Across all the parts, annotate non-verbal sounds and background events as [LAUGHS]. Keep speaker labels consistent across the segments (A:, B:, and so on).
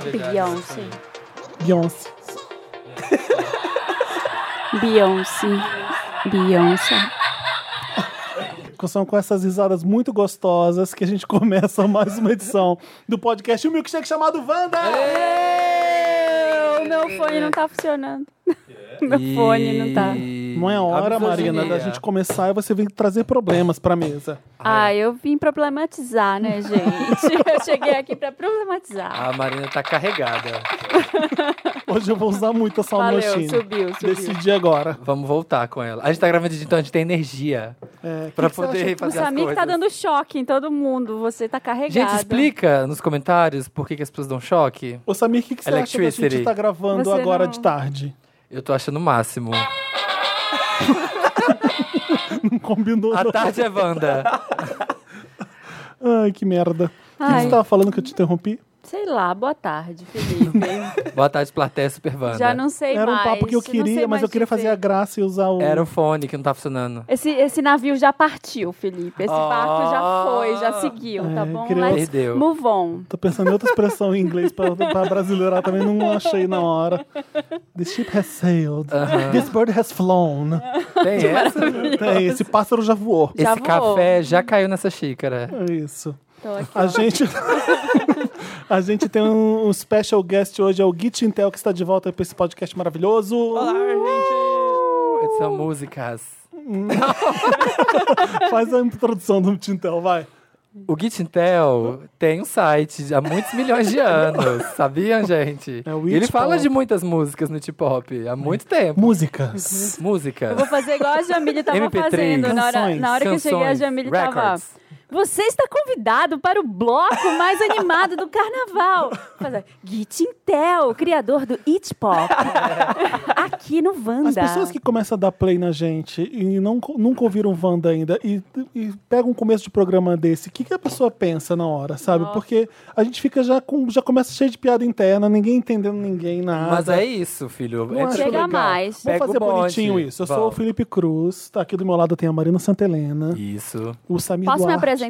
A: Verdade,
B: Beyoncé.
A: sim.
C: Beyoncé.
B: Beyoncé. Beyoncé.
C: São com essas risadas muito gostosas que a gente [LAUGHS] começa mais uma edição do podcast O Milkshake chamado Wanda!
B: O meu fone não tá funcionando. Meu fone não tá.
C: Não é hora,
A: A misoginia.
C: Marina, da gente começar e você vem trazer problemas pra mesa.
B: Ah, eu vim problematizar, [LAUGHS] né, gente? Eu cheguei aqui pra problematizar.
A: A Marina tá carregada.
C: Hoje eu vou usar muito essa
B: Valeu,
C: almochinha.
B: subiu, subiu.
C: Decidi agora.
A: Vamos voltar com ela. A gente tá gravando de então, a gente tem energia
C: É, que
A: pra
C: que você
A: poder
C: acha?
B: O
A: fazer as
B: Samir
A: coisas.
B: que tá dando choque em todo mundo. Você tá carregado.
A: Gente, explica nos comentários por que, que as pessoas dão choque.
C: Ô, Samir, o que, que você acha da gente
A: Electricity.
C: estar gravando
B: Você
C: agora
B: não-
C: de tarde? [LAUGHS]
A: Eu tô achando o máximo.
C: Não combinou,
A: A
C: não.
A: tarde é Wanda.
C: Ai, que merda. O que que
B: Ai.
C: você tava falando que eu te interrompi?
B: Sei lá, boa tarde, [LAUGHS] Felipe.
A: Boa tarde, plateia super Wanda.
B: Já não sei
C: Era um
B: mais.
C: papo que eu
B: não sei
C: queria, mas
B: mais
C: eu queria fazer
B: dizer.
C: a graça e usar o...
A: Era o fone que não
B: [LAUGHS]
A: tá funcionando.
B: Esse, esse navio já partiu, Felipe. Esse
A: Ah.
B: barco já foi, já seguiu, tá
C: É,
B: bom?
C: criou-
B: Let's
A: Perdeu.
B: Move on.
C: Tô pensando em outra expressão em inglês pra, pra brasileirar também, não achei na hora. The ship has sailed.
A: Aham.
C: This bird has flown.
A: Tem essa?
C: É, esse pássaro já voou.
B: Já
A: Esse
B: voou.
A: café já caiu nessa xícara.
C: É isso.
B: Tô aqui.
C: A gente. [LAUGHS] a gente tem um, um special guest hoje, é o Git Intel, que está de volta para esse podcast maravilhoso.
A: gente! São músicas.
C: Faz a introdução do Git Intel, vai.
A: O Git Intel tem um site há muitos
C: [LAUGHS]
A: milhões de anos, sabiam, gente?
C: É o
A: E ele
C: It
A: fala
C: Pop.
A: de muitas músicas no Tip Hop há muito tempo.
C: Músicas.
A: Músicas.
B: Vou fazer igual a Jamile tava
A: MP3.
B: fazendo. Na hora,
C: Canções,
B: na hora que eu cheguei, a
A: canções,
B: Jamile tava.
A: records.
B: Você está convidado para o bloco mais animado do carnaval. Fazer, Git Intel, criador do It
A: [LAUGHS]
B: Pop. Aqui no Wanda.
C: As pessoas que começam a dar play na gente e não, nunca ouviram Wanda ainda e, e pegam um começo de programa desse, o que, que a pessoa pensa na hora, sabe? Porque a gente fica já com. já começa cheio de piada interna, ninguém entendendo ninguém, nada.
A: Mas é tipo isso, filho.
C: Não
A: Entra
C: acho
A: no
B: Chega
A: legal.
B: mais.
C: Vamos
A: Pega o
C: fazer
A: bonde.
C: bonitinho isso. Eu sou o
A: Vamos.
C: Felipe Cruz, tá aqui do meu lado tem a Marina Santelena,
A: Isso.
C: o Samir
B: Posso me
C: Duarte.
B: apresentar?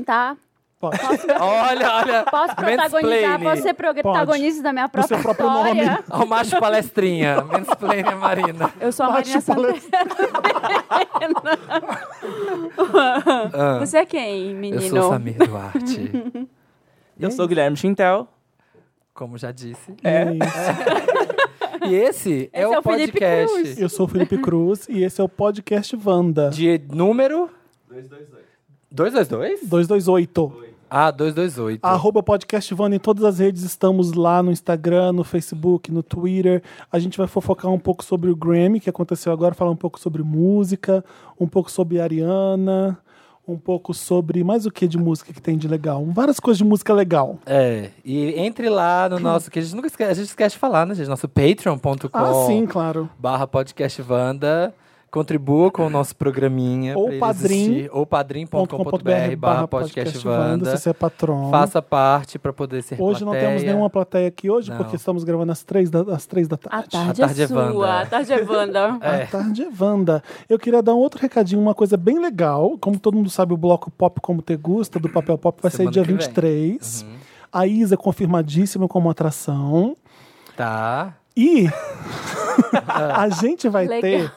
C: Pode.
A: Olha, olha.
B: Posso protagonizar?
A: mansplaining.
B: Posso ser protagonista da minha
A: é
B: própria
C: seu próprio
B: história?
C: nome.
A: Ao macho
B: [LAUGHS]
A: palestrinha. Mansplaining, Marina.
B: Eu sou a Marina
C: Macho
B: Santana.
C: palestra-
A: [LAUGHS] Ah,
B: Você é quem,
A: eu
B: menino?
A: sou o Samir Duarte.
B: [LAUGHS]
D: Eu sou o Guilherme Chintel.
A: Como já disse.
C: É.
A: E esse, é,
B: é
A: o
B: o Felipe Cruz.
A: podcast
C: Eu sou o Felipe Cruz e esse é o podcast Wanda.
A: de número... 222. 222?
C: 228.
A: Ah, 228.
C: Arroba podcast Wanda em todas as redes. Estamos lá no Instagram, no Facebook, no Twitter. A gente vai fofocar um pouco sobre o Grammy, que aconteceu agora, falar um pouco sobre música, um pouco sobre Ariana, um pouco sobre mais o que de música que tem de legal. Várias coisas de música legal.
A: É, e entre lá no nosso, que a gente nunca esquece, a gente esquece de falar, né, gente? Nosso patreon.com
C: Ah, sim, claro.
A: barra podcast Wanda. Contribua com o nosso programinha.
C: Ou
A: pra ele
C: padrim.
A: existir, Ou padrim.com.br barra podcast Wanda.
C: Se você é patrão.
A: Faça parte pra poder ser
C: Hoje não
A: plateia.
C: temos nenhuma plateia aqui hoje,
A: Não.
C: porque estamos gravando às três da, às três da
B: A
C: tarde.
B: tarde,
A: A tarde
B: é
A: é
B: sua.
A: Wanda.
B: A tarde é
A: [LAUGHS]
B: Wanda.
C: À tarde é Wanda. Eu queria dar um outro recadinho, uma coisa bem legal. Como todo mundo sabe, o bloco Pop Como Te Gusta, do Papel Pop, vai
A: Semana
C: sair dia
A: que vem. Uhum.
C: 23. A Isa é confirmadíssima como atração.
A: Tá.
C: E
A: [LAUGHS]
C: a gente vai
B: Legal.
C: ter.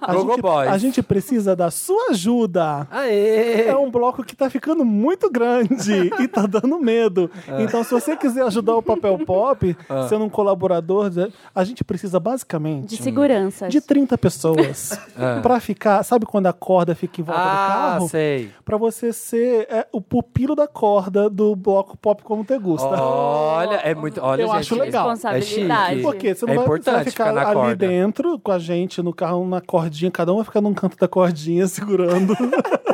C: A
A: Gogo
C: gente,
A: Boys.
C: a gente precisa da sua ajuda.
A: Aê!
C: É um bloco que tá ficando muito
A: [LAUGHS]
C: grande e tá dando medo.
A: É.
C: Então, se você quiser ajudar o Papel Pop,
A: Ah.
C: sendo um colaborador, a gente precisa
B: De
C: basicamente
B: segurança.
C: de 30
A: [LAUGHS]
C: pessoas pra ficar. Sabe quando a corda fica em volta do
A: É. Ah,
C: carro?
A: sei.
C: Pra você ser é, o pupilo da corda do bloco Pop Como Te Gusta.
A: Olha, é muito. Olha,
C: Eu
A: gente,
C: acho legal.
B: Responsabilidade.
A: É
C: Por quê? Você não
A: É
C: vai, você vai
A: importante
C: ficar,
A: ficar na
C: ali
A: corda.
C: dentro com a gente no carro, na cordinha, cada um vai ficar num canto da cordinha [LAUGHS] segurando.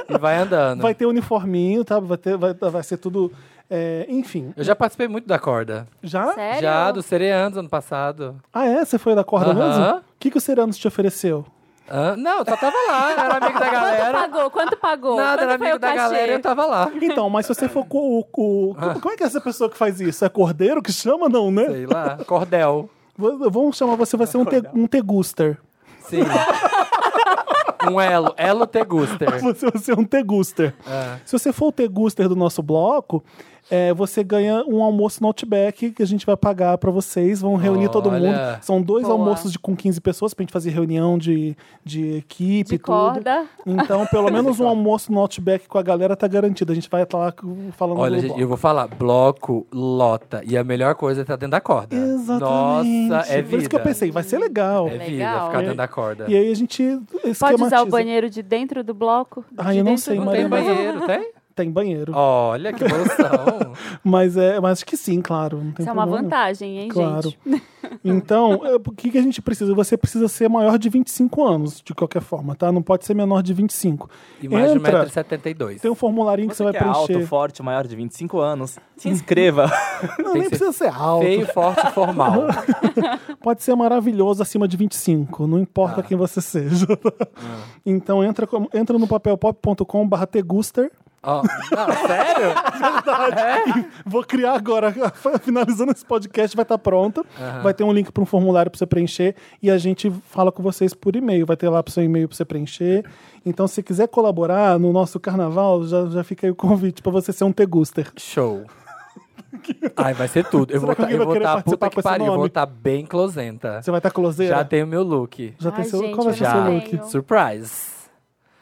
A: E vai andando.
C: Vai ter uniforminho, tá? Vai, ter, vai, vai ser tudo. é, enfim.
A: Eu já participei muito da corda.
C: Já?
B: Sério?
A: Já, do Cereanos ano passado.
C: Ah, é? Você foi da corda
A: Aham.
C: mesmo? O que, que o Ceranos te ofereceu?
A: Hã? não, eu só tava lá, era amigo da
B: Quanto
A: galera.
B: pagou? Quanto pagou?
A: Nada,
B: Quanto
A: era
B: foi
A: amigo
B: o
A: da
B: cachê?
A: galera, eu tava lá.
C: Então, mas se você for com o. com-
A: Ah.
C: Como é que é essa pessoa que faz isso? É cordeiro que chama, não, né?
A: Sei lá, cordel.
C: V- Vamos chamar você, vai ser um, te, um teguster.
A: Sim. um elo, elo teguster.
C: Você vai ser um teguster.
A: Ah,
C: Se você for o teguster do nosso bloco, é, você ganha um almoço no Outback que a gente vai pagar pra vocês. Vão reunir todo
A: Olha.
C: mundo. São dois
B: Boa.
C: almoços de, com 15 pessoas pra gente fazer reunião de, de equipe e
B: De
C: tudo.
B: corda.
C: Então,
A: [LAUGHS]
C: pelo menos um almoço no Outback com a galera tá garantido. A gente vai estar lá com- falando
A: Olha,
C: do
A: gente,
C: bloco.
A: eu vou falar, bloco lota. E a melhor coisa é estar dentro da corda.
C: Exatamente.
A: Nossa, é vida.
C: Por isso que eu pensei, vai ser legal.
A: É vida
B: Legal.
A: ficar dentro da corda.
C: E aí a gente
B: Pode usar
C: esquematiza.
B: o banheiro de dentro do bloco? De
C: Ah, eu não
B: dentro
C: sei,
B: do
A: Não tem
C: Maria, mas-
B: bloco?
A: banheiro, tem?
C: Tem banheiro.
A: Olha,
C: [LAUGHS]
A: que evolução.
C: Mas, é, mas acho que sim, claro. Não tem
B: Isso é uma
C: problema, não.
B: vantagem, hein,
C: Claro.
B: gente?
C: Então, é, o que, que a gente precisa? Você precisa ser maior de 25 anos, de qualquer forma, tá? Não pode ser menor de 25.
A: E mais
C: Entra.
A: de 1,72m.
C: Tem um formularinho que você vai
D: que é
C: preencher.
D: alto, forte, maior de 25 anos, se inscreva.
C: não,
A: tem
C: nem
A: que ser
C: precisa ser alto.
A: Feio, forte
C: [LAUGHS]
A: e formal.
C: Pode ser maravilhoso acima de 25, não importa
A: Ah.
C: quem você seja. tá? Então entra, com- entra no papelpop.com barra teguster.
A: Ó, não, sério? É?
C: [LAUGHS] Vou criar agora, [LAUGHS] finalizando esse podcast, vai estar pronta. Vai ter um link para um formulário para você preencher e a gente fala com vocês por e-mail. Vai ter lá para seu e-mail para você preencher. Então, se quiser colaborar no nosso carnaval, já, já fica aí o convite para você ser um teguster. [LAUGHS]
A: Show. Ai, vai ser tudo. Eu
C: Será
A: vou
C: que
A: tá,
C: alguém
A: eu
C: vai
A: vou
C: querer
A: tá puta
C: participar com
A: que
C: esse
A: pariu, eu vou
C: nome?
A: estar bem closeira.
C: Você vai estar closeira?
A: Já tenho meu look.
C: Já tem
B: Ai,
C: seu,
B: gente,
C: qual vai ser
B: eu
C: seu
A: não
C: look?
B: tenho.
A: Surprise.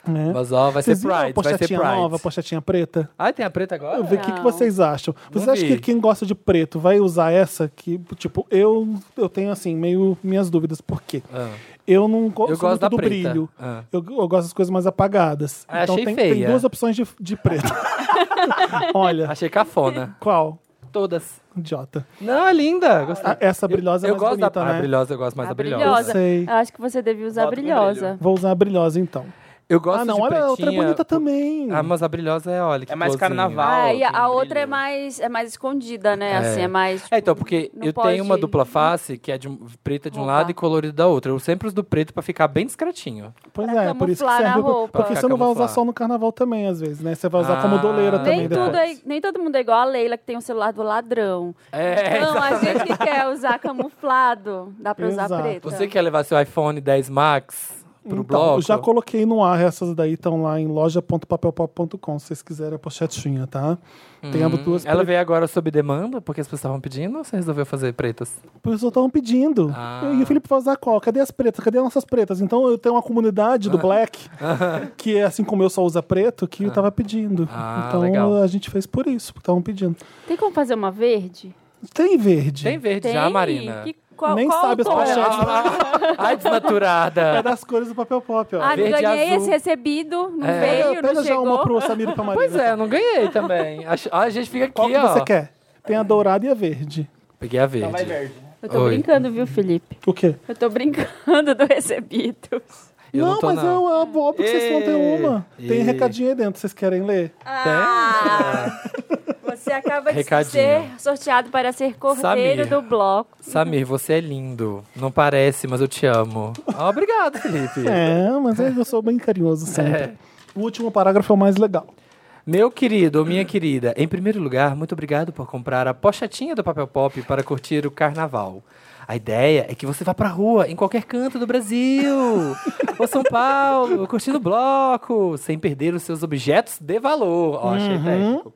C: É.
A: Mas ó, vai
C: Vocês
A: ser
C: viram a
A: Pride, vai ser
C: pochetinha
A: Pride.
C: nova, a pochetinha preta?
A: Ai, tem a preta agora?
C: Eu ver o que, que
B: Não.
C: vocês acham. Vocês
A: Não
C: acham
A: vi.
C: que quem gosta de preto vai usar essa? Que, tipo, eu, eu tenho, assim, meio minhas dúvidas. Por quê?
A: Ah.
C: Eu não gosto,
A: Eu gosto
C: muito
A: da
C: do
A: preta.
C: brilho.
A: Ah.
C: Eu, eu gosto das coisas mais apagadas.
A: Ah,
C: então
A: achei
C: tem, tem
A: feia.
C: duas opções de, de preto. Olha, [LAUGHS]
A: Achei cafona.
C: qual?
A: Todas.
C: Idiota.
A: Não, é linda. Gostei.
C: A- essa brilhosa é
A: eu
C: mais
A: gosto
C: bonita,
A: da
C: né?
A: a brilhosa, eu gosto mais
B: A
A: da brilhosa.
B: Tá brilhosa.
C: Sei.
B: Eu acho que você devia usar a
D: Voto
B: brilhosa.
C: Vou usar a brilhosa, então.
A: Eu gosto
C: ah, não,
A: de
C: olha a outra é
A: pretinha.
C: bonita também.
A: Ah, mas a brilhosa é, olha, que
D: É mais
A: cozinha.
D: carnaval.
B: Ah, e a,
D: tem
B: a
D: brilho.
B: outra é mais, é mais escondida, né?
A: É.
B: Assim, é mais.
A: É,
B: tipo,
A: então, porque
B: não
A: eu
B: pode- né?
A: tenho uma dupla face que é de um- preta de um
B: Opa.
A: lado e colorida da outra. Eu sempre uso do preto pra ficar bem discretinho.
C: pois
B: pra
C: é, por isso que
B: camuflar na
C: serve.
B: roupa.
C: Porque você não vai usar
A: Camuflar.
C: só no carnaval também, às vezes, né? Você vai usar como
A: Ah.
C: doleira também
B: Nem,
A: dá.
C: depois.
B: tudo é, nem todo mundo é igual a Leila, que tem o celular do ladrão. [LAUGHS]
A: É,
B: não, a gente que quer usar camuflado, dá pra usar
C: Exato.
B: preta.
A: Você quer levar seu iPhone 10 Max pro
C: Então,
A: bloco?
C: eu já coloquei no ar essas daí, estão lá em loja.papelpop.com, se vocês quiserem a pochetinha, tá? Tem as duas
A: Hum. Ela
C: pre-
A: veio agora sob demanda, porque as pessoas estavam pedindo, ou você resolveu fazer pretas?
C: As pessoas estavam pedindo.
A: Ah.
C: E o Felipe vai usar qual? Cadê as pretas? Cadê nossas pretas? Então eu tenho uma comunidade
A: Ah.
C: do
A: [LAUGHS]
C: Black, que é assim como eu só usa preto, que eu tava pedindo.
A: Ah,
C: então
A: legal.
C: a gente fez por isso, porque estavam pedindo.
B: Tem como fazer uma verde?
C: Tem verde.
A: Tem verde
B: Tem.
A: já, Marina.
B: Que, qual,
C: Nem
B: qual
C: sabe
B: o tom?
C: as pochetes. [LAUGHS]
A: [LAUGHS] Ai,
C: É
A: desnaturada.
C: das cores do papel pop, ó.
B: Ah,
A: Verde e
B: ganhei
A: azul.
B: esse recebido, não
A: É.
B: veio,
C: pega pega
B: não
C: já uma
B: chegou.
C: pro Samir e
B: [LAUGHS]
C: pra Marina.
A: Pois é, não ganhei também. Acho- ah, A gente fica aqui,
C: Qual que
A: ó.
C: você quer? Tá, Tem a dourada e a verde.
A: Peguei a verde.
D: Vai verde.
B: Eu tô
A: Oi.
B: brincando, viu, Felipe?
C: O quê?
B: Eu tô brincando [LAUGHS] do recebido.
A: Eu não,
C: não,
A: tô,
C: mas
A: não.
C: é uma- óbvio que vocês vão ter
D: Ê,
C: uma. Tem
A: ê.
C: recadinho aí dentro, vocês querem ler?
B: Ah, você acaba de
A: Recadinho.
B: ser sorteado para ser cordeiro
A: Samir.
B: do bloco.
A: Samir, você é lindo. Não parece, mas eu te amo. Ah, obrigado,
C: [LAUGHS]
A: Felipe.
C: É, mas eu sou bem
A: [LAUGHS]
C: carinhoso
A: É.
C: sempre. O último parágrafo é o mais legal.
A: Meu querido ou minha querida, em primeiro lugar, muito obrigado por comprar a pochetinha do Papel Pop para curtir o carnaval. A ideia é que você vá pra rua, em qualquer canto do Brasil, ou São Paulo, curtindo o bloco, sem perder os seus objetos de valor. Ó, achei técnico.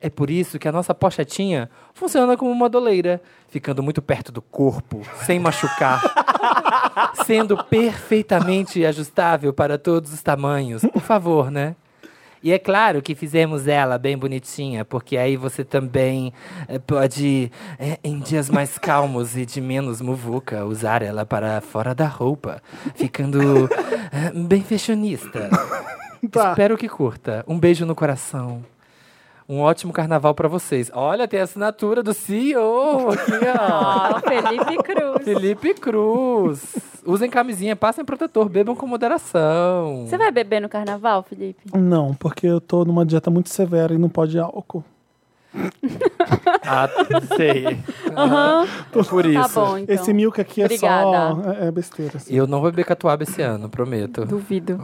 A: É por isso que a nossa pochetinha funciona como uma doleira, ficando muito perto do corpo, sem machucar sendo perfeitamente ajustável para todos os tamanhos. Por favor, né? E é claro que fizemos ela bem bonitinha, porque aí você também eh, pode, eh, em dias mais calmos e de menos muvuca, usar ela para fora da roupa, ficando eh, bem fashionista.
C: Tá.
A: Espero que curta. Um beijo no coração. Um ótimo carnaval para vocês. Olha, tem a assinatura do CEO aqui, ó.
B: Ó, Ah, Felipe Cruz.
A: Felipe Cruz. Usem camisinha, passem protetor, bebam com moderação.
B: Você vai beber no carnaval, Felipe?
C: Não, porque eu tô numa dieta muito severa e não pode álcool.
A: [LAUGHS] Ah, sei.
B: Aham.
A: Ah, Tô por isso.
B: Tá bom, então.
C: Esse milk aqui é
B: Obrigada.
C: só. É, é besteira. assim.
A: Eu não vou beber catuaba esse ano, prometo.
B: Duvido.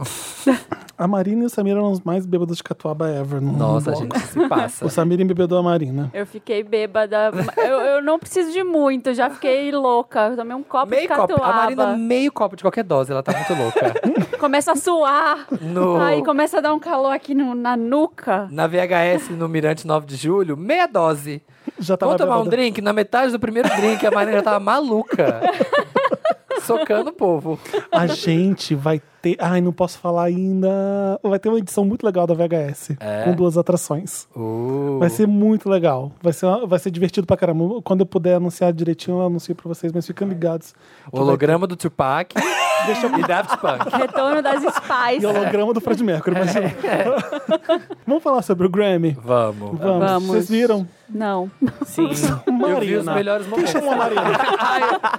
C: A Marina e o Samir eram os mais bêbados de Catuaba ever. No
A: Nossa, a
C: bloco.
A: gente se
B: [LAUGHS]
A: passa.
C: O Samir embebedou a Marina.
B: Eu fiquei bêbada. eu, eu não preciso de muito, já fiquei louca. Eu tomei um copo de
A: Meio copo.
B: catuaba.
A: A Marina, meio copo de qualquer dose, ela tá
B: [LAUGHS]
A: muito louca.
B: Começa a suar.
A: No-
B: Aí começa a dar um calor aqui no- na nuca.
A: Na VHS, no Mirante 9 de Julho, meia dose.
C: Já tava
A: Vamos tomar um
C: bêbada.
A: drink? Na metade do primeiro drink, a Marina já
B: [LAUGHS]
A: tava maluca. Socando o povo.
C: A gente vai ter. Ai, não posso falar ainda. Vai ter uma edição muito legal da VHS. Com duas atrações.
A: É? Uh,
C: Vai ser muito legal. Vai ser, vai ser divertido pra caramba. Quando eu puder anunciar direitinho, eu anuncio pra vocês, mas ficam ligados.
A: o holograma do Tupac
C: Deixa
A: e Daft Punk.
B: Retorno
A: [LAUGHS]
B: das Spice.
C: E holograma do Fred Mercury. mas- [LAUGHS] Vamos falar sobre o Grammy?
A: É.
C: Vamos.
A: Vamos.
B: [LAUGHS] Vamos.
C: Vocês viram?
B: Não.
D: Sim.
A: Eu vi os
C: Marina.
A: melhores
C: Quem
A: momentos.
C: chamou a
D: [LAUGHS]
C: Marina?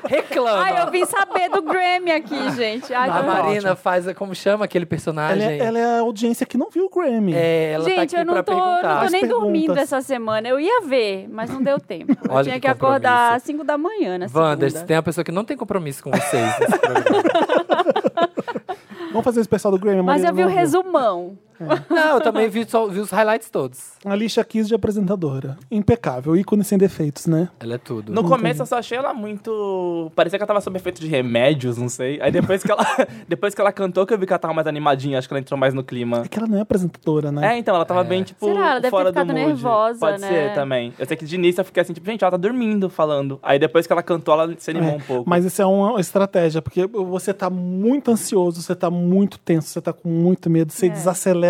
A: Reclama.
B: Ai, eu vim saber do Grammy aqui, gente. Ai,
A: A
B: que-
A: Marina faz, a- como chama aquele
C: Ela
D: Ah,
A: personagem?
C: é, ela é a audiência que não viu o Grammy.
A: É, ela tá
B: Gente,
A: aqui
B: eu não
A: pra
B: tô, não
A: perguntar.
B: tô nem
C: As
B: dormindo
C: perguntas.
B: essa semana. Eu ia ver, mas não deu tempo.
A: Olha
B: Eu tinha
A: que
B: que, acordar
A: compromisso.
B: às 5 da manhã, né?
A: Wander, se tem uma pessoa que não tem compromisso com vocês
C: [LAUGHS]
A: nesse programa.
C: Vamos fazer o especial do Grammy, a
B: Mas
C: Marina
B: eu vi o
C: não viu.
B: resumão.
A: Não, eu também vi, só- vi os highlights todos.
C: Alicia Keys de apresentadora. Impecável, ícone sem defeitos, né?
A: Ela é tudo.
D: No começo eu só achei ela muito. Parecia que ela tava sob efeito de remédios, não sei. Aí depois que ela, [LAUGHS] depois que ela cantou, que eu vi que ela tava mais animadinha, acho que ela entrou mais no clima.
C: É que ela não é apresentadora, né?
D: É, então, ela tava bem, tipo,
B: Será? Ela deve
D: fora
B: ter
D: do
B: ficado
D: mood.
B: nervosa,
D: Pode
B: né?
D: ser também. Eu sei que de início eu fiquei assim, tipo, gente, ela tá dormindo falando. Aí depois que ela cantou, ela se animou
C: É,
D: um pouco.
C: Mas isso é uma estratégia, porque você tá muito ansioso, você tá muito tenso, você tá com muito medo, você desacelera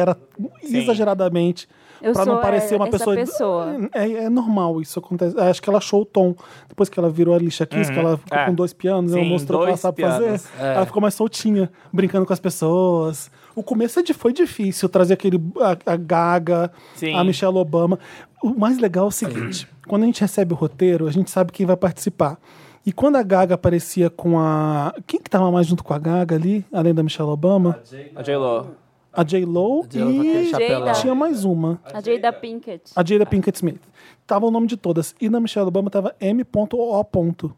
C: exageradamente
B: É. Eu
C: pra
B: sou,
C: não
B: é,
C: parecer uma
B: essa
C: pessoa.
B: pessoa.
C: É, é normal isso acontece. Acho que ela achou o tom. Depois que ela virou a lixa Kiss, que ela ficou
D: É.
C: com dois pianos, ela
D: Sim,
C: mostrou o que ela
D: dois
C: sabe
D: pianos.
C: fazer. Ela ficou mais soltinha, brincando com as pessoas. O começo é de- foi difícil trazer aquele a, a Gaga,
D: Sim.
C: a Michelle Obama. O mais legal é o seguinte: quando a gente recebe o roteiro, a gente sabe quem vai participar. E quando a Gaga aparecia com a. Quem que tava mais junto com a Gaga ali, além da Michelle Obama?
D: A J-Lo.
C: A J-Lo
A: De ela com aquele
C: e.
A: chapelão.
B: Jada.
C: Tinha mais uma.
B: A Jada Pinkett.
C: A Jada Pinkett Smith. Tava o nome de todas. E na Michelle Obama tava M.O. ponto.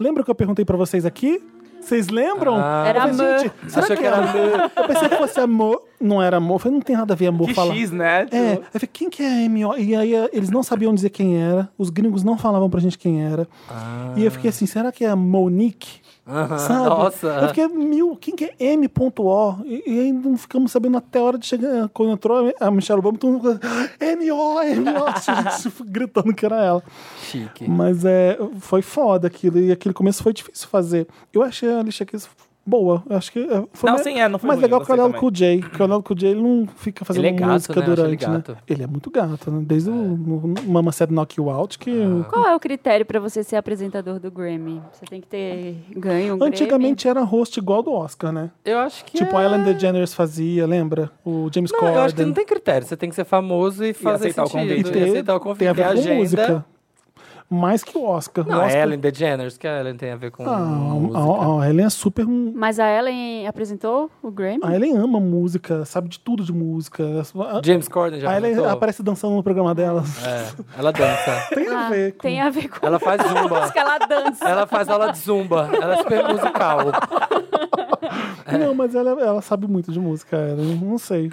C: Lembra que eu perguntei pra vocês aqui? Vocês lembram?
A: Ah.
B: Era
C: eu falei, gente, será
A: Achou
C: que
A: que era
C: era Eu pensei que fosse amor. Não era amor. Eu falei, não tem nada a ver amor
D: Que
C: falar.
D: X, né?
C: É, eu falei, quem que é M.O.? E aí eh, eles não sabiam dizer quem era. Os gringos não falavam pra gente quem era. E eu fiquei assim, será que é a Monique?
A: Ah. Aham,
C: Sabe?
A: Nossa.
C: Eu fiquei, mil, quem que é M.O? E, e aí não ficamos sabendo até a hora de chegar. Quando entrou a Michelle Obama, todo mundo "Ah, M.O., [LAUGHS] M.O., gritando que era ela.
A: Chique.
C: Mas é, foi foda aquilo. E aquele começo foi difícil fazer. Eu achei a lixa aqui boa. Eu acho que é, foi
D: Não,
C: mais,
D: sim, é, não foi
C: mais
D: ruim,
C: legal que o
D: gostei
C: Leonardo
D: também.
C: Cujay. Porque o Leonardo Cujay ele não fica fazendo
A: Ele é gato,
C: música
A: né? Eu acho ele
C: durante,
A: gato. É.
C: né? Ele é muito gato, né? Desde o no- no Mama Said Knock You Out, que...
A: Ah.
B: Qual é o critério pra você ser apresentador do Grammy? Você tem que ter ganho um
C: Antigamente era host igual do Oscar, né?
A: Eu acho é que.
C: Tipo,
A: é...
C: a Ellen DeGeneres fazia, lembra? O James
A: Não,
C: Corden.
A: eu acho que não tem então critério. Você tem que ser famoso e fazer
D: aceitar o
A: sentido,
D: convite.
A: e
D: tem-
C: Tem-
A: aceitar o
C: tem a
A: convite.
C: ver
A: a
C: com
A: agenda.
C: música. Mais que o Oscar.
A: Não,
C: o
A: a
C: Oscar...
A: Ellen DeGeneres, que a Ellen tem a ver com
C: Ah,
A: música.
C: a, a Ellen é super... um-
B: Mas a Ellen apresentou o Grammy?
C: A Ah, Ellen ama música, sabe de tudo de música. A-
A: James Corden já
C: ah. a Ellen
A: apresentou?
C: aparece dançando no programa dela.
A: É, ela dança.
C: [LAUGHS] Tem a
B: Ah,
C: ver com...
B: Tem a ver com
A: Ela faz zumba.
B: música, ela dança.
A: Ela faz aula de zumba. Ela é super musical.
C: Não, mas ela, ela sabe muito de música, ela, eu não sei.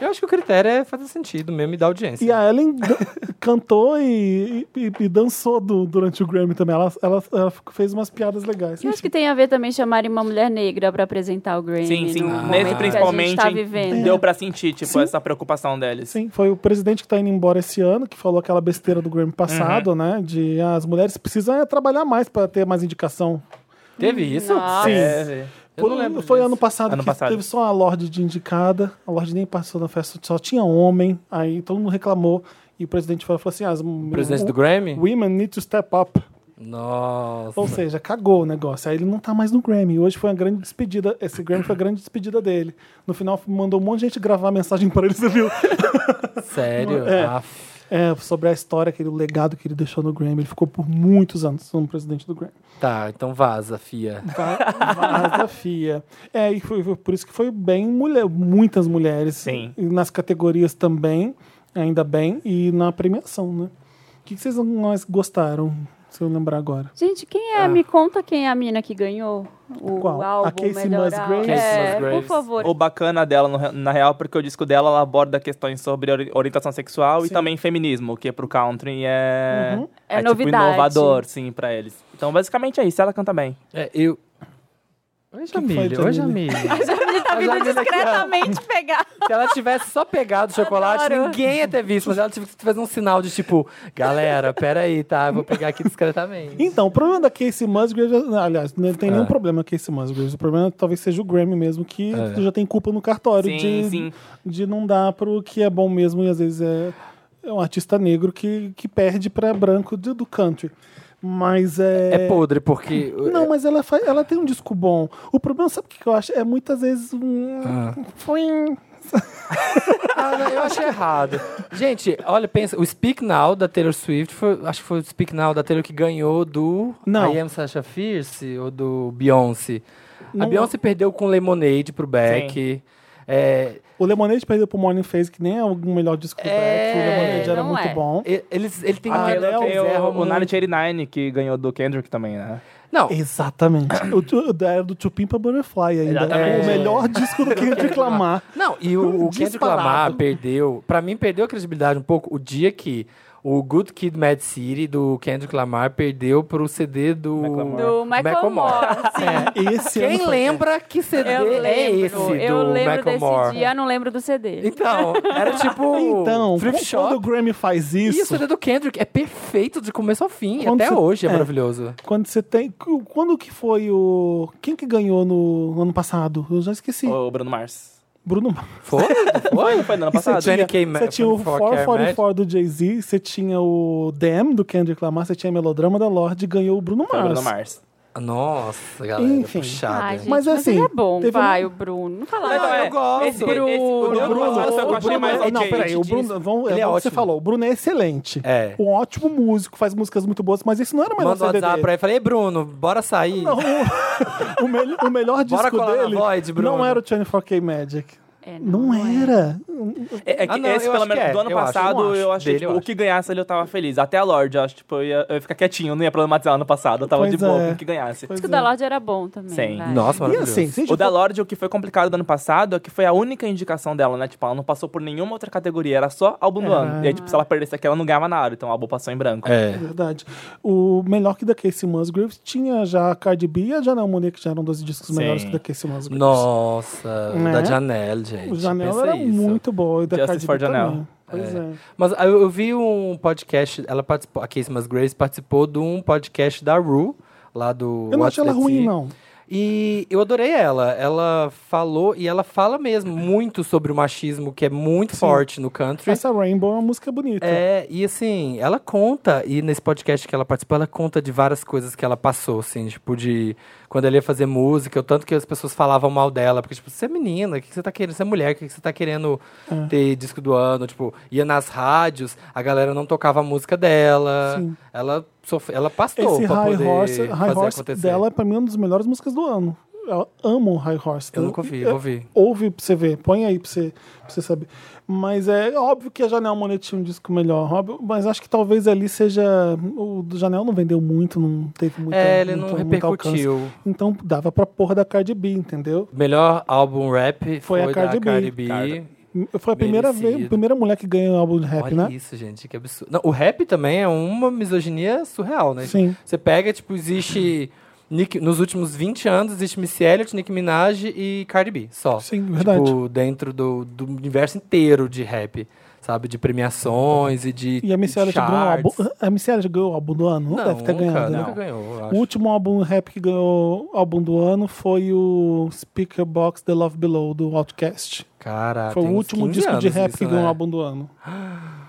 A: Eu acho que o critério é fazer sentido mesmo e dar
C: E
A: audiência.
C: a Ellen dan- cantou e, e- e dançou do- durante o Grammy também. Ela, ela- ela fez umas piadas legais.
B: Eu acho que tem a ver também chamarem uma mulher negra pra apresentar o Grammy.
D: Sim, sim.
B: no
D: Nesse
B: Ah. momento
D: principalmente
B: Que a gente tá vivendo.
D: deu pra sentir, tipo,
C: Sim.
D: essa preocupação deles.
C: Sim, foi o presidente que tá indo embora esse ano, que falou aquela besteira do Grammy passado, né? De ah, as mulheres precisam é, trabalhar mais para ter mais indicação.
A: Teve isso?
B: Nossa.
D: É,
A: Eu não
C: Foi-
A: lembro
C: foi
A: disso.
C: ano passado
D: Ano
C: que
D: passado.
C: teve só a Lorde de indicada. A Lorde nem passou na festa, só tinha homem. Aí todo mundo reclamou. E o presidente falou falou assim: ah, as
A: O presidente do Grammy?
C: Women need to step up.
A: Nossa.
C: Ou seja, cagou o negócio. Aí ele não tá mais no Grammy. Hoje foi uma grande despedida. Esse Grammy foi a grande despedida dele. No final mandou um monte de gente gravar mensagem para ele, você
A: [LAUGHS]
C: viu?
A: Sério? Ah,
C: É.
A: Aff.
C: É, sobre a história, aquele legado que ele deixou no Grammy. Ele ficou por muitos anos como presidente do Grammy.
A: Tá, então vaza, fia.
C: Va- Vaza fia. É, e foi, foi por isso que foi bem mulher, muitas mulheres.
D: Sim.
C: E nas categorias também, ainda bem, e na premiação, né? O que que vocês mais gostaram? se eu lembrar agora.
B: Gente, quem é? Me conta quem é a mina que ganhou o
C: Qual? A
B: álbum
C: Casey
B: melhor
C: Musgraves?
B: álbum.
C: Casey
B: É, por favor.
D: O bacana dela, no re- na real, porque o disco dela ela aborda questões sobre ori- orientação sexual e
C: Sim.
D: também feminismo, que pro country é,
C: Uhum.
B: É
D: tipo
B: novidade.
D: inovador, sim, pra eles. Então, basicamente é isso, ela canta bem.
A: É, eu. Oi,
C: foi,
A: Jamile. Oi,
C: Jamile?
A: Jamile.
B: [LAUGHS] Ele tá
A: A
B: vindo
A: Jamila aqui, ó.
B: [LAUGHS] discretamente pegar.
A: Se ela tivesse só pegado o chocolate,
B: Adoro.
A: ninguém ia ter visto. Mas ela tive que fazer um sinal de tipo, galera, peraí, tá? Eu Vou pegar aqui discretamente.
C: Então, o problema da Casey Musgraves, aliás, não tem nenhum
A: É.
C: problema com a Casey Musgraves. O problema talvez seja o Grammy mesmo, que
A: É.
C: já tem culpa no cartório
D: Sim,
C: de,
D: sim.
C: de não dar pro que é bom mesmo e às vezes é, é um artista negro que, que perde pra branco do, do country. Mas é.
A: É podre, porque.
C: Não, mas ela, fa- ela tem um disco bom. O problema, sabe o que que eu acho? É muitas vezes um.
A: Ah.
C: Foi.
A: Ah, não, eu acho errado. Gente, olha, pensa. O Speak Now da Taylor Swift, foi- acho que foi o Speak Now da Taylor que ganhou do
C: Não.
A: I Am Sasha Fierce ou do Beyoncé. A
C: Não.
A: Beyoncé perdeu com Lemonade pro Beck. É,
C: O Lemonade perdeu pro Morning Phase, que nem é o melhor disco do
A: É,
C: Beck. O Lemonade era
B: não
C: muito
B: é.
C: bom.
A: e- eles, ele tem um
C: Ah,
A: uma-
C: Adele
A: eles
D: tem o,
A: erram
D: o
A: muito.
D: Nine que ganhou do Kendrick também, né?
A: Não,
C: Exatamente. o, tu- da era do Tupim pra Butterfly ainda.
D: Exatamente.
C: É o melhor disco do Kendrick Lamar.
A: Não, e o, o Kendrick
C: Disparado.
A: Lamar perdeu, pra mim perdeu a credibilidade um pouco o dia que o Good Kid, Mad City do Kendrick Lamar perdeu pro CD do
D: Macklemore.
B: Do Michael Moore.
C: Esse ano
A: Quem
C: foi-
A: lembra que CD
B: Eu lembro.
A: é esse do
B: eu lembro desse
A: Macklemore?
B: dia, não lembro do CD.
A: Então, era tipo
C: [LAUGHS] Então,
A: Thrift
C: quando quando o
A: Shop.
C: Grammy faz isso,
A: E o CD do Kendrick é perfeito de começo ao fim,
C: Quando
A: até
C: você-
A: hoje é,
C: é.
A: maravilhoso.
C: quando você tem. Quando que foi o. Quem que ganhou no ano passado? Eu já esqueci.
A: Oh.
D: O Bruno Mars.
C: Bruno Mars.
A: Foi?
D: Foi? Foi no ano
C: é
D: passado?
A: tinha- Jenny K. é
C: Você tinha o
A: 44
C: 444 do Jay-Z, você tinha o Damn do Kendrick Lamar, você tinha Melodrama da Lorde e ganhou o Bruno
D: Foi o Bruno
C: Mars.
D: Mars.
A: [LAUGHS] Nossa, galera,
C: Enfim.
A: puxada.
B: Ai, gente,
C: Mas
B: mas,
C: assim,
B: ele é bom,
C: teve
B: vai,
C: um-
B: o Bruno. Não fala
A: Não, é,
B: mal.
A: eu gosto.
D: Esse, esse, o do ano
A: Bruno-
D: passado foi o que eu
A: o
D: achei
A: Bruno-
D: mais
A: é,
D: ok.
C: Não, peraí, o
A: Diz-
C: Bruno, vamos, é
A: ele é
C: bom que você
A: ótimo.
C: falou, o Bruno é excelente.
A: É.
C: Um ótimo músico, faz músicas muito boas, mas esse não era o melhor
A: Manda um
C: CD
A: WhatsApp
C: dele.
A: pra ele e falei, "Ei, Bruno, bora sair.
C: Não, o- o, mel- o melhor disco
A: colar na
C: dele
A: Void, Bruno.
C: não era o 24K Magic.
B: É,
C: Não, era.
D: É, é que
A: Ah, não,
D: esse,
A: eu acho
D: pelo
A: que
D: menos,
A: é.
D: do ano
A: Eu acho,
D: passado,
A: eu acho.
D: eu achei,
A: Dele,
D: tipo,
A: eu
D: o que ganhasse ali eu tava feliz. Até a Lorde, eu acho, tipo, eu ia, eu ia ficar quietinho, não ia problematizar ano passado. Eu tava de
C: Pois
D: boa
C: é.
D: com o que ganhasse.
B: O disco da Lorde era bom também.
D: Sim.
B: vai.
A: Nossa,
C: E
A: maravilhoso.
C: assim, se a gente
D: O da
C: for-
D: Lorde, o que foi complicado do ano passado, é que foi a única indicação dela, né? Tipo, ela não passou por nenhuma outra categoria, era só álbum do
C: É.
D: ano. E aí, tipo, se ela perdesse aqui, ela não ganhava nada, então o álbum passou em branco.
A: É.
C: Verdade. O melhor que da Casey Musgraves tinha já a Cardi B e a Janelle Monáe, que já eram dois discos
D: Sim.
C: melhores que da Casey Musgraves.
A: Nossa, o
C: Né?
A: da Janelle, gente.
C: O Janelle
A: Pensa
C: era
A: isso.
C: muito boa e da Cardi
D: Justice for
C: B também.
D: Janelle.
C: Pois é.
A: Mas eu, eu vi um podcast, ela participou, a Casey Musgraves participou de um podcast da Ru, lá do
C: Eu não
A: What's
C: acho ela
A: the
C: ruim,
A: Tea.
C: não.
A: E eu adorei ela. Ela falou, e ela fala mesmo muito sobre o machismo, que é muito forte no country.
C: Essa Rainbow é uma música bonita.
A: É, e assim, ela conta, e nesse podcast que ela participou, ela conta de várias coisas que ela passou, assim, tipo, de quando ela ia fazer música, o tanto que as pessoas falavam mal dela, porque, tipo, você é menina, o que que você tá querendo? Você é mulher, o que que você tá querendo
C: É.
A: ter disco do ano? Tipo, ia nas rádios, a galera não tocava a música dela.
C: Sim.
A: Ela sofre, ela pastou
C: Esse
A: pra
C: High
A: poder
C: Horse, High
A: fazer
C: Horse
A: acontecer.
C: dela é pra mim uma das melhores músicas do ano. Eu amo o High Horse.
A: Eu nunca ouvi,
C: Eu-
A: vou ouvir.
C: Ouve pra você ver, põe aí pra você, pra você saber. Mas é óbvio que a Janel Monet tinha um disco melhor, óbvio, mas acho que talvez ali seja. O do Janel não vendeu muito, não teve muita,
A: É, ele
C: muito-
A: não
C: muito alcance.
A: repercutiu.
C: Então dava pra porra da Cardi B, entendeu?
A: Melhor álbum rap
C: Foi
A: foi,
C: a Cardi
A: da
C: B.
A: Cardi B.
D: Cardi.
C: Foi a primeira, vez,
A: Merecido.
C: primeira mulher que ganhou o álbum de rap,
A: Olha
C: né?
A: isso, gente, que absurdo. Não, o rap também é uma misoginia surreal, né?
C: Sim.
A: Você pega, tipo, existe. Nick, nos últimos 20 anos, existe Missy Elliott, Nicki Minaj e Cardi B, só.
C: Sim, verdade.
A: Tipo, dentro do, do universo inteiro de rap, sabe? De premiações e de.
C: E a Missy Elliott ganhou o álbum.
A: charts.
C: A Missy Elliott ganhou o álbum do ano? Não,
A: Não,
C: deve ter ganhado,
A: nunca,
C: né?
A: nunca ganhou, eu acho.
C: O último álbum rap que ganhou álbum do ano foi o Speaker Box The Love Below do Outcast.
A: Cara,
C: foi o
A: Ah, tem uns
C: último
A: 15
C: disco de
A: anos
C: rap
A: isso,
C: que ganhou
A: né?
C: álbum do ano. Pra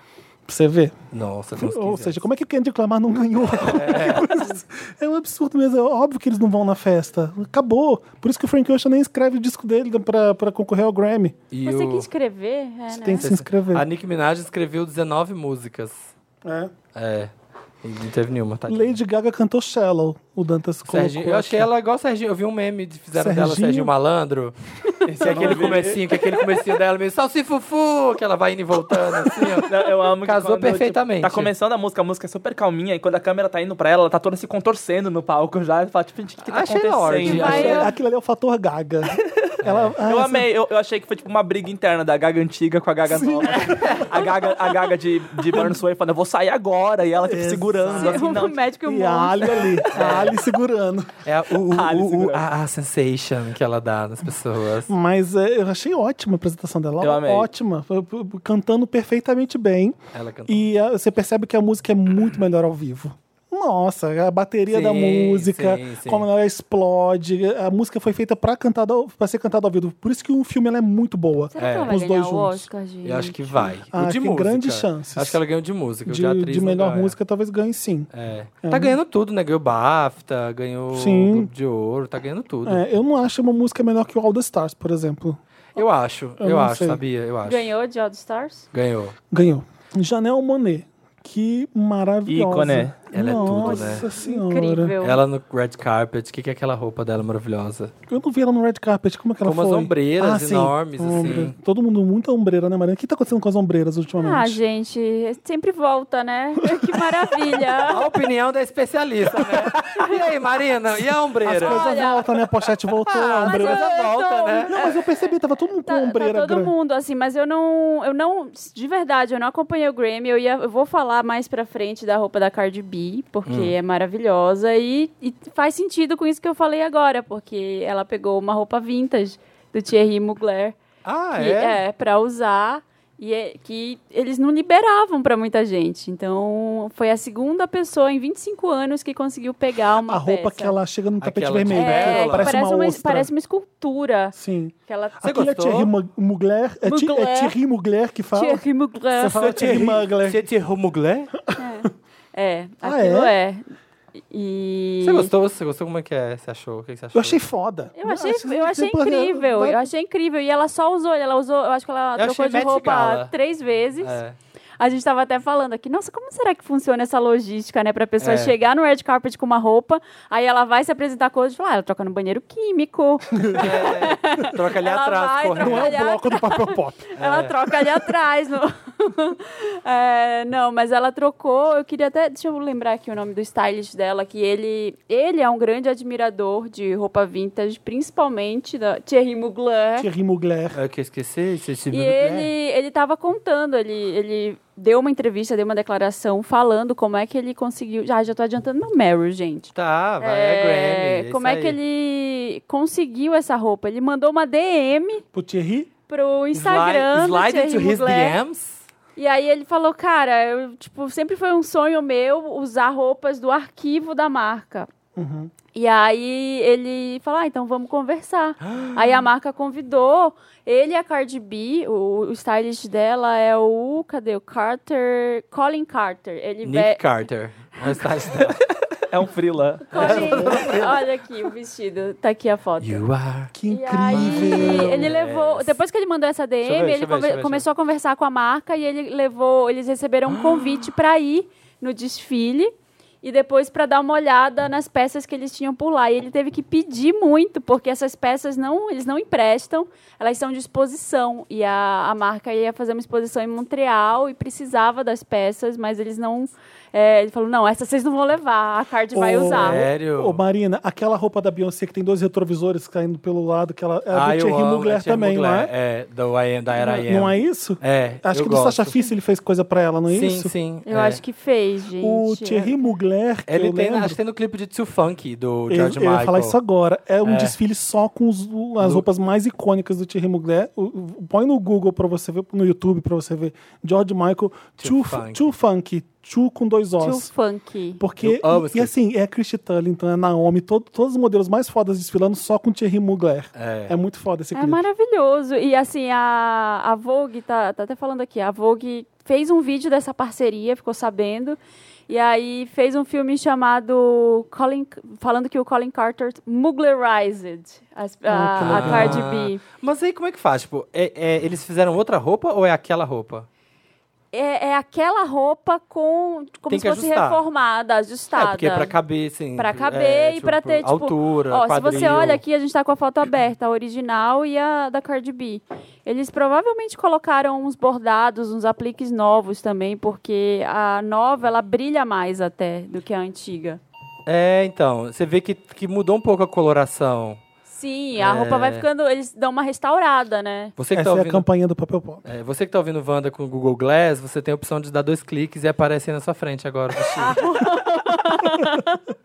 C: você ver.
A: Nossa, tem uns 15
C: Ou
A: anos.
C: seja, como é que o Kendrick Lamar não ganhou? [LAUGHS] É. um absurdo mesmo. É óbvio que eles não vão na festa. Acabou. Por isso que o Frank Ocean nem escreve o disco dele pra, pra concorrer ao Grammy.
A: E
B: Você
A: o-
B: que escrever, é, [LAUGHS]
C: Você
B: né?
C: tem que se inscrever.
A: A Nicki Minaj escreveu 19 músicas.
C: É.
A: É. E não teve nenhuma, tá?
C: Lady Gaga cantou Shallow, o Dantas colocou.
A: Serginho, eu achei ela igual Serginho. Eu vi um meme de fizeram dela,
C: Serginho?
A: Serginho Malandro. Que é aquele comecinho, que é aquele comecinho dela meio salsifufu, que ela vai indo e voltando, assim, ó.
D: Não, eu amo que
A: Casou
D: quando, tipo,
A: perfeitamente.
D: tá começando a música, a música é super calminha, e quando a câmera tá indo pra ela, ela tá toda se contorcendo no palco já. e Fala, tipo, gente, o que, que tá
A: Achei na hora,
D: acontecendo?
A: gente.
B: Vai,
C: Achei-
B: eu- É.
C: Aquilo ali é o
B: [LAUGHS]
C: fator Gaga. Ela, ah,
D: Eu
C: essa-
D: amei, eu, eu achei que foi tipo uma briga interna da Gaga antiga com a Gaga
C: Sim.
D: nova. A Gaga, a Gaga de, de Burn Sway falando, eu vou sair agora, e ela tipo,
C: Exato.
D: segurando, assim,
B: o
D: não.
B: é um médico e o
C: E a
B: monstro.
C: Ali ali, a Ali segurando.
A: É a, o,
D: Ah, ele
A: o- o-
D: segurou.
A: a, a sensation que ela dá nas pessoas.
C: Mas é, eu achei ótima a apresentação dela.
D: Eu amei.
C: Ótima. Foi- foi- foi Cantando perfeitamente bem.
A: Ela canta.
C: E ah, você percebe que a música é muito melhor ao vivo. Nossa, a bateria
A: Sim,
C: da música,
A: sim, sim.
C: como ela explode. A música foi feita pra, cantada, ao- pra ser cantada ao vivo. Por isso que o filme ela é muito boa.
B: Será que ela vai
C: Os
B: ganhar
C: dois
B: o
C: juntos.
B: Oscar, gente?
A: Eu acho que vai.
C: Ah,
A: o de
C: tem
A: música.
C: grandes chances.
A: Acho que ela ganhou de música. o
C: De,
A: atriz
C: de
A: não
C: melhor
A: ganha.
C: música, talvez ganhe sim.
A: É. Tá ganhando tudo, né? Ganhou BAFTA, ganhou
C: Sim.
A: Globo de Ouro, tá ganhando tudo.
C: É, eu não acho uma música melhor que o All the Stars, por exemplo.
A: Eu acho,
C: Eu
A: eu,
C: não
A: acho,
C: sei.
A: sabia? Eu acho.
B: Ganhou de All the Stars?
A: Ganhou.
C: Ganhou. Janelle Monet. Que maravilhosa.
D: Ícone.
A: Ela é tudo,
C: Nossa
A: né?
C: senhora.
B: Incrível.
A: Ela no red carpet, o que, que é aquela roupa dela maravilhosa?
C: Eu não vi ela no red carpet. Como é que ela
A: Com umas
C: foi?
A: ombreiras
C: Ah, sim.
A: enormes,
C: Uma
A: assim.
C: ombreira. Todo mundo muito ombreira, né, Mariana? O que tá acontecendo com as ombreiras ultimamente?
B: Ah, gente, sempre volta, né? [LAUGHS] Que maravilha.
A: A opinião da especialista, né? E aí, Marina? E a
C: As
A: ombreira?
C: coisas
B: Olha.
C: voltam, né? A pochete voltou, a
A: Ah, mas
C: ombreira.
A: coisa
B: eu
A: volta,
B: tô-
A: né?
C: Não, mas eu percebi, tava todo mundo com
B: Tá, tá
C: ombreira
B: todo
C: grande.
B: mundo, assim, mas eu não, eu não, de verdade, eu não acompanhei o Grammy, eu, ia, eu vou falar mais pra frente da roupa da Cardi B, porque
C: Hum.
B: é maravilhosa, e, e faz sentido com isso que eu falei agora, porque ela pegou uma roupa vintage do Thierry Mugler,
A: Ah,
B: que
A: é?
B: é para usar e é- que eles não liberavam pra muita gente. Então, foi a segunda pessoa em 25 anos que conseguiu pegar uma
C: A roupa
B: peça.
C: que ela chega no tapete
A: Aquela de
C: vermelho.
B: é, que
A: pérola.
C: parece, uma ostra.
B: parece uma escultura
C: Sim.
B: que ela [LAUGHS]
A: Você
C: Aquilo é
A: gostou?
C: Thierry Mu- Mugler. É, Thi- é
B: Mugler.
C: Thierry Mugler que fala.
B: Thierry Mugler.
C: Você fala Thierry Mugler.
A: Você é Thierry Mugler?
B: É,
C: Ah,
B: aquilo é. E
A: Você gostou? Você gostou? Como é que é? Você achou? O que que você achou?
C: Eu achei foda.
B: Eu achei,
C: Nossa,
B: eu achei
C: depois-
B: incrível,
C: vai-
B: eu achei incrível. E ela só usou, ela usou, eu acho que ela
A: Eu
B: trocou
A: achei
B: de
A: Met
B: roupa
A: Gala.
B: três vezes.
A: É.
B: A gente tava até falando aqui, nossa, como será que funciona essa logística, né? Pra pessoa
A: É.
B: chegar no red carpet com uma roupa, aí ela vai se apresentar com outra e fala, ah, ela troca no banheiro químico,
A: É, Troca ali
B: [LAUGHS] Ela
A: atrás,
B: vai
A: correndo.
C: Não
A: um É.
C: é o
B: Olha.
C: bloco do papel pop.
B: [LAUGHS] ela troca ali atrás. no- [LAUGHS] É, não, mas ela trocou, eu queria até, deixa eu lembrar aqui o nome do stylist dela, que ele, ele é um grande admirador de roupa vintage, principalmente da Thierry Mugler.
C: Thierry Mugler.
A: É que eu esqueci. esse- esse
B: E
A: Mugler.
B: ele, ele tava contando, ele, ele deu uma entrevista, deu uma declaração falando como é que ele conseguiu. Já, já tô adiantando meu Meryl, gente.
A: Tá, vai, é,
B: É,
A: Grammy.
B: como é que ele conseguiu essa roupa? Ele mandou uma DM
C: Pro Thierry,
B: pro Instagram. do
A: Slide, slide to
B: Thierry
A: his
B: Mugler.
A: DMs?
B: E aí ele falou, cara, eu, tipo, sempre foi um sonho meu usar roupas do arquivo da marca.
A: Uhum.
B: E aí ele falou, ah, então vamos
A: [GASPS]
B: conversar. aí a marca convidou ele e a Cardi B, o, o stylist dela é o, cadê, o Carter, Colin Carter. Ele
A: Nick
B: ve-
A: Carter. É o site dela.
C: [LAUGHS]
D: É um frila.
B: Colin, olha aqui o vestido, tá aqui a foto.
A: You are.
C: que
B: E aí,
C: incrível.
B: ele levou. Depois que ele mandou essa DM,
A: É. Deixa eu ver,
B: ele
A: deixa eu ver,
B: come-
A: deixa eu ver, Ah.
B: começou a conversar com a marca e ele levou. Eles receberam um convite para ir no desfile e depois para dar uma olhada nas peças que eles tinham por lá. E ele teve que pedir muito, porque essas peças não, eles não emprestam, elas são de exposição. E a, a marca ia fazer uma exposição em Montreal e precisava das peças, mas eles não. é, ele falou: não, essas vocês não vão levar, a Card vai
A: Oh,
C: Ô,
B: usar.
A: Sério?
C: Ô, Marina, aquela roupa da Beyoncé que tem dois retrovisores caindo pelo lado, que ela é do
A: Ah, eu
C: Thierry
A: amo,
C: Mugler
A: é Thierry
C: também,
A: Mugler.
C: não é?
A: É, do I am, da Era I Am.
C: Não é isso?
A: É,
C: Acho
A: eu
C: que do
A: gosto.
C: Sasha Fierce ele fez coisa pra ela, não é
A: Sim,
C: isso?
A: sim.
B: Eu
A: é.
B: acho que é fez, gente. É
C: O Thierry Mugler, que
A: Ele
C: eu
A: tem,
C: lembro,
A: acho que tem no clipe de Too Funky, do
C: eu,
A: George
C: eu ia
A: Michael.
C: falar isso agora. É um
A: É.
C: desfile só com os- o- as
A: Do-
C: roupas mais icônicas do Thierry Mugler. O- o- Põe no Google pra você ver, no YouTube pra você ver. George Michael, Too,
A: Too
C: Fu-
A: Funky.
C: Too Funky. Too com dois
B: Too
C: Os.
B: funky.
C: Porque,
A: Eu amo esse
C: e, e
A: clipe.
C: assim, é a Christy Tullington, é a Naomi, todo- todos os modelos mais fodas desfilando só com Thierry Mugler.
A: É.
C: É, muito foda esse
B: É
C: clipe.
B: maravilhoso. E assim, a, a Vogue, tá, tá até falando aqui, a Vogue fez um vídeo dessa parceria, ficou sabendo. E aí fez um filme chamado Colin, falando que o Colin Carter muglerized as- a, a
A: Ah, legal.
B: Cardi B.
A: Mas aí como é que faz? Tipo, é- é, eles fizeram outra roupa ou é aquela roupa?
B: é, é aquela roupa com como
A: Tem
B: se
A: que
B: fosse
A: ajustar.
B: reformada, ajustada.
A: É, porque pra caber, sim.
B: Tá, Pra caber
A: é,
B: e pra ter, tipo,
A: Altura,
B: Ó, se
A: quadril.
B: você olha aqui, a gente tá com a foto aberta, a original e a da Cardi B. Eles provavelmente colocaram uns bordados, uns apliques novos também, porque a nova, ela brilha mais até do que a antiga.
A: É, então. Você vê que, que mudou um pouco a coloração.
B: Sim,
A: É.
B: a roupa vai ficando, eles dão uma restaurada, né?
A: Você que
C: Essa
A: tá
C: é a
A: ouvindo...
C: campanha do papel pop.
A: é, você que tá ouvindo Wanda com o Google Glass, você tem a opção de dar dois cliques e aparece aí na sua frente agora. o vestido.
B: [LAUGHS]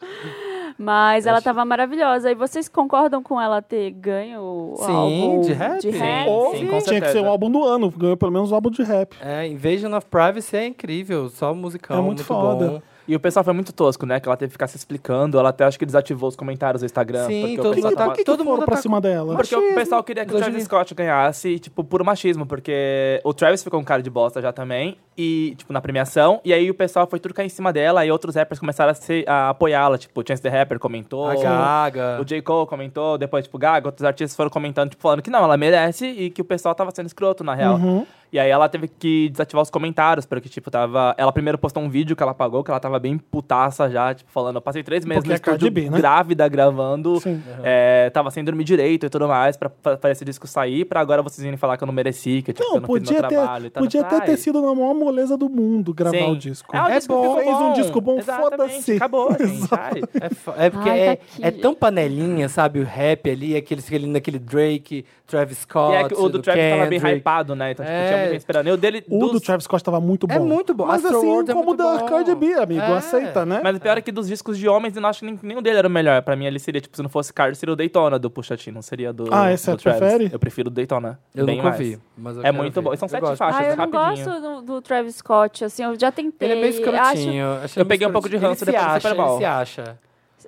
B: Mas ela tava maravilhosa. E vocês concordam com ela ter ganho o
A: Sim,
B: álbum
A: de rap.
B: De
A: Sim,
B: rap?
D: Ou
C: Sim,
D: com
C: Tinha que
D: certeza.
C: ser um álbum do ano, ganhou pelo menos um álbum de rap.
A: É, Invasion of Privacy é incrível, só musicão,
C: É muito
A: muito,
C: foda.
A: bom.
D: E o pessoal foi muito tosco, né? Que ela teve que ficar se explicando. Ela até acho que desativou os comentários do Instagram.
A: Sim,
D: porque o
A: todo
C: Por que,
A: mundo
D: pessoal
C: que,
A: tá-
D: tava-
C: por que que
A: todo
C: foram
A: mundo
C: pra
A: tá-
C: cima dela?
D: Porque o
A: Machismo,
D: pessoal queria que o Travis
A: misoginia.
D: Scott ganhasse, tipo, puro machismo, porque o Travis ficou um cara de bosta já também, e, tipo, na premiação, e aí o pessoal foi tudo cair em cima dela, e outros rappers começaram a, se- a apoiá-la, tipo, Chance the Rapper comentou,
A: A Gaga.
D: o J. Cole comentou, depois, tipo, Gaga, outros artistas foram comentando, tipo, falando que não, ela merece, e que o pessoal tava sendo escroto, na real.
C: Uhum.
D: E aí ela teve que desativar os comentários, porque, tipo, tava... Ela primeiro postou um vídeo que ela apagou, que ela tava bem putaça já, tipo, falando, eu passei três meses
C: Porque
D: no
C: é Cardi
D: estúdio
C: B, né?
D: grávida, gravando...
C: Sim.
D: É, tava sem dormir direito e tudo mais pra, pra, pra esse disco sair, pra agora vocês virem falar que eu não mereci, que tipo, que eu
C: Não,
D: não fiz
C: podia
D: meu trabalho
C: ter,
D: e tal.
C: podia até
D: Ai,
C: ter sido na maior moleza do mundo gravar
D: sim.
C: o disco.
D: É, o
A: É
D: disco
A: bom.
D: ficou
C: Fez um disco bom,
D: Exatamente.
C: foda-se. [LAUGHS]
D: Acabou, assim, gente. Ai.
A: É, fo- é porque
B: Ai,
A: é,
B: tá aqui.
A: é tão panelinha, sabe? O rap ali, aquele, aquele, naquele Drake, Travis Scott.
D: E é que o do Travis tava bem
A: Kendrick.
D: hypado, né? Então, tipo,
A: É.
D: tinha muita gente esperando. E o dele.
C: O
D: dos-
C: do Travis Scott tava muito bom.
A: É muito bom.
C: Mas
A: Astro
C: assim
A: World é
C: como o
A: muito
C: da
A: bom.
C: Cardi B, amigo,
A: É.
C: aceita, né?
D: Mas o pior é que dos discos de homens, eu não acho que nem- nenhum dele era o melhor. Pra mim, ele seria, tipo, se não fosse Cardi, seria o Daytona do Pusha T, não seria do.
C: Ah, esse
D: do
C: você prefere?
D: Eu prefiro o Daytona.
A: Eu
D: bem
A: nunca
D: mais.
A: vi. Mas eu
D: É
A: quero
D: muito
A: ver.
D: bom. São
A: Eu
D: sete
A: gosto.
D: faixas.
B: Ah, eu não
D: rapidinho.
B: gosto do, do Travis Scott, assim, eu já tentei.
A: Ele é meio
B: acho-
A: escrotinho. achei
D: Eu
A: ele
D: peguei um
A: escrotinho.
D: pouco de ranço
A: ele se
D: depois do
A: acha,
D: Super Bowl.
A: Ele se acha.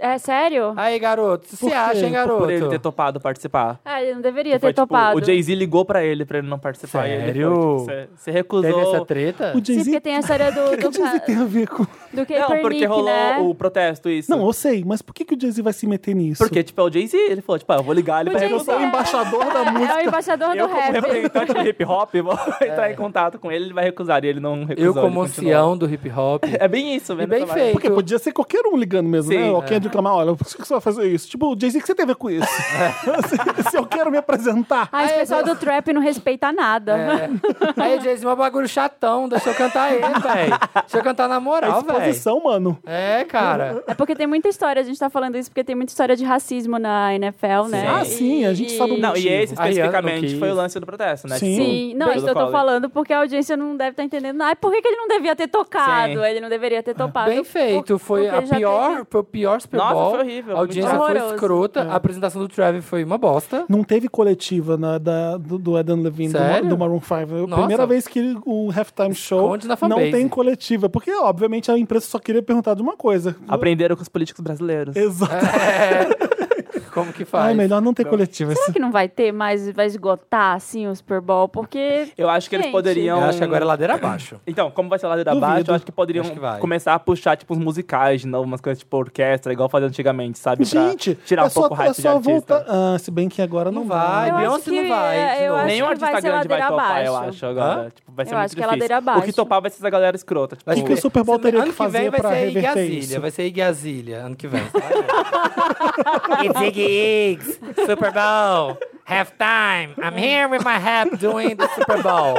B: É sério?
A: Aí, garoto, se
C: Por quê?
A: acha, hein, garoto?
D: Por ele ter topado participar.
B: Ah, ele não deveria
D: Foi,
B: ter
D: tipo,
B: topado.
D: o Jay-Z ligou pra ele pra ele não participar. E ele
A: Sério?
D: foi, tipo, Você recusou.
A: Teve essa treta?
C: O
B: Sim, porque
C: Jay-Z
B: tem a história do,
C: o
B: do, ca-
C: Jay-Z tem a ver com...
B: do Kaepernick,
D: Não, porque rolou
B: né?
D: o protesto, isso.
C: Não, eu sei, mas por que, que o Jay-Z vai se meter nisso?
D: porque, tipo, é o Jay-Z. Ele falou, tipo, ah, eu vou ligar ele
B: O
D: pra
B: Jay-Z
C: eu sou o
D: recusar.
C: embaixador da
B: É,
C: música.
B: é o embaixador
D: Eu, então.
B: do
D: como
B: rap.
D: representante do hip hop, vou [LAUGHS] entrar em contato com ele, ele vai recusar. E ele não recusou.
A: Eu, como
D: ele continuou.
A: ancião do hip hop.
D: [LAUGHS] É bem isso,
A: E
D: vendo
A: bem
D: essa vibe.
A: feito.
C: Porque podia ser qualquer um ligando mesmo,
D: Sim,
C: né?
D: é.
C: Alguém reclamar, olha, por que que você vai fazer isso? Tipo, o Jay-Z, o que você tem a ver com
D: [LAUGHS]
C: isso? [LAUGHS] se, se eu quero me apresentar...
B: Ah, esse pessoal do trap não respeita nada.
A: É. Aí, Jay-Z, um bagulho chatão. Deixa eu cantar ele, velho. Deixa eu cantar na
C: É
D: Ah,
A: moral, velho.
C: exposição, mano.
A: É, cara.
B: É. porque tem muita história, a gente tá falando isso porque tem muita história de racismo na NFL, né?
D: Sim. Ah,
C: sim, a gente sabe o
D: Não, e esse
A: A Rihanna não
D: especificamente
A: quis.
D: foi o lance do protesto, né?
C: Sim.
D: Tipo,
B: Sim, não,
D: Pelo
B: isso eu tô
D: college.
B: falando porque a audiência não deve estar entendendo. Ai, por que, que ele não devia ter tocado?
D: Sim.
B: Ele não deveria ter topado.
A: Bem feito. Foi,
B: Ah, porque
A: a
B: ele já
A: pior,
B: teve-
A: foi o pior Super
D: Nossa,
A: Bowl.
D: foi horrível,
A: A audiência
B: muito
A: foi
B: horroroso. É.
A: escrota. A apresentação do Travis foi
B: [LAUGHS]
A: uma bosta.
C: Não teve coletiva na- da- do, do Adam Levine, do, Ma-
A: Sério?
C: do Maroon 5. É a
A: Nossa.
C: primeira vez que o halftime show
A: Esconde na
C: não
A: fanbase.
C: tem coletiva. Porque, obviamente, a imprensa só queria perguntar de uma coisa.
D: Aprenderam com os políticos brasileiros.
C: Exato.
A: Como que faz?
C: Ah, é melhor não ter coletiva.
B: Será que não vai ter mais, vai esgotar, assim, o Super Bowl? Porque...
D: Eu acho que eles
B: Gente.
A: Eu
D: poderiam...
A: acho que agora é ladeira abaixo.
D: Então, como vai ser lá de
C: Duvido.
D: abaixo, eu acho que poderiam
A: Acho que vai.
D: começar a puxar, tipo, uns musicais de novo, umas coisas tipo orquestra, igual fazia antigamente, sabe? Pra
C: Gente,
D: tirar
C: é
D: um pouco o
C: só,
D: hype
C: é só
D: de artista.
C: voltar. Ah, se bem que agora não,
A: Não vai.
B: Eu
A: Beyoncé
B: acho que,
A: não vai,
B: é, eu
A: de novo.
B: acho
D: tipo, Nenhum
B: que
D: artista
B: vai ser
D: grande vai
B: ladeira
D: topar,
B: abaixo.
D: eu acho, agora.
A: Hã?
D: Tipo, vai ser
B: Eu
D: muito
B: acho que é
D: difícil.
B: ladeira
D: O que
B: abaixo.
D: topar vai ser essa galera escrota. Tipo,
A: Vai
C: O que, que o Super Bowl teria
A: ano
C: que fazer
A: vem vai
C: pra
A: ser
C: reverter
A: Igazília,
C: isso?
A: vai ser Igazília ano que vem. [LAUGHS] It's Iggy Iggs, Super Bowl, halftime. I'm here with my hat doing the Super Bowl.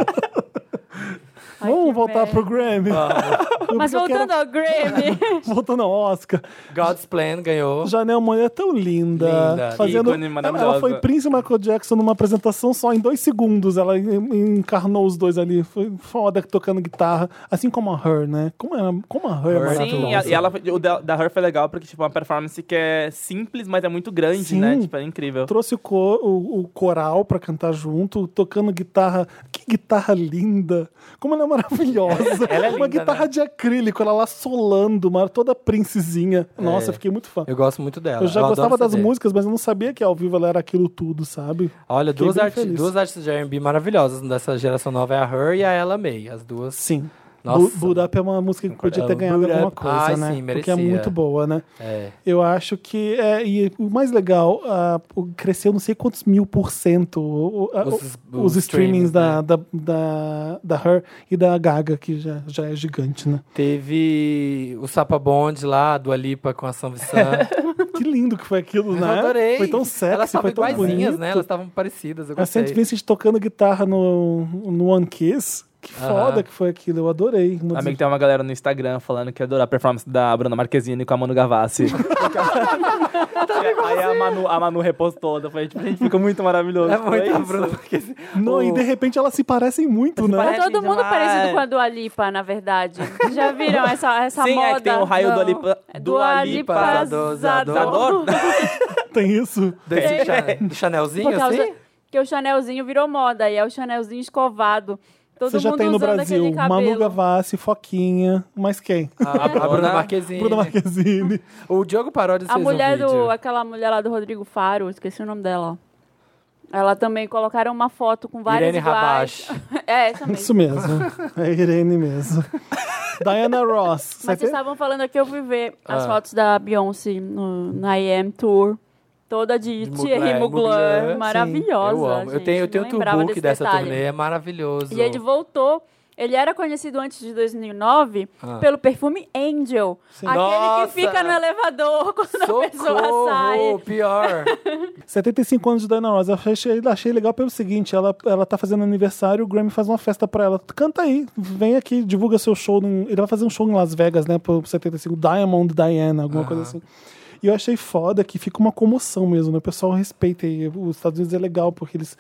B: Ai, que
C: Vamos voltar
B: merda.
C: pro Grammy. [LAUGHS]
B: Mas
C: Eu quero-
B: voltando ao Grammy...
C: Voltando ao Oscar.
A: God's Plan ganhou.
C: Janelle Monáe é tão linda.
A: Linda.
C: Fazendo...
D: Ícone maravilhosa.
C: Ela foi Prince e Michael Jackson numa apresentação só em dois segundos. Ela en- encarnou os dois ali. Foi foda tocando guitarra. Assim como a Her, né? Como, ela, como a Her é
A: Her.
D: Sim,
C: maravilhosa.
D: e ela, o da, da Her foi legal, porque, tipo, é uma performance que é simples, mas é muito grande,
C: Sim.
D: né? Tipo, é incrível.
C: Trouxe o, co- o- o coral pra cantar junto, tocando guitarra. Que guitarra linda! Como ela é maravilhosa!
A: [LAUGHS] Ela é
C: Uma
A: linda,
C: guitarra
A: né?
C: de acrílico, ela lá solando, uma, toda princesinha. Nossa,
A: É.
C: eu fiquei muito fã.
A: Eu gosto muito dela.
C: Eu já
A: adoro
C: gostava
A: esse
C: das
A: CD.
C: músicas, mas eu não sabia que ao vivo ela era aquilo tudo, sabe?
A: Olha,
C: Fiquei
A: duas,
C: bem
A: arti
C: feliz.
A: duas artistas de R&B maravilhosas dessa geração nova é a Her e a Ella May. As duas
C: Sim.
A: Nossa.
C: Bu- Boot Up é uma música que podia ter ganhado
A: Boot
C: alguma
A: Up.
C: coisa,
A: Ai,
C: né?
A: sim,
C: Porque é
A: merecia.
C: muito boa, né?
A: É.
C: Eu acho que. É, e o mais legal, ah, o- cresceu não sei quantos mil por cento o- o- a-
A: Os-
C: o- os,
A: os
C: streamings
A: streamings, né?
C: da, da, da, da Her e da Gaga, que já, já é gigante,
A: [LAUGHS]
C: né?
A: Teve o Sapa Bond lá, do Alipa com a
C: [LAUGHS]
A: Sam Vissan.
C: Que lindo que foi aquilo,
A: Eu
C: né?
A: adorei.
C: Foi tão sexy,
A: Elas estavam
C: foi tão
A: iguaizinhas,
C: bonito.
A: né? Elas estavam parecidas. Eu
C: A
A: gostei.
C: Saint Vincent tocando guitarra no, no One Kiss. Que
A: Aham.
C: foda que foi aquilo, eu adorei. Uma
D: Amigo, tem uma galera no Instagram falando que adorou a performance da Bruna Marquezine com a Manu
A: [LAUGHS]
D: Gavassi.
A: Tá
D: aí a Manu, a Manu repostou, daí foi tipo, gente, ficou muito maravilhoso.
A: É
D: Foi
A: muito a
D: isso.
A: Bruna Marquezine.
C: Não, e
A: O-
C: de repente elas se parecem muito, né?
B: Tá
D: parece
B: todo mundo
D: demais.
B: parecido com a Dua Lipa, na verdade. Já viram essa, essa
D: Sim,
B: moda?
D: é que tem o raio do
A: Não.
D: Alipa.
B: É
D: Do Alipa.
A: Lipa,
B: Zador.
A: Zador, Zador.
D: Zador?
C: Tem isso.
A: Desse
B: É.
C: [LAUGHS]
A: cha- Chanelzinho,
B: Por causa
A: assim?
B: que o Chanelzinho virou moda e é o Chanelzinho escovado. Todo
C: Você já
B: mundo
C: tem no
B: usando
C: Brasil
B: aquele cabelo.
C: Manu Gavassi, Foquinha, mas quem?
A: A, a Bruna
D: Bruna-
A: Marquezine.
C: Bruna Marquezine.
A: O Diogo Paródia
B: A
A: fez
B: mulher
A: um
B: do.
A: vídeo.
B: Aquela mulher lá do Rodrigo Faro, esqueci o nome dela. Ela também colocaram uma foto com vários
A: Irene
B: iguais. [LAUGHS]
A: Rabash.
B: é, essa mesmo.
C: Isso mesmo. [LAUGHS] É Irene mesmo. Diana Ross.
B: Mas
C: você
B: vocês estavam falando aqui, eu fui ver as
A: Ah.
B: fotos da Beyoncé no, na IM Tour. Toda de
A: De
B: Thierry
A: Mugler, Mugler,
B: Mugler,
A: sim.
B: maravilhosa.
A: eu amo.
B: gente,
A: eu tenho, eu tenho
B: não
A: o
B: lembrava
A: tourbook
B: desse
A: dessa
B: detalhe.
A: turnê, é maravilhoso.
B: E [LAUGHS] ele voltou. Ele era conhecido antes de 2009
A: Ah.
B: pelo perfume Angel.
C: Sim.
B: Aquele
A: Nossa!
B: que fica no elevador [LAUGHS] quando a pessoa sai.
A: Socorro, pior.
C: 75 anos de Diana Ross. Eu achei, achei legal pelo seguinte: ela, ela tá fazendo aniversário, o Grammy faz uma festa pra ela. Canta aí, vem aqui, divulga seu show. em- ele vai fazer um show em Las Vegas, né? Pro 75, Diamond Diana, alguma coisa assim. E eu achei foda que fica uma comoção mesmo, né? O pessoal respeita. E os Estados Unidos é legal, porque eles.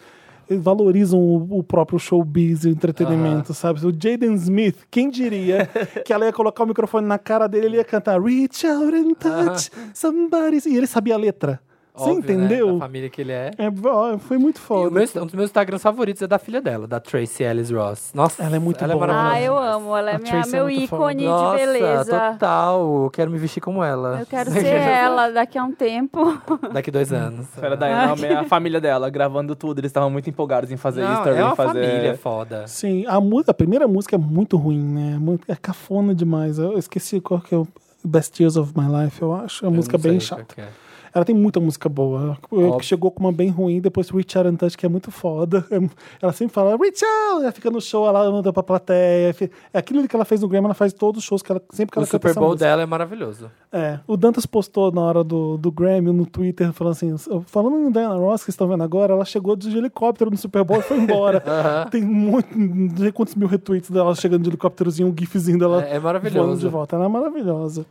C: eles valorizam o, o próprio showbiz e o entretenimento, sabe? O Jaden Smith, quem diria que ela ia colocar o microfone na cara dele ele ia cantar Reach out and touch somebody. E ele sabia a letra. Você
A: Óbvio, né,
C: entendeu?
A: Da família que ele é.
C: É, ó, foi muito
A: E o
C: foda.
A: meu- um dos meus Instagrams favoritos é da filha dela, da Tracy Ellis Ross. Nossa,
C: Ela é muito boa.
A: maravilhosa.
B: Ah, eu amo. Ela
C: A
B: é minha,
C: Tracy é
B: meu
C: muito
B: ícone
A: Nossa,
B: de beleza.
A: total. Eu quero me vestir como ela.
B: Eu quero
A: [LAUGHS]
B: ser ela daqui a um tempo.
A: Daqui dois anos.
D: Era da Ana, a família dela, gravando tudo. Eles estavam muito empolgados em fazer
A: Não,
D: isso também.
A: é uma
D: fazer...
A: família foda.
C: Sim, a, mu- a primeira música é muito ruim, né? É muito- É cafona demais. Eu esqueci qual que é o Best Years of My Life, eu acho. É uma música bem chata. Ela tem muita música boa. Eu-
A: Óbvio.
C: Chegou com uma bem ruim, depois Reach Out and Touch, que é muito foda. [LAUGHS] É mu- Ela sempre fala Reach Out! Ela fica no show, ela anda pra plateia. fi- É aquilo que ela fez no Grammy, ela faz todos os shows que ela sempre que
A: O
C: ela canta
A: Super
C: essa
A: Bowl
C: música.
A: dela é maravilhoso.
C: É, o Dantas postou na hora do, do Grammy no Twitter, falando assim: falando em Diana Ross, que vocês estão vendo agora, ela chegou de helicóptero no Super Bowl e foi embora.
A: [LAUGHS]
C: Tem muito, não sei quantos mil retweets dela chegando de helicópterozinho, um gifzinho dela.
A: É- é
C: voando de
A: maravilhoso.
C: volta, ela é maravilhosa.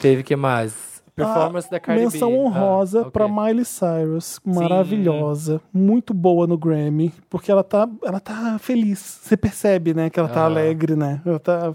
A: Teve que mais? Performance
C: Ah,
A: da Cardi
C: Menção
A: B.
C: honrosa
A: Ah, ok.
C: pra Miley Cyrus, maravilhosa, muito boa no Grammy, porque ela tá, ela tá feliz. Você percebe, né, que ela tá
A: Aham.
C: alegre, né? Ela tá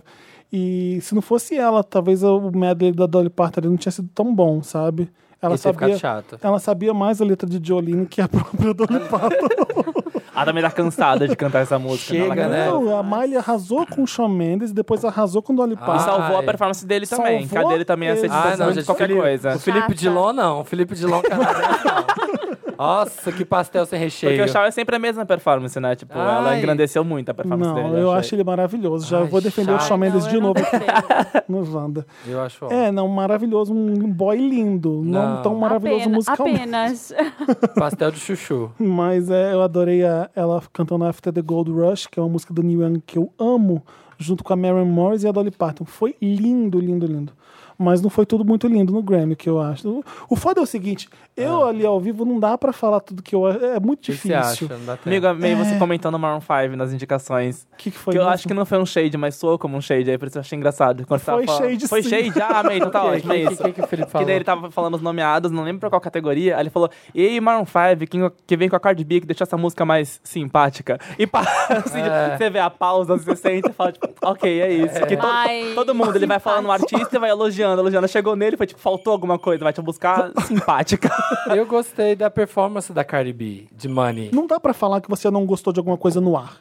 C: e se não fosse ela, talvez o medley da Dolly Parton ali não tinha sido tão bom, sabe? Ela
A: Isso ia ficar
C: sabia,
A: chato.
C: ela sabia mais a letra de Jolene que a [LAUGHS] própria Dolly Parton.
D: Ela também tá cansada de cantar essa música.
A: Chega,
D: ela
A: né?
D: cantou.
C: Não, a Miley arrasou com o Shawn Mendes e depois arrasou com Dolly
A: Ah,
D: E
C: Parton.
D: salvou a
A: Ai.
D: performance dele também.
C: Salvou?
D: Cadê ele também
C: Ah,
D: aceita
A: Ah, não, gente,
D: qualquer
A: Felipe-
D: coisa.
A: O Felipe
B: Chata.
A: Dilon não. O Felipe Dilon canadense
C: [LAUGHS]
A: não. Nossa, que pastel sem
D: Porque
A: recheio.
D: o Shaw é sempre a mesma performance, né? Tipo, ela
A: Ai.
D: engrandeceu muito a performance
C: Não,
D: dele.
C: eu
D: achei.
C: acho ele maravilhoso. Já
A: Ai,
C: vou defender o
A: chato.
C: Shawn Mendes
B: Não,
C: de
B: eu não
C: novo
A: [LAUGHS]
B: gostei.
C: no Wanda.
A: Eu acho ótimo.
C: É, não, maravilhoso, um boy lindo, não,
A: Não.
C: tão maravilhoso
B: Apenas-
C: musicalmente.
B: Apenas.
A: Pastel de chuchu.
C: [LAUGHS] Mas é, eu adorei a- ela cantando After the Gold Rush, que é uma música do Neil Young que eu amo, junto com a Maren Morris e a Dolly Parton. Foi lindo, lindo, lindo. Mas não foi tudo muito lindo no Grammy, que eu acho. O foda é o seguinte, eu ali ao vivo não dá pra falar tudo que eu é muito
A: Ah. O que
C: difícil.
A: você acha? Não dá tempo.
D: Amigo, amei é você comentando Maroon 5 nas indicações.
C: O que, que foi?
D: que eu
C: mesmo?
D: acho que não foi um shade, mas soou como um shade. Aí por isso eu achei engraçado. Quando você tava
C: Foi
D: falando-
C: shade,
D: Foi
C: sim.
D: shade? Ah, amei, então tá
A: O que-
D: ótimo, é
A: que-
D: isso.
A: que- que o Felipe
D: Que
A: falou?
D: daí ele tava falando os nomeados, não lembro pra qual categoria. Aí ele falou, ei, Maroon 5, que, que vem com a Cardi B, que deixou essa música mais simpática. E pa- [LAUGHS] assim,
A: É.
D: você vê a pausa, você sente e fala, tipo, ok, é isso. Que to-
B: Ai,
D: todo mundo, ele vai falando o
B: simpática.
D: artista e vai elogiando, elogiando. Chegou nele, foi tipo, faltou alguma coisa, vai te buscar simpática.
A: Eu gostei da performance da Cardi B, de Money.
C: Não dá pra falar que você não gostou de alguma coisa no ar.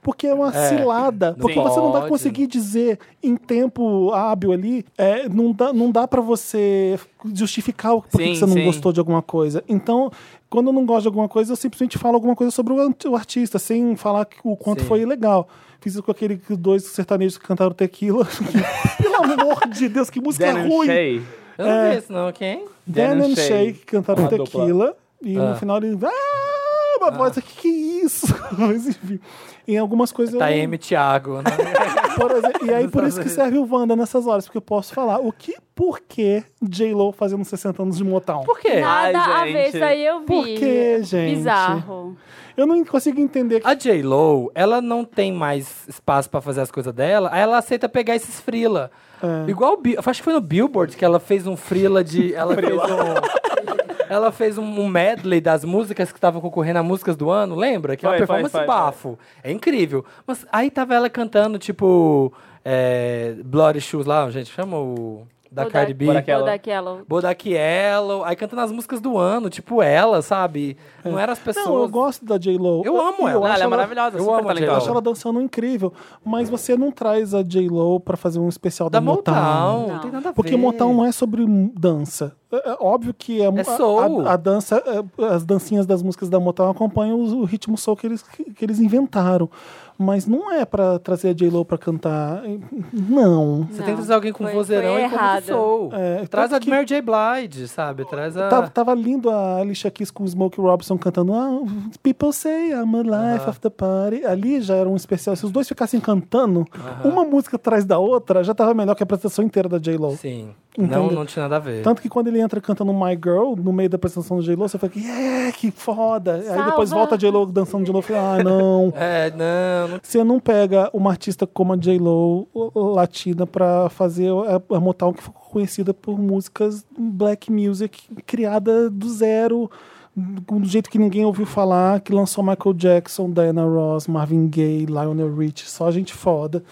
C: Porque é uma cilada.
A: Não
C: Porque você não vai
A: pode.
C: conseguir dizer em tempo hábil ali. é, não dá, não dá para você justificar o porquê
D: Sim,
C: que você não
D: sim.
C: gostou de alguma coisa. Então, quando eu não gosto de alguma coisa, eu simplesmente falo alguma coisa sobre o ant- o artista, sem falar que- o quanto
A: Sim.
C: foi legal. Fiz isso com aquele que- dois sertanejos que cantaram tequila. [LAUGHS] Pelo amor de Deus, que música
D: Dan and
C: ruim!
D: Shay.
A: Eu não vi isso, não, quem?
C: Dan and Shay que cantaram
D: Uma dupla.
C: tequila. E
A: Ah.
C: no final ele. Ah, uma voz, que, que isso? [LAUGHS] Mas enfim. Em algumas coisas eu.
A: Tá
C: não-
A: M. Thiago, né?
C: [LAUGHS] por exemplo, e aí por isso que
A: Exatamente.
C: serve o Wanda nessas horas, porque eu posso falar o que, por que J-Lo fazendo 60 anos de Motown?
A: Por quê?
B: Nada
D: Ai,
B: a ver,
D: gente.
B: isso aí eu vi.
C: Por quê, gente?
B: Bizarro.
C: Eu não consigo entender. que-
A: A J-Lo, ela não tem mais espaço pra fazer as coisas dela, aí ela aceita pegar esses frila. Igual, o Bi- acho que foi no Billboard que ela fez um frila de... Ela fez um... Ela fez um- um medley das músicas que estavam concorrendo a músicas do ano, lembra? Que é uma
D: Foi, foi,
A: performance
D: foi, foi.
A: bafo. É incrível. Mas aí tava ela cantando, tipo, é, Bloody Shoes lá, gente, chama o... Da
B: Ou
A: Cardi B.
D: Por aquela-
B: Ou daquela.
A: Bodak Yellow, aí cantando as músicas do ano, tipo ela, sabe? Não eram as pessoas.
C: Não, eu gosto da J-Lo.
A: Eu amo ela.
D: Não,
A: acho
D: ela é
A: ela-
D: maravilhosa,
A: eu
D: super
A: amo a
C: Eu
A: J-Lo.
D: talentosa.
C: acho ela dançando incrível, mas você não traz a J-Lo pra fazer um especial da,
A: Da Motown, não
B: Não.
A: tem nada a ver.
C: um- Porque Motown não é sobre m- dança. É, é óbvio que é, a-
A: soul.
C: a, a dança, é, as dancinhas das músicas da Motown acompanham os- o, ritmo soul que eles, que, que eles inventaram. Mas não é pra trazer a J-Lo pra cantar. Não.
B: Não,
A: Você tem que trazer alguém com
B: foi-
A: vozeirão
B: foi
A: e com
B: errado.
A: soul.
C: É,
A: Traz
C: tanto
A: a
C: que-
A: Mary J. Blige, sabe? Traz a...
C: Tá, Tava, tava lindo a Alicia Keys com o Smokey Robinson cantando ah, People say I'm a life of the party. Ali já era um especial. Se os dois ficassem cantando uma música atrás da outra, já tava melhor que a apresentação inteira da J-Lo.
A: Sim. Não,
C: Entendeu?
A: não tinha nada a ver.
C: Tanto que quando ele entra cantando My Girl, no meio da apresentação do J-Lo, você fala que, yeah, que foda. Aí depois
B: Salva.
C: volta a J-Lo dançando de novo. Ah, não.
A: É, não, não...
C: Você não pega uma artista como a J-Lo latina pra fazer é, a, a Motown um que ficou conhecida por músicas black music criada do zero, do jeito que ninguém ouviu falar, que lançou Michael Jackson, Diana Ross, Marvin Gaye, Lionel Rich, só gente foda.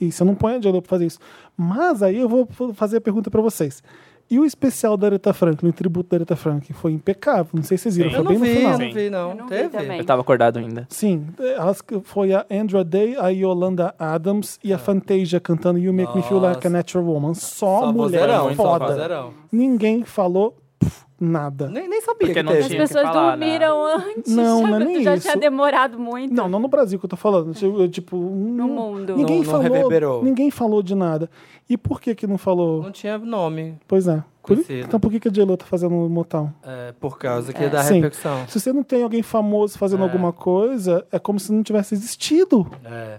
C: E você não põe a J-Lo pra fazer isso. Mas aí eu vou fazer a pergunta pra vocês. E o especial da Aretha Franklin, o tributo da Aretha Franklin, foi impecável. Não sei se vocês viram,
D: Sim.
A: Eu
C: foi
A: não
C: bem no
A: vi,
C: final.
A: eu não vi, não.
B: Eu não vi
A: Teve?
B: também.
D: Eu tava acordado ainda.
C: Sim, elas que- foi a Andra Day, a Yolanda Adams
A: Ah.
C: e a Fantasia cantando You Make Me Feel Like a Natural Woman. Só,
A: Só
C: mulher
A: vozeirão, só
C: foda.
A: vozeirão.
C: Ninguém falou pff, nada.
A: Nem, nem sabia
D: Porque
A: que
D: não
A: teve.
B: As
D: tinha. que
B: pessoas
D: falar, né?
B: dormiram antes.
C: Não, não
B: [LAUGHS]
C: é
B: já-
C: nem
B: Já
C: isso.
B: tinha demorado muito.
C: Não, não no Brasil que eu tô falando. Eu- eu, tipo,
B: No mundo.
C: Ninguém
A: Não- não
C: falou,
A: reverberou.
C: Ninguém falou de nada. E por que que não falou?
A: Não tinha nome.
C: Pois é. Por-
A: Conhecido.
C: então por que que a J-Lo tá fazendo o Motown?
A: é, por causa que da
C: Sim.
A: repercussão.
C: Se você não tem alguém famoso fazendo alguma coisa, é como se não tivesse existido.
A: É.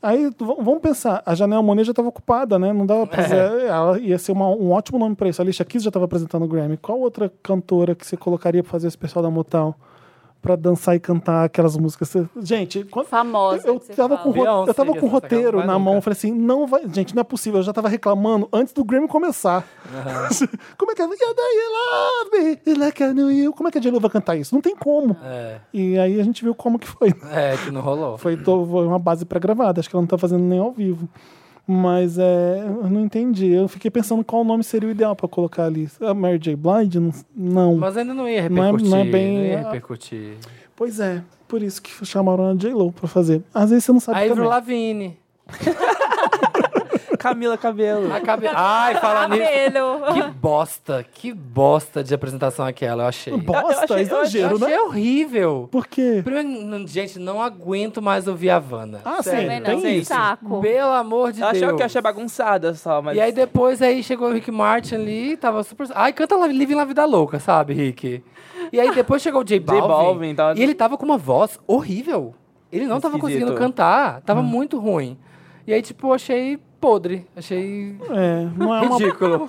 C: Aí, v- vamos pensar, a Janelle Monáe já estava ocupada, né? Não dava pra fazer. Ela ia ser uma- um ótimo nome pra isso. A Alicia Keys já estava apresentando o Grammy. Qual outra cantora que você colocaria pra fazer esse pessoal da Motown? Pra dançar e cantar aquelas músicas. Você- Gente, quando-
B: Famosa.
C: eu,
B: que você
C: tava com,
B: fala.
C: ro- eu
A: Beyoncé
C: tava
A: ia
C: com o
A: dançar, que ela não
C: roteiro
A: vai
C: na mão. Eu
A: nunca.
C: falei assim, não vai. Gente, não é possível. Eu já tava reclamando antes do Grammy começar. [LAUGHS] como é que é? "Yeah, they love me, like I knew you." Como é que a J-Lo vai cantar isso? Não tem como.
A: É.
C: E aí a gente viu como que foi.
A: É, que não rolou.
C: Foi, to- foi uma base pré-gravada, acho que ela não tá fazendo nem ao vivo. Mas é, eu não entendi. Eu fiquei pensando qual nome seria o ideal pra colocar ali. A Mary J. Blind? Não- Não.
A: Mas ainda não ia
C: Não é-
A: repercutir.
C: não é bem-
A: não ia repercutir.
C: Pois é, por isso que chamaram a J-Lo pra fazer. Às vezes você não sabe
A: A Ivro
C: também.
A: Lavigne.
D: Camila Cabelo.
A: A cabe... Ai, falar nisso.
B: Cabelo.
A: Que bosta, que bosta de apresentação aquela, eu achei.
D: Eu
C: Bosta,
D: achei- eu
C: exagero,
A: eu achei
C: Um né?
A: horrível.
C: Por quê?
A: Primeiro, n- gente, não aguento mais ouvir a Havana.
C: Ah, sim,
A: Sério.
B: Também não,
C: tem
B: um
C: isso.
B: saco.
A: Pelo amor de
D: Eu achei
A: Deus.
D: que eu achei bagunçada só, mas.
A: E aí depois aí chegou o Rick Martin ali, tava super. Ai, canta La- Living La Vida Louca, sabe, Rick? E aí depois chegou o J Balvin.
D: Balvin, tava-
A: E ele tava com uma voz horrível. Ele não tava
D: Esquisito.
A: conseguindo cantar, tava
C: Hum.
A: muito ruim. E aí, tipo, eu achei podre. Achei
C: É, não é uma.
A: ridículo.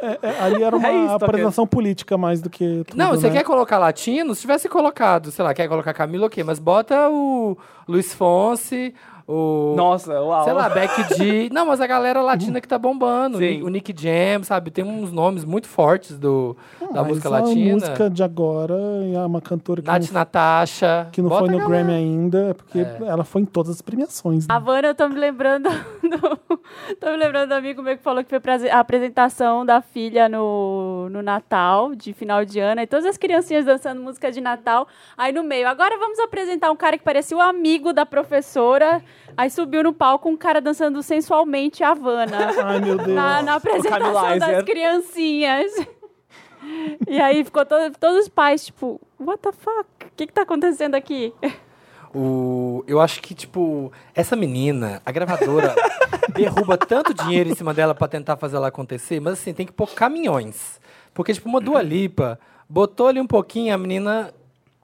C: é- é- ali
A: [LAUGHS]
C: era uma
D: É isso, tá
C: apresentação política mais do que. Tudo,
A: Não, você
C: né?
A: quer colocar latino? Se tivesse colocado, sei lá, quer colocar Camila, ok, mas bota o Luiz Fonse, o.
D: tipo, Nossa, uau.
A: Sei lá, Beck
C: [LAUGHS]
A: G. Não, mas a galera latina que tá bombando. O
D: Sim.
A: Nick- O Nick Jam, sabe? Tem uns nomes muito fortes do, da
C: Ah, Mas
A: música
C: a
A: latina.
C: música de agora e é uma cantora que
A: Nath
C: não,
A: Natasha.
C: que não
A: Bota
C: foi no
A: a galera.
C: Grammy ainda, é porque ela foi em todas as premiações. né?
B: A Vana, eu tô me lembrando. [LAUGHS] Do, tô me lembrando do amigo meu que falou que foi pra a apresentação da filha no, no Natal, de final de ano, e todas as criancinhas dançando música de Natal. Aí no meio, agora vamos apresentar um cara que parecia o amigo da professora. Aí subiu no palco um cara dançando sensualmente a
D: [LAUGHS]
B: Havana.
C: Ai, meu Deus.
B: Na, na apresentação das
D: Lizer.
B: criancinhas. E aí ficou todo, todos os pais, tipo, what the fuck? O que, que tá acontecendo aqui?
A: O... Eu acho que, tipo, essa menina, a
D: [LAUGHS]
A: gravadora, derruba tanto dinheiro em cima dela pra tentar fazer ela acontecer, mas assim, tem que pôr caminhões. Porque, tipo, uma Dua Lipa botou ali um pouquinho, a menina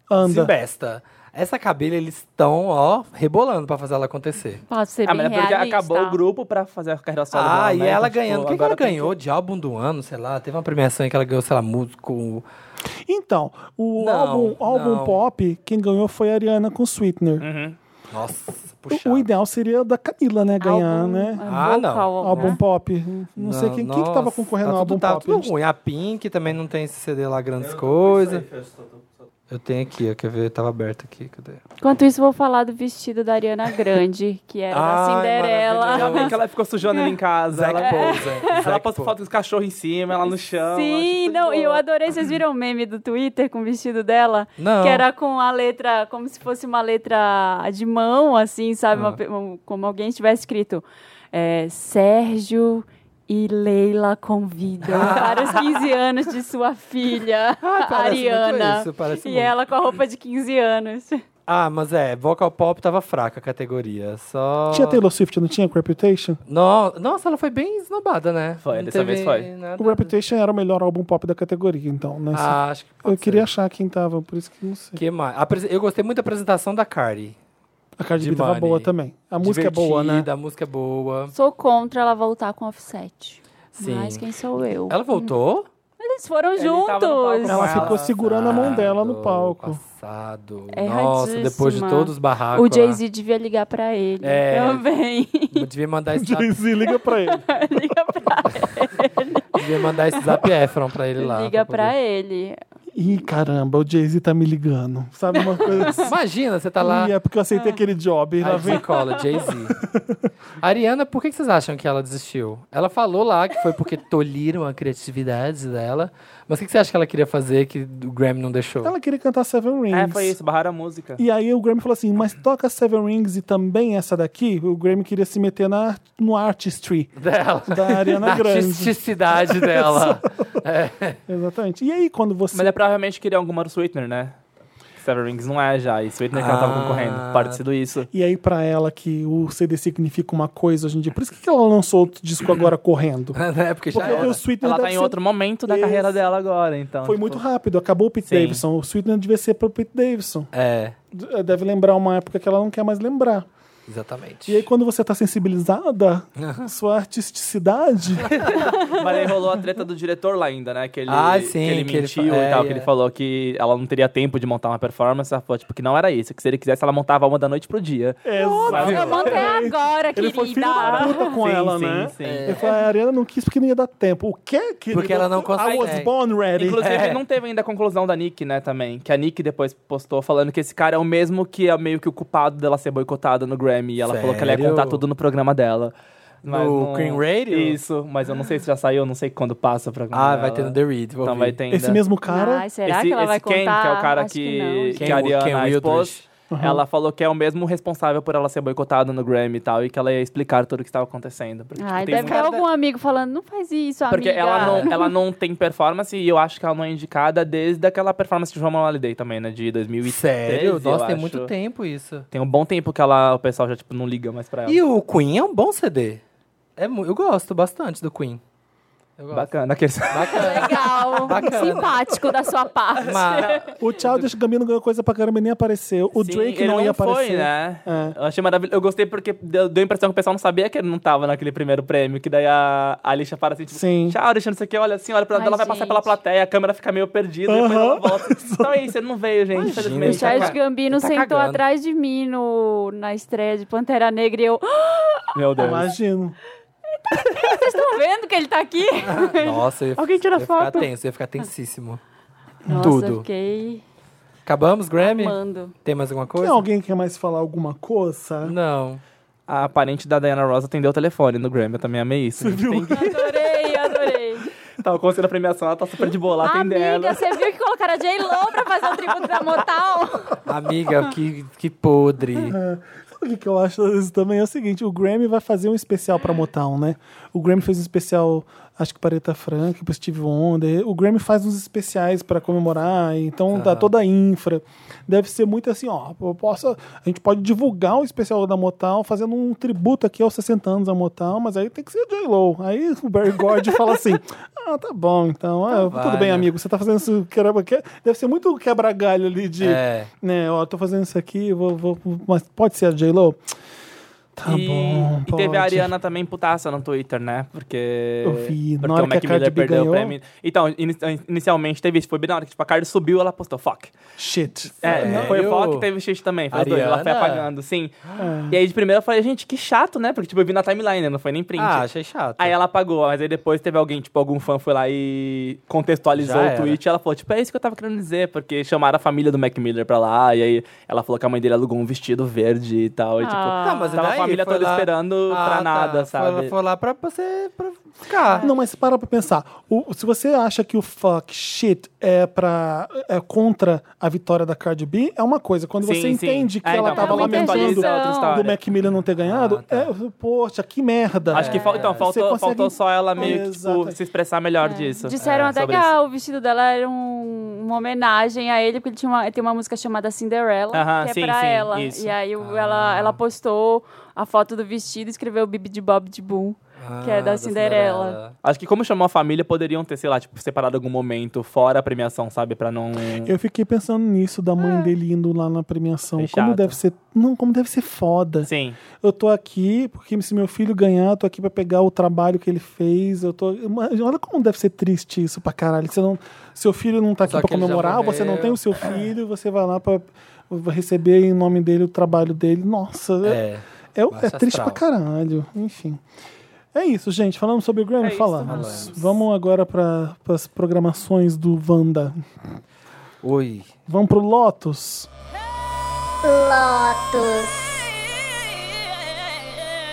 A: se
C: Anda.
A: besta. Essa cabelo eles estão, ó, rebolando pra fazer ela acontecer.
B: Posso ser
D: Ah,
B: bem
D: mas é porque
B: realista.
D: acabou o grupo pra fazer a carreira solo dela,
A: Ah, e
D: né?
A: ela
D: Então, tipo,
A: ganhando. O que, que
D: agora
A: ela
D: tem
A: ganhou? De álbum do ano, sei lá. Teve uma premiação em que ela ganhou, sei lá, músico.
C: Então, o
A: Não,
C: álbum, álbum
A: não. Uhum.
C: pop, quem ganhou foi a Ariana com Sweetener.
A: Nossa,
C: O- O
A: puxado.
C: ideal seria o da Camila, né? Ganhar,
B: Álbum, é
C: né?
A: Ah, não.
B: vocal,
C: Álbum
B: né?
C: pop. Não, sei quem, quem que tava
A: nossa,
C: concorrendo
A: tá
C: ao
A: tudo-
C: álbum
A: tá
C: pop.
A: tudo ruim. A Pink também não tem esse CD lá grandes coisas. Eu tenho aqui, ó, quer ver? Tava aberto aqui, cadê?
B: Enquanto isso, vou falar do vestido da Ariana Grande, que era da
A: Ai,
B: Cinderela.
A: maravilhoso.
D: Realmente [LAUGHS] ela ficou sujando ali em casa.
A: Zac
D: Ela,
A: Poser.
D: [LAUGHS] ela
A: Zac
D: postou
A: Poser.
D: foto dos cachorros em cima, ela no
B: [LAUGHS]
D: chão.
B: Sim, não, e eu adorei. Vocês viram o meme do Twitter com o vestido dela?
A: Não.
B: Que era com a letra, como se fosse uma letra de mão, assim, sabe? Uma
A: Ah.
B: pe- um- como alguém tivesse escrito é, Sérgio e Leila
A: [LAUGHS]
B: convidam para os 15 anos de sua filha,
A: Ah, parece muito
B: Ariana.
A: isso, parece
B: e
A: muito.
B: ela com a roupa de 15 anos.
A: Ah, mas é, vocal pop tava fraca a categoria. Só.
C: Tinha Taylor Swift, não tinha? Com Reputation?
A: No- Nossa, ela foi bem esnobada, né?
D: Foi,
A: Não
D: dessa
A: teve
D: vez foi.
A: nada-
C: O Reputation era o melhor álbum pop da categoria, então, né?
A: Ah, acho que.
C: eu
A: pode
C: queria
A: ser.
C: achar quem tava, por isso que não sei.
A: Que mais? Apre- Eu gostei muito da apresentação da Cardi.
C: A Cardi B
A: De
C: tava
A: Money.
C: boa também. A música é boa, né?
A: Divertida, A música é boa.
B: Sou contra ela voltar com offset.
A: Sim.
B: Mas quem sou eu?
A: Ela voltou?
B: Eles foram
D: Ele tava no palco
B: juntos.
D: com
C: Ela ficou
D: ela.
C: segurando a mão dela no palco. [LAUGHS]
A: Passado.
B: É Erradíssima.
A: Nossa, depois de todos os barracos.
B: O Jay-Z devia ligar pra ele
A: É.
B: também. [LAUGHS]
A: Eu Devia mandar esse
C: [LAUGHS]
A: zap,
C: Jay-Z, liga pra ele.
B: liga pra,
A: devia mandar esse zap Efron pra ele lá.
B: liga
A: pra
B: pra
A: poder-
B: ele.
C: Ih, caramba, o Jay-Z tá me ligando. Sabe uma
A: [LAUGHS]
C: coisa assim?
A: Imagina, você tá lá.
C: Ih, é porque eu aceitei aquele job. Lá
A: Aí
C: vem
A: você cola,
C: [LAUGHS]
A: Jay-Z. Ariana, por que que vocês acham que ela desistiu? Ela falou lá que foi porque tolhiram a criatividade dela. Mas o que que você acha que ela queria fazer que o Grammy não deixou?
C: Ela queria cantar Seven Rings.
D: É, foi isso, barraram a música.
C: E aí o Grammy falou assim, mas toca Seven Rings e também essa daqui? O Grammy queria se meter na, no artistry
A: [LAUGHS] Dela.
C: da
D: [LAUGHS]
C: Ariana
A: Na
C: é Grande. [LAUGHS]
A: artisticidade dela. É.
C: Exatamente. E aí quando você...
D: Mas é provavelmente queria alguma do Sweetener, né? Seven Rings não é já, e Sweetener que ela
A: Ah.
D: tava concorrendo. Parecido isso.
C: E aí pra ela que o CD significa uma coisa hoje em dia. Por isso que ela lançou outro disco agora correndo.
A: [LAUGHS] Né? Porque já
C: Porque
A: era.
C: o Sweetener
D: Ela tá
C: deve
D: em
C: ser-
D: outro momento da carreira
C: Isso.
D: dela agora, então.
C: Foi
D: tipo,
C: muito rápido, acabou o Pete
D: Sim.
C: Davidson. O Sweetener devia ser pro Pete Davidson.
A: É,
C: D- Deve lembrar uma época que ela não quer mais lembrar.
A: exatamente.
C: E aí quando você tá sensibilizada, sua artisticidade...
D: Mas aí rolou a treta do diretor lá ainda, né? Que ele,
A: Ah, sim,
D: que ele
A: que ele
D: mentiu
A: fa- é,
D: e tal, que
A: é.
D: ele falou que ela não teria tempo de montar uma performance. Ela falou, tipo, que não era isso. Que se ele quisesse, ela montava uma da noite pro dia.
C: É,
B: Eu montei agora,
C: Ele foi filho da
B: querida.
C: puta com
D: Sim,
C: ela,
D: sim,
C: né?
D: sim.
C: Ele falou, a Ariana não quis porque não ia dar tempo. O quê? Que
A: Porque ela não
C: I was
A: consegue.
C: born ready.
D: Inclusive,
A: É.
D: não teve ainda a conclusão da Nick, né, também. Que a Nick depois postou falando que esse cara é o mesmo que é meio que o culpado dela ser boicotada no Grammy. E ela falou que ela ia
A: Sério?
D: contar tudo no programa dela.
A: No Cream Radio?
D: Isso, mas eu não sei se já saiu, não sei quando passa pra
A: Ah, vai ter no The Read. vou
D: Então
A: ouvir.
D: vai ter
C: É,
D: ainda.
C: Esse mesmo cara.
B: Ai, será
D: esse,
B: que ela
D: esse
B: vai
D: Ken,
B: contar?
D: que é o cara
B: Acho
D: que,
B: não.
D: que
A: Ken-
D: a Ariana
A: Ken
D: expôs,
A: Wildrich.
D: ela falou que é o mesmo responsável por ela ser boicotada no Grammy e tal, e que ela ia explicar tudo o que estava acontecendo. Porque, tipo,
B: Ai,
D: tem
B: deve ter
D: um-
B: algum amigo falando, não faz isso, amiga.
D: Porque ela não, ela não tem performance e eu acho que ela não é indicada desde aquela performance de Roman Holiday também, né? De 2013,
A: Sério?
D: eu
A: Nossa, tem
D: acho.
A: muito tempo isso.
D: Tem um bom tempo que ela, o pessoal já, tipo, não liga mais pra ela.
A: E o Queen é um bom CD. É, mu- eu gosto bastante do Queen. Eu gosto.
D: Bacana. Aqueles...
A: Bacana.
D: [LAUGHS]
B: Legal.
A: Bacana.
B: Simpático da sua parte.
A: [LAUGHS] Mas,
C: O Childish Gambino ganhou coisa pra caramba e nem apareceu. O
D: Sim,
C: Drake
D: ele
C: não ia
D: foi,
C: aparecer.
D: né?
C: É.
D: Eu achei maravilhoso. Eu gostei porque deu, deu a impressão que o pessoal não sabia que ele não tava naquele primeiro prêmio. Que daí a, a Alicia para assim, tipo,
C: Sim.
D: tchau, Alicia, não sei o que. Olha assim, olha pra ela,
B: Ai,
D: ela vai passar
B: gente.
D: pela plateia, a câmera fica meio perdida, e depois
C: Aham.
D: ela volta. Então é isso, ele não veio, gente.
B: O
D: Infelizmente.
A: Ele tá
B: Charles
A: ca-
B: Gambino
A: ele tá
B: sentou
A: cagando.
B: atrás de mim no, na estreia de Pantera Negra e eu. "Ah,
D: Meu Deus.
C: Imagino.
B: Vocês estão vendo que ele tá aqui?
A: [LAUGHS] Nossa, eu ia,
B: Alguém tira
A: eu ia ficar
B: foto.
A: tenso, eu ia ficar tensíssimo.
B: Nossa, eu
A: Tudo.
B: fiquei
A: Acabamos, Grammy?
B: amando.
A: Tem mais alguma
C: Tem
A: coisa?
C: alguém que quer mais falar alguma coisa?
A: Não.
D: A parente da Diana Ross atendeu o telefone no Grammy, eu também
C: [LAUGHS]
D: amei isso. Tem que...
B: Adorei, adorei.
D: Tá, o conselho da premiação, ela tá super de boa lá, atendendo
B: Amiga,
D: ela.
B: você viu que colocaram a J-Lo pra fazer o tributo da Motal?
A: Amiga, que, que podre.
C: [LAUGHS] O que, que eu acho disso também é o seguinte: o Grammy vai fazer um especial pra Motown, né? O Grammy fez um especial, acho que para Aretha Frank, para Steve Wonder. O Grammy faz uns especiais pra comemorar, então tá toda a infra. Deve ser muito assim: ó, eu posso, a gente pode divulgar o especial da Motown fazendo um tributo aqui aos 60 anos da Motown, mas aí tem que ser a J-Lo. Aí o Barry Gordy fala assim: ah, tá bom, então, ah,
A: vai,
C: tudo bem,
A: né?
C: amigo, você tá fazendo isso, caramba, que- deve ser muito quebra-galho ali de
A: É.
C: né, ó, tô fazendo isso aqui, vou, vou, mas pode ser a J-Lo? Tá
D: e,
C: bom,
D: e teve
C: pode.
D: a Ariana também putaça no Twitter, né? Porque.
C: Eu vi, na
D: Porque
C: hora
D: o
C: que
D: Mac
C: a Cardi
D: Miller
C: B
D: perdeu o
C: ganhou.
D: prêmio. Então, ini- inicialmente teve isso. Foi bem na hora que tipo, a Cardi subiu, ela postou, fuck.
C: Shit.
D: É,
A: Sério?
D: foi o Fock, teve o X também. Foi os dois, ela foi
A: Ariana?
D: apagando, sim.
C: Ah.
D: E aí de primeira eu falei, gente, que chato, né? Porque tipo, eu vi na timeline, né? não foi nem print.
A: Ah, achei chato.
D: Aí ela apagou, mas aí depois teve alguém, tipo, algum fã foi lá e contextualizou
A: Já
D: o
A: era.
D: tweet. E ela falou, tipo, é isso que eu tava querendo dizer, porque chamaram a família do Mac Miller pra lá, e aí ela falou que a mãe dele alugou um vestido verde e tal. E, tipo,
B: Ah.
A: Tá, mas e
D: tava a
A: daí?
D: família
A: Foi
D: toda
A: lá-
D: esperando
A: Ah,
D: pra
A: tá.
D: nada, sabe?
A: Foi, foi lá pra você pra ficar.
C: Não, mas para pra pensar. O- se você acha que o fuck shit é pra, é contra a vitória da Cardi B, é uma coisa. Quando você
D: Sim, sim.
C: entende que
D: É,
C: ela
D: então,
C: tava
B: é uma
C: lamentando
B: interjeição.
D: história.
C: do Mac Miller não ter ganhado, é, poxa, que merda.
D: Acho que fal- então,
C: É. Você
D: faltou,
C: consegue-
D: faltou só ela meio que,
C: Exato.
D: tipo, se expressar melhor disso.
B: Disseram
D: É,
B: até que
D: sobre isso.
B: ah, o vestido dela era um- uma homenagem a ele, porque ele tinha uma, tem uma música chamada Cinderella,
D: Aham,
B: que é
D: sim,
B: pra
D: sim,
B: ela.
D: isso. Ah.
B: E aí o- ela, ela postou a foto do vestido e escreveu Bibi de Bob de Boom, que é
A: Ah,
B: da, Cinderela.
D: Acho que como chamou a família, poderiam ter, sei lá, tipo, separado algum momento fora a premiação, sabe? Pra não...
C: Eu fiquei pensando nisso, da
D: É.
C: mãe dele indo lá na premiação.
D: Foi
C: como
D: chato.
C: deve ser. Não, como deve ser foda.
D: Sim.
C: Eu tô aqui porque se meu filho ganhar, eu tô aqui pra pegar o trabalho que ele fez. Eu tô, Mas olha como deve ser triste isso pra caralho. Você não, seu filho não tá aqui
A: Só
C: pra
A: que ele já
C: comemorar, você não
A: morreu. É.
C: tem o seu filho, você vai lá pra receber em nome dele o trabalho dele. Nossa, é,
A: É.
C: é,
A: baixo
C: é triste pra
A: astral.
C: caralho. Enfim. É isso, gente. Falamos sobre o Grammy?
D: É isso,
C: falamos.
D: falamos.
C: Vamos agora para as programações do Wanda.
A: Oi.
C: Vamos pro Lotus.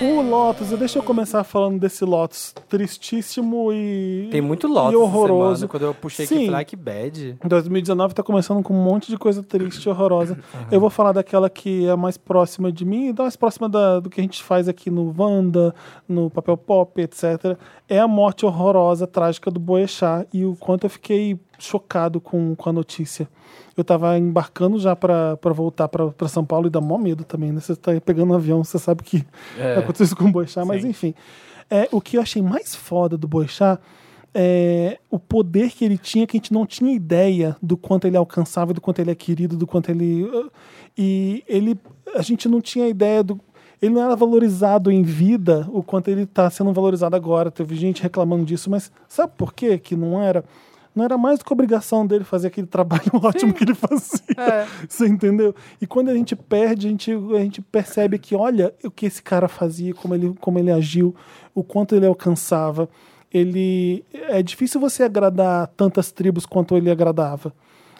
C: O Lotus, deixa eu começar falando desse Lotus tristíssimo e.
A: Tem muito lote
C: e horroroso.
A: Semana. Quando eu puxei
C: Sim.
A: aqui, falei, "Ai, que bad.
C: 2019 tá começando com um monte de coisa triste e horrorosa. Eu vou falar daquela que é mais próxima de mim, e mais próxima da- do que a gente faz aqui no Wanda, no Papel Pop, etc. É a morte horrorosa, trágica do Boechat e o quanto eu fiquei chocado com, com a notícia. Eu tava embarcando já pra pra voltar pra pra São Paulo e dá mó medo também, né? Você tá pegando um avião, você sabe que [LAUGHS] aconteceu isso com o Boechat, mas enfim. É, o que eu achei mais foda do Boechat é, o poder que ele tinha, que a gente não tinha ideia do quanto ele alcançava, do quanto ele é querido, do quanto ele. uh, E ele. A gente não tinha ideia do. Ele não era valorizado em vida o quanto ele está sendo valorizado agora. Teve gente reclamando disso, mas sabe por quê que não era? Não era mais do que obrigação dele fazer aquele trabalho [LAUGHS] ótimo que ele fazia.
A: É.
C: Você entendeu? E quando a gente perde, a gente, a gente percebe que, olha, o que esse cara fazia, como ele, como ele agiu, o quanto ele alcançava ele é difícil você agradar tantas tribos quanto ele agradava.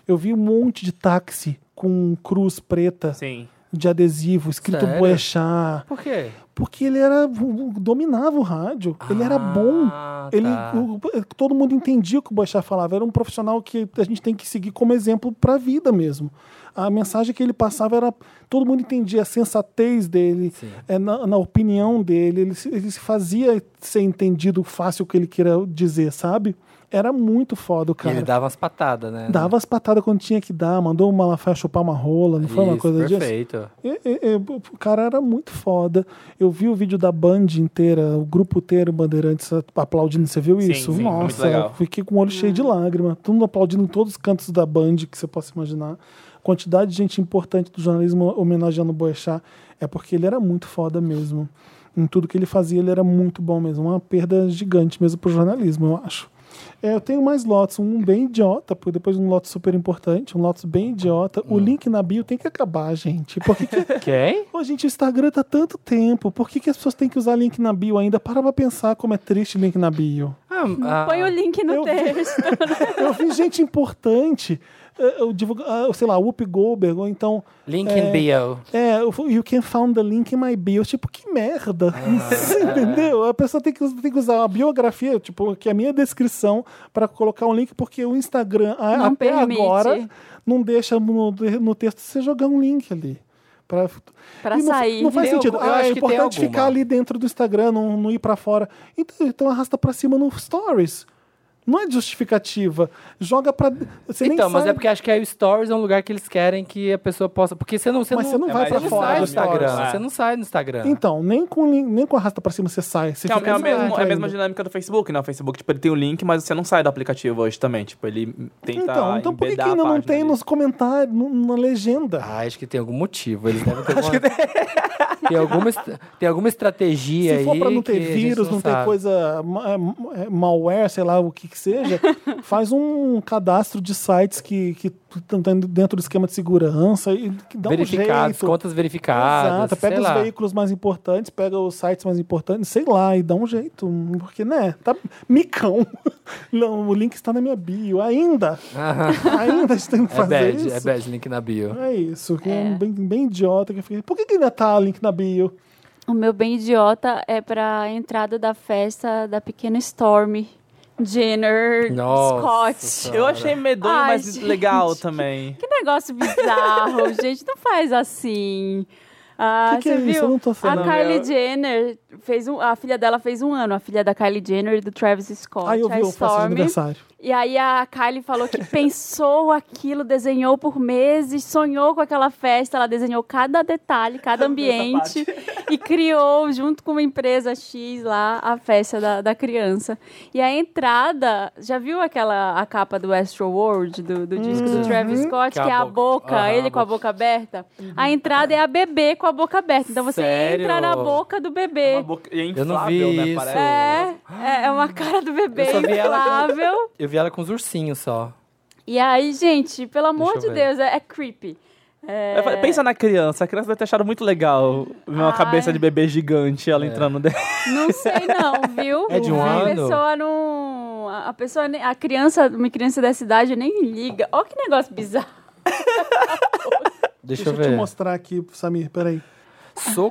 C: Eu vi um monte de táxi com cruz preta
D: Sim.
C: de adesivo escrito
A: Sério?
C: Boechat,
A: Por quê?
C: porque ele era um, dominava o rádio, ele era bom.
A: Ah,
C: Ele,
A: tá.
C: o- é, todo mundo entendia o que o Boechat falava. Era um profissional que a gente tem que seguir como exemplo para a vida mesmo. A mensagem que ele passava era. Todo mundo entendia a sensatez dele, é, na, na opinião dele. Ele se, ele se fazia ser entendido fácil o que ele queria dizer, sabe? Era muito foda o
A: E
C: cara.
A: ele dava umas patadas, né?
C: Dava as patadas quando tinha que dar, mandou o Malafaia chupar uma rola, não foi uma
A: Isso,
C: coisa disso?
A: perfeito.
C: E- e- e, o é, cara era muito foda. Eu vi o vídeo da Band inteira, o grupo inteiro, Bandeirantes aplaudindo. Você viu
D: Sim,
C: isso?
D: sim, foi muito
C: Nossa,
D: legal.
C: eu fiquei com o olho cheio de lágrima. Todo mundo aplaudindo em todos os cantos da Band que você possa imaginar. Quantidade de gente importante do jornalismo homenageando o Boechat é porque ele era muito foda mesmo. Em tudo que ele fazia, ele era muito bom mesmo. Uma perda gigante mesmo pro jornalismo, eu acho. É, eu tenho mais lotes, um bem idiota, pô, depois um lote super importante, um lote bem idiota. O link na bio tem que acabar, gente. Por que, [LAUGHS] que
A: Quem?
C: Pô, gente, o Instagram tá tanto tempo. Por que, que as pessoas têm que usar link na bio ainda? Para pra pensar como é triste link na bio.
A: Ah, ah,
B: Põe o link no
C: Eu vi.
B: texto. [LAUGHS]
C: Eu vi gente importante, eh, eu divulga- ah, eu sei lá, Whoopi Goldberg, ou então...
A: Link
C: é,
A: in bio.
C: É, eu fu- you can found the link in my bio. Tipo, que merda. Você
A: Ah,
C: [LAUGHS] entendeu? A pessoa tem que, us- tem que usar a biografia, tipo, que é a minha descrição, pra colocar um link, porque o Instagram, a-
B: Não
C: até
B: permite.
C: agora, não deixa no, no texto você jogar um link ali. Pra,
B: Pra
C: E não, fa-
B: sair.
C: Não faz
A: Tem
C: sentido.
A: algum- eu
C: Ah,
A: acho
C: é
A: que tem
C: importante
A: alguma.
C: ficar ali dentro do Instagram, não, não ir pra fora. Então, então arrasta pra cima no Stories. Não é justificativa. Joga pra. Você nem
A: então, mas
C: sai-
A: é porque acho que aí o Stories é um lugar que eles querem que a pessoa possa. Porque você não, você
C: Mas
A: não,
C: você não
D: É
C: vai
D: mais
C: pra
A: você não
C: fora
D: difícil.
A: sai
C: do
A: do
D: dos
A: Instagram.
C: Stories.
D: stories.
A: Você não sai do Instagram.
C: Então, nem com, lin- nem com arrasta pra cima você sai. Você
D: É,
C: fica assim, ah,
D: é, o
C: nesse
D: mesmo-
C: link
D: é a
C: ainda.
D: mesma dinâmica do Facebook, né? O Facebook, tipo, ele tem o link, mas você não sai do aplicativo hoje também. Tipo, ele tenta
C: Então, então por que, que
D: embedar a
C: ainda não
D: página
C: tem
D: ali.
C: nos comentários, no- na legenda?
A: Ah, acho que tem algum motivo. Eles devem
C: [LAUGHS]
A: ter alguma... tem alguma estra- tem alguma estratégia
C: Se for
A: aí
C: pra não
A: que
C: ter
A: a gente
C: vírus, não, ter
A: sabe.
C: coisa ma- é, malware, sei lá o que que
A: [LAUGHS]
C: seja, faz um cadastro de sites que estão dentro do esquema de segurança e que dá um
A: verificados,
C: jeito.
A: contas verificadas,
C: Exato, pega
A: sei
C: os
A: lá.
C: veículos mais importantes, pega os sites mais importantes, sei lá, e dá um jeito. Porque, né, tá micão. [LAUGHS] Não, o link está na minha bio. Ainda,
A: Aham.
C: ainda a gente tem que
A: É
C: fazer
A: bad,
C: isso.
A: é bad link na bio.
C: É isso, que é um bem, bem idiota que eu fiquei. Por que, que ainda tá link na bio?
B: O meu bem idiota é pra entrada da festa da pequena Stormy. Jenner
A: Nossa
B: Scott.
A: Senhora.
D: Eu achei medonho,
B: Ai,
D: mas
B: gente. [LAUGHS]
D: legal também.
B: Que negócio bizarro,
C: [LAUGHS]
B: gente. Não faz assim. Ah,
C: Que que é
B: você
C: isso?
B: viu?
C: Eu não tô
B: a
C: sabendo.
B: Kylie Jenner fez um. A filha dela fez um ano, a filha da Kylie Jenner e do Travis Scott.
C: Aí eu
B: a
C: vi o festa de
B: Stormy.
C: aniversário.
B: E aí a Kylie falou que pensou [LAUGHS] aquilo, desenhou por meses, sonhou com aquela festa, ela desenhou cada detalhe, cada ambiente [LAUGHS] e criou junto com uma empresa X lá a festa da, da criança. E a entrada, já viu aquela a capa do Astroworld, do, do disco do Travis Scott, que, é a boca,
A: aham,
B: ele
A: a
B: com a boca aberta? A entrada é a bebê com a boca aberta. Então você
A: Sério?
B: entra na boca do
D: É uma
B: bebê.
D: boca- E é
A: Eu não
D: inflável,
A: vi
D: né?
A: isso.
D: Parece.
B: É, é, é uma cara do bebê
A: Eu só vi ela com-
B: inflável.
A: Eu vi ela com os ursinhos só.
B: E aí, gente, pelo amor
A: Deixa
B: de
A: eu ver.
B: Deus, é, é creepy. É,
D: Eu falei, Pensa na criança. A criança deve ter achado muito legal ver uma
B: Ai.
D: cabeça de bebê gigante
C: É.
D: ela entrando dentro.
B: Não sei não, viu?
A: [LAUGHS] É de um
B: a
A: ano?
B: Pessoa não, a a pessoa, nem- a criança, uma criança dessa idade nem liga. Ó que negócio bizarro.
A: Deixa,
C: Deixa eu
A: eu ver.
C: te mostrar aqui, Samir, peraí.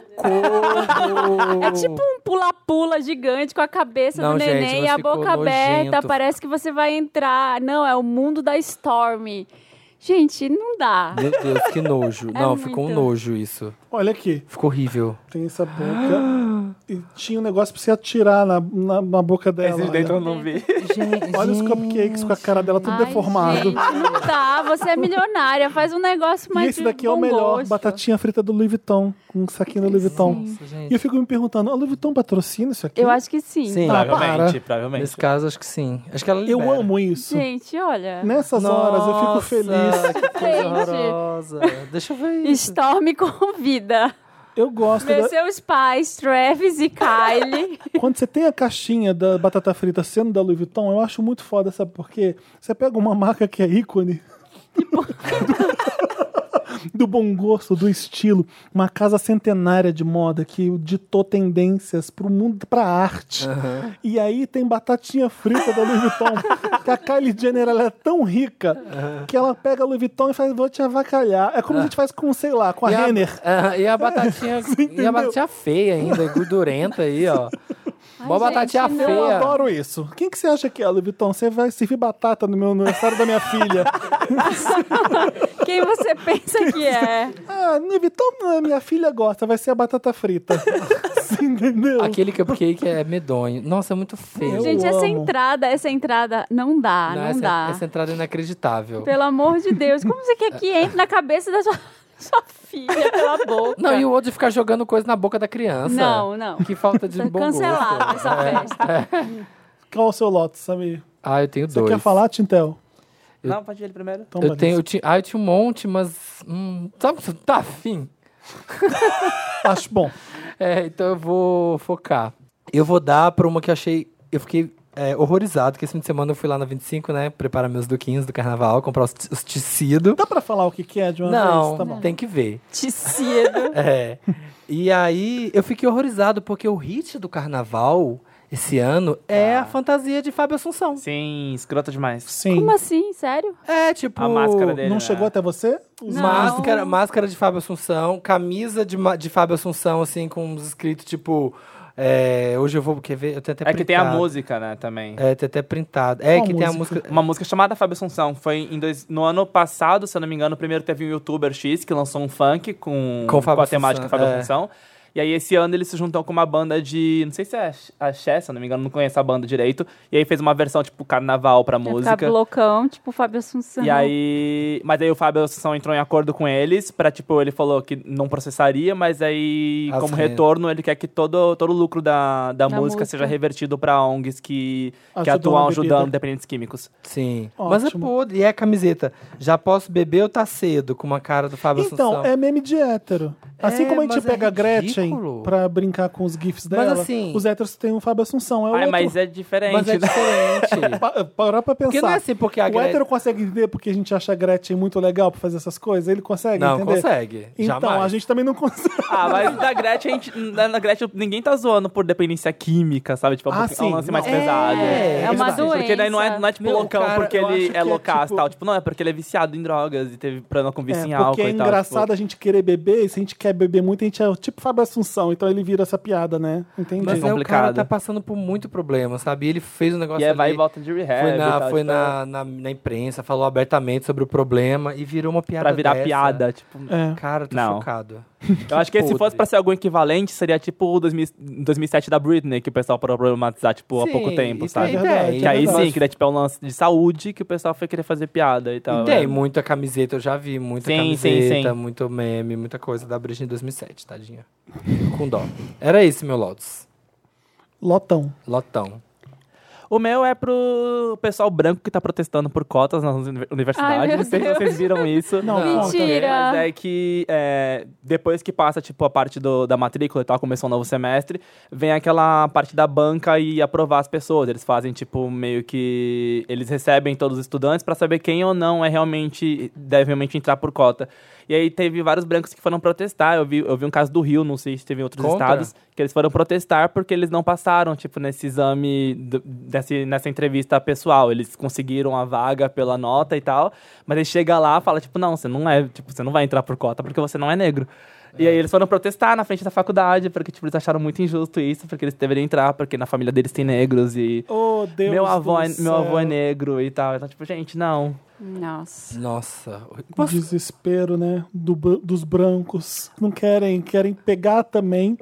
A: Socorro! [LAUGHS]
B: É tipo um pula-pula gigante com a cabeça
A: Não,
B: do
A: gente,
B: neném e
A: mas
B: a
A: ficou
B: boca aberta.
A: nojento.
B: Parece que você vai entrar. Não, é o mundo da Storm. Gente, não dá.
A: Meu Deus, que nojo. Não, ficou um
B: muito.
A: nojo isso.
C: Olha aqui,
A: Ficou horrível.
C: tem
B: [GASPS]
C: essa boca. e tinha um negócio pra você atirar na, na, na boca dela.
D: Esses dentro é eu
C: Olha,
D: não vi.
A: um
C: Olha os cupcakes com a cara dela tudo
B: Ai,
C: deformado.
B: gente, não dá. Você é milionária. Faz um negócio mais
C: e esse
B: de
C: daqui é o
B: bom
C: melhor,
B: gosto.
C: batatinha frita do Louis Vuitton, com um saquinho do Louis Vuitton.
A: Nossa,
C: E eu
A: gente.
C: fico me perguntando, a Louis Vuitton patrocina isso aqui?
B: Eu acho que sim.
A: Sim,
C: Ah,
D: provavelmente,
C: para.
D: provavelmente.
A: nesse caso acho que sim. Acho que ela
C: Eu
A: libera.
C: amo isso.
B: Gente, olha.
C: Nessas horas eu fico feliz.
A: Nossa, Que coisa
B: Gente.
A: horrorosa. Deixa eu ver isso.
B: Storm convida.
C: Eu gosto da...
B: Meus seus pais, Travis e Kylie.
C: [LAUGHS] Quando você tem a caixinha da batata frita sendo da Louis Vuitton, eu acho muito foda, sabe por quê? Você pega uma marca que é ícone. [LAUGHS] do bom gosto, do estilo, uma casa centenária de moda que ditou tendências pro mundo, pra arte. E aí tem batatinha frita da Louis Vuitton, que a Kylie Jenner ela é tão rica que ela pega a Louis Vuitton e faz, vou te avacalhar. É como a gente faz com, sei lá, com a
A: e a,
C: Renner.
A: ah, e a batatinha, e
C: entendeu?
A: a batatinha feia ainda, gordurenta aí, ó. Mó
B: gente,
A: batatinha
B: não.
A: feia.
C: Eu adoro isso. Quem que você acha que é, Louis Vuitton? Você vai servir batata no meu aniversário da minha
A: [LAUGHS]
C: filha.
B: Quem você pensa que é?
A: [LAUGHS]
C: Ah, Louis Vuitton, ah, minha filha gosta, vai ser a batata frita. Entendeu?
A: Aquele cupcake é medonho. Nossa, é muito feio. Né?
B: Gente,
C: Eu
B: essa
C: amo.
B: entrada, essa entrada não dá, não,
A: essa,
B: dá.
A: essa entrada é inacreditável.
B: Pelo amor de Deus, como você quer que entre na cabeça da sua, [LAUGHS] sua filha pela boca?
A: Não, e o outro de ficar jogando coisa na boca da criança.
B: Não, não.
A: Que falta de
B: Tá
A: bom gosto.
B: cancelada essa
A: É.
B: festa.
C: Qual o seu lote, Samir?
A: Ah, eu tenho
C: Você
A: dois.
C: quer falar, Tintel?
A: Eu-
D: Não, pode ir ele primeiro.
C: Então,
A: Eu
C: Vanessa.
A: tenho, eu tinha, ah, eu tinha um monte, mas. Hum, sabe, tá afim.
C: Acho bom.
A: É, então eu vou focar. Eu vou dar pra uma que eu achei. Eu fiquei é, horrorizado, que esse fim de semana eu fui lá na 25, né? Preparar meus duquinhos do carnaval, comprar os, te- os tecidos.
C: Dá pra falar o que que é de uma
A: Não,
C: vez? Tá bom.
A: tem que ver.
B: Tecido.
A: [LAUGHS] É. E aí eu fiquei horrorizado, porque o hit do carnaval esse ano é a fantasia de Fábio Assunção.
D: Sim, escrota demais.
C: Sim.
B: Como assim? Sério?
A: É, tipo.
D: A máscara dele.
C: Não
D: né?
C: chegou até você? Os-
B: Não.
A: Máscara, máscara de Fábio Assunção, camisa de, ma- de Fábio Assunção, assim, com uns escritos tipo. é, hoje eu vou. Quer ver? Eu tenho até
D: É que tem a
A: printado.
D: música, né, também.
A: É, tem até printado. É
C: Qual
A: que tem a
C: música?
A: música.
D: Uma música chamada Fábio Assunção. Foi em dois, no ano passado, se eu não me engano, primeiro teve um youtuber X que lançou um funk com,
A: Com Fábio
D: a temática
A: Assunção,
D: Fábio
A: é.
D: Assunção. E aí esse ano eles se juntam com uma banda de. Não sei se é Ax- Axé, se eu não me engano, não conheço a banda direito. E aí fez uma versão, tipo, carnaval pra
B: Vai
D: música.
B: Ficar blocão, tipo Fábio Assunção.
D: E aí. Mas aí o Fábio Assunção entrou em acordo com eles pra, tipo, ele falou que não processaria, mas aí,
A: As
D: como
A: re-
D: retorno, ele quer que todo, todo o lucro da,
B: Da
D: da, música,
B: música.
D: seja revertido pra ONGs que, que
C: Ajudam
D: atuam
C: na bebida.
D: ajudando dependentes químicos.
A: Sim.
C: Ótimo.
A: Mas é podre. E é a camiseta. Já posso beber ou tá cedo? Com uma cara do Fábio
C: Então,
A: Assunção.
C: é meme de hétero. Assim
A: É,
C: como a gente
A: mas é
C: pega a Gretchen
A: ridículo.
C: pra brincar com os gifs
A: Mas
C: dela,
A: assim-
C: os héteros têm o Fábio Assunção. É o
D: Ai,
C: outro.
D: mas é diferente,
A: Mas é
D: né?
C: [LAUGHS]
A: diferente.
C: Pa- Parar pra
A: porque não é
C: pensar.
A: assim, porque a
C: O hétero
A: Gretchen...
C: consegue entender porque a gente acha a Gretchen muito legal pra fazer essas coisas? Ele consegue
A: Não,
C: entender?
A: consegue.
C: Então,
A: Jamais.
C: a gente também não consegue.
D: Ah, mas da Gretchen, a gente- na na Gretchen, ninguém tá zoando por dependência química, sabe? Tipo, é um
C: Ah,
D: pouquinho- é um
C: sim.
D: lance mais
C: É,
D: pesado.
A: é
B: uma
D: verdade. Porque daí não é, não é tipo
A: Meu,
D: loucão
A: cara,
D: porque
A: eu
D: ele
A: acho
D: é
A: que é,
D: loucaço
A: tipo-
D: e tal. Tipo, não, é porque ele é viciado em drogas e teve problema com vício em
C: É,
D: álcool
C: porque é
D: e tal.
C: engraçado
D: tipo.
C: a gente querer beber, e se a gente quer beber muito, a gente é tipo Fábio Assunção, então ele vira essa piada, né? Entendi.
A: Mas é, o cara
D: complicado.
A: tá passando por muito problema, sabe? E ele fez um negócio
D: E aí vai e
A: ali-
D: volta de rehab.
A: Foi,
D: e
A: na,
D: tal,
A: foi
D: tipo,
A: na, na, na imprensa, falou abertamente sobre o problema e virou uma piada.
D: Pra virar
A: dessa. [LAUGHS]
D: piada, tipo.
C: É.
A: Cara, tô
D: Não.
A: chocado.
D: Eu acho que se
A: podre.
D: fosse pra ser algum equivalente, seria tipo o 2000 2007 da Britney, que o pessoal parou pra problematizar, tipo, há
A: Sim,
D: pouco tempo,
A: e
D: sabe?
A: Tem,
C: Verdade,
A: tem,
D: que aí
A: verdade.
D: sim, que daí, tipo, é um lance de saúde que o pessoal foi querer fazer piada e tal.
A: E tem
D: é.
A: muita camiseta, eu já vi muita
D: Sim,
A: camiseta,
D: sim, sim.
A: muito meme, muita coisa da Britney 2007, tadinha. Com dó. Era esse meu Lotus.
C: Lotão.
A: Lotão.
D: O meu é pro pessoal branco que tá protestando por cotas nas uni-
B: Ai,
D: universidades.
B: meu
D: Não sei se
B: Deus.
D: vocês viram isso.
C: Não,
A: Não.
C: conta.
D: Mas
B: Mentira.
D: é que é, depois que passa, tipo, a parte do- da matrícula e tal, começou um novo semestre, vem aquela parte da banca e aprovar as pessoas. Eles fazem, tipo, meio que. Eles recebem todos os estudantes pra saber quem ou não é realmente. deve realmente entrar por cota. E aí teve vários brancos que foram protestar. Eu vi, eu vi um caso do Rio, não sei se teve em outros
A: Conta.
D: estados, que eles foram protestar porque eles não passaram, tipo, nesse exame, do- desse, nessa entrevista pessoal. Eles conseguiram a vaga pela nota e tal, mas ele chega lá e fala, tipo, não, você não é, tipo, você não vai entrar por cota porque você não é negro. E aí eles foram protestar na frente da faculdade, porque, tipo, eles acharam muito injusto isso, porque eles deveriam entrar, porque na família deles tem negros e...
C: Oh, Deus
D: meu, avô
C: do
D: é,
C: céu.
D: meu avô é negro e tal. Então, tipo, gente, não.
B: Nossa.
A: Nossa.
C: O
A: Posso-
C: desespero, né? do br- dos brancos. Não querem, querem pegar também